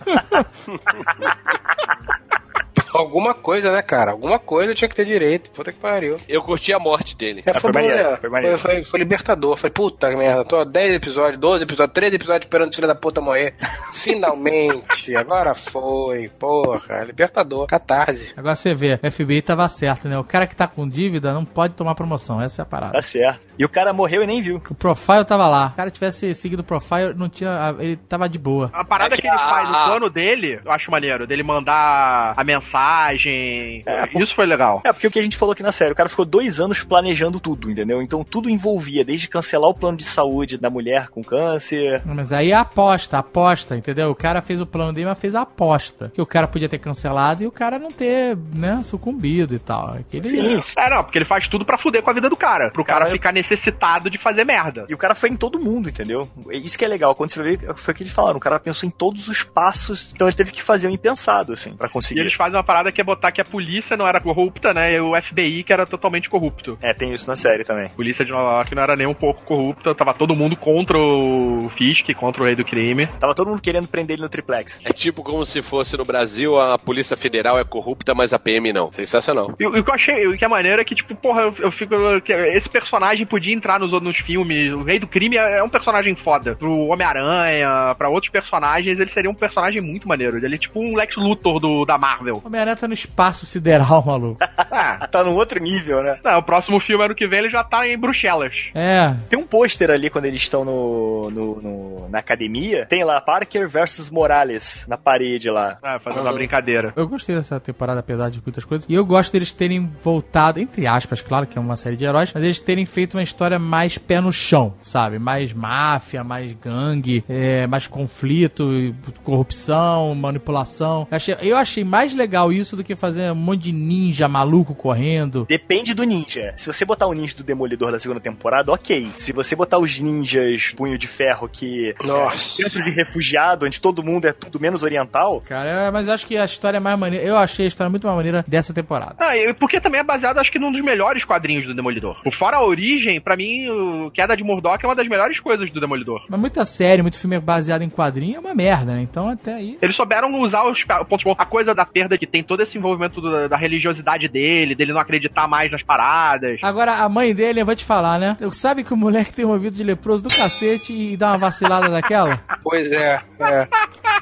Alguma coisa, né, cara? Alguma coisa tinha que ter direito. Puta que pariu. Eu curti a morte dele. É, Ah, É, foi maneiro, boa, né? foi maneiro. Foi, foi- foi libertador. Foi puta merda. Tô há 10 episódios, 12 episódios, 13 episódios esperando o filho da puta <laughs> morrer. Finalmente. Agora foi. Porra. Libertador. Catarse. Agora você vê, o FBI tava certo, né? O cara que tá com dívida não pode tomar promoção, essa é a parada. Tá certo. E o cara morreu e nem viu. O profile tava lá. Se o cara tivesse seguido o profile, não tinha. Ele tava de boa. A parada É que que ele a- faz, o a- plano dele, eu acho maneiro, dele mandar a montagem. É, por- Isso foi legal. É, porque o que a gente falou aqui na série, o cara ficou dois anos planejando tudo, entendeu? Então tudo envolvia, desde cancelar o plano de saúde da mulher com câncer. Mas aí é aposta, aposta, entendeu? O cara fez o plano dele, mas fez a aposta. Que o cara podia ter cancelado e o cara não ter, né, sucumbido e tal. Aquele... Sim. É, não, porque ele faz tudo pra fuder com a vida do cara. Pro cara, Cara, eu- ficar necessitado de fazer merda. E o cara foi em todo mundo, entendeu? Isso que é legal. Quando você vê, foi o que eles falaram. O cara pensou em todos os passos. Então ele teve que fazer o impensado, assim, pra E conseguir. eles fazem uma parada que é botar que a polícia não era corrupta, né? E o FBI que era totalmente corrupto. É, tem isso na série também. A polícia de Nova York não era nem um pouco corrupta, tava todo mundo contra o Fisk, contra o rei do crime. Tava todo mundo querendo prender ele no triplex. É tipo como se fosse no Brasil, a Polícia Federal é corrupta, mas a PM não. Sensacional. E, o- e o que eu achei, o que é maneiro é que, tipo, porra, eu, eu fico. eu- que Esse personagem podia entrar nos outros nos filmes. O Rei do Crime é, é um personagem foda. Pro Homem-Aranha, pra outros personagens, ele seria um personagem muito maneiro. Ele é tipo um Lex Luthor do, da Marvel. Homem-Aranha tá no espaço sideral, <laughs> maluco. Ah, Ah, tá num outro nível, né? não, o próximo filme ano que vem ele já tá em Bruxelas. É, Tem um pôster ali quando eles estão no, no- no- na academia. Tem lá Parker versus Morales na parede lá. Ah, fazendo uma brincadeira. Eu gostei dessa temporada, apesar de muitas coisas. E eu gosto deles terem voltado, entre aspas, claro que é uma série de heróis, mas eles terem feito uma história mais pé no chão, sabe? Mais máfia, mais gangue, é, mais conflito, e corrupção, manipulação. Eu achei, eu achei mais legal isso do que fazer um monte de ninja maluco correndo. Depende do ninja. Se você botar o ninja do Demolidor da segunda temporada, ok. Se você botar os ninjas punho de ferro que Nossa. centro de refugiado, onde todo mundo é tudo menos oriental, Cara, é, mas acho que a história é mais maneira. Eu achei a história muito mais maneira dessa temporada. Ah, e porque também é baseado, acho que, num dos melhores quadrinhos do Demolidor. Por fora a origem, pra mim, o Queda de Murdoch é uma das melhores coisas do Demolidor. Mas muita série, muito filme baseado em quadrinho é uma merda, né? Então até aí. Eles souberam usar os pa- pontos bons. A coisa da perda que tem todo esse envolvimento do- da religiosidade dele, dele não acreditar mais nas paradas. É. Agora, a mãe dele, eu vou te falar, né? Eu sabe que o moleque tem um ouvido de leproso do cacete e dá uma vacilada <laughs> daquela? Pois é, é.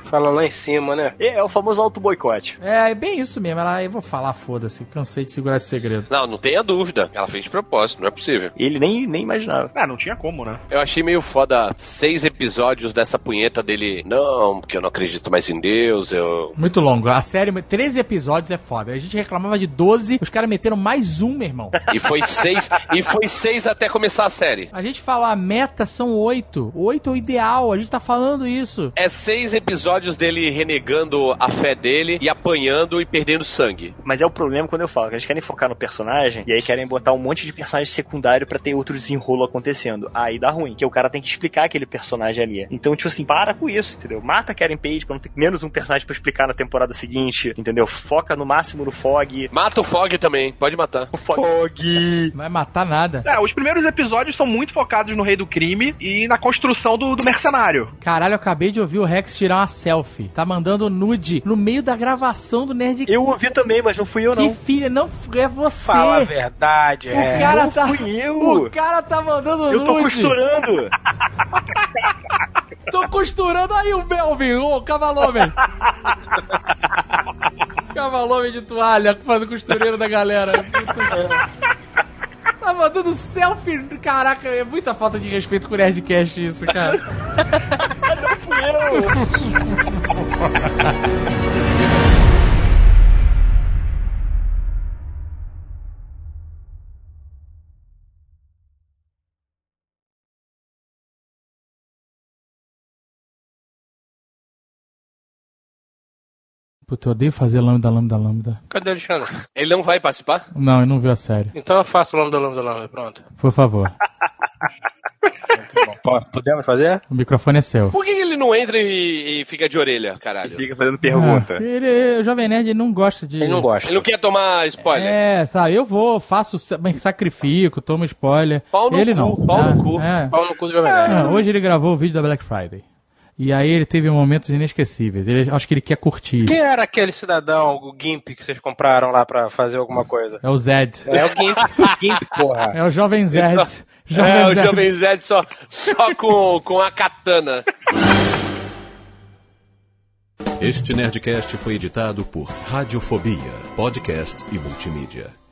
Fala lá em cima, né? é, é o famoso auto-boicote. É, é bem isso mesmo. Ela, eu vou falar, foda-se. Cansei de segurar esse segredo. Não, não tenha dúvida. Ela fez de propósito, não é possível. Ele nem, nem imaginava. Ah, não tinha como, né? Eu achei meio foda seis episódios dessa punheta dele. Não, porque eu não acredito mais em Deus, eu. Muito longo. A série, 13 episódios é foda. A gente reclamava de 12, os caras meteram mais um, meu irmão. E <laughs> foi seis. e foi seis até começar a série. A gente fala, a meta são 8. 8 é o ideal, a gente tá falando isso. É seis episódios dele renegando a fé dele e apanhando e perdendo sangue. Mas é o problema quando eu falo, que eles querem focar no personagem e aí querem botar um monte de personagem secundário pra ter outro desenrolo acontecendo. Aí dá ruim, que o cara tem que explicar aquele personagem ali. Então, tipo assim, para com isso, entendeu? Mata Karen Page pra não ter menos um personagem pra explicar na temporada seguinte, entendeu? Foca no máximo no Fog. Mata o Fog também, pode matar. O Fog. Não vai matar nada. É, os primeiros episódios são muito focados no rei do crime e na construção do, do mercenário. Caralho, eu acabei de ouvir o Rex tirar uma selfie. Tá mandando nude no meio da gravação do Nerd Eu ouvi também, mas não fui eu, Que não. filha, não é você. Fala a verdade, O é. cara não tá. fui eu. O cara tá mandando Eu tô nude. costurando. Tô costurando aí o Melvin, ô <laughs> cavalomem. cavalomem de toalha, fazendo costureiro da galera. Muito bom. Tá mandando selfie. Caraca, é muita falta de respeito com o Nerdcast isso, cara. Puta, eu odeio fazer lambda, lambda, lambda. Cadê o Alexandre? Ele não vai participar? Não, eu não vi a série. Então eu faço o Lambda Lambda Lambda, pronto. Por favor, Po- Podemos fazer? o microfone é seu. Por que ele não entra e, e fica de orelha, caralho? Fica fazendo pergunta. Ah, ele, o Jovem Nerd ele não gosta de. Ele não gosta. Ele não quer tomar spoiler. É, sabe, eu vou, faço, bem, sacrifico, tomo spoiler. Pau no ele cu, não. pau no Ah, cu. é. Pau no cu do Jovem Nerd. Ah, hoje ele gravou o vídeo da Black Friday. E aí ele teve momentos inesquecíveis. Ele, acho que ele quer curtir. Quem era aquele cidadão, o Gimp, que vocês compraram lá pra fazer alguma coisa? É o Zed. É o Gimp, Gimp, porra. É o jovem Zed. Jovem É, o Zed. Jovem Zed só, só com, com a katana. Este Nerdcast foi editado por Radiofobia, podcast e multimídia.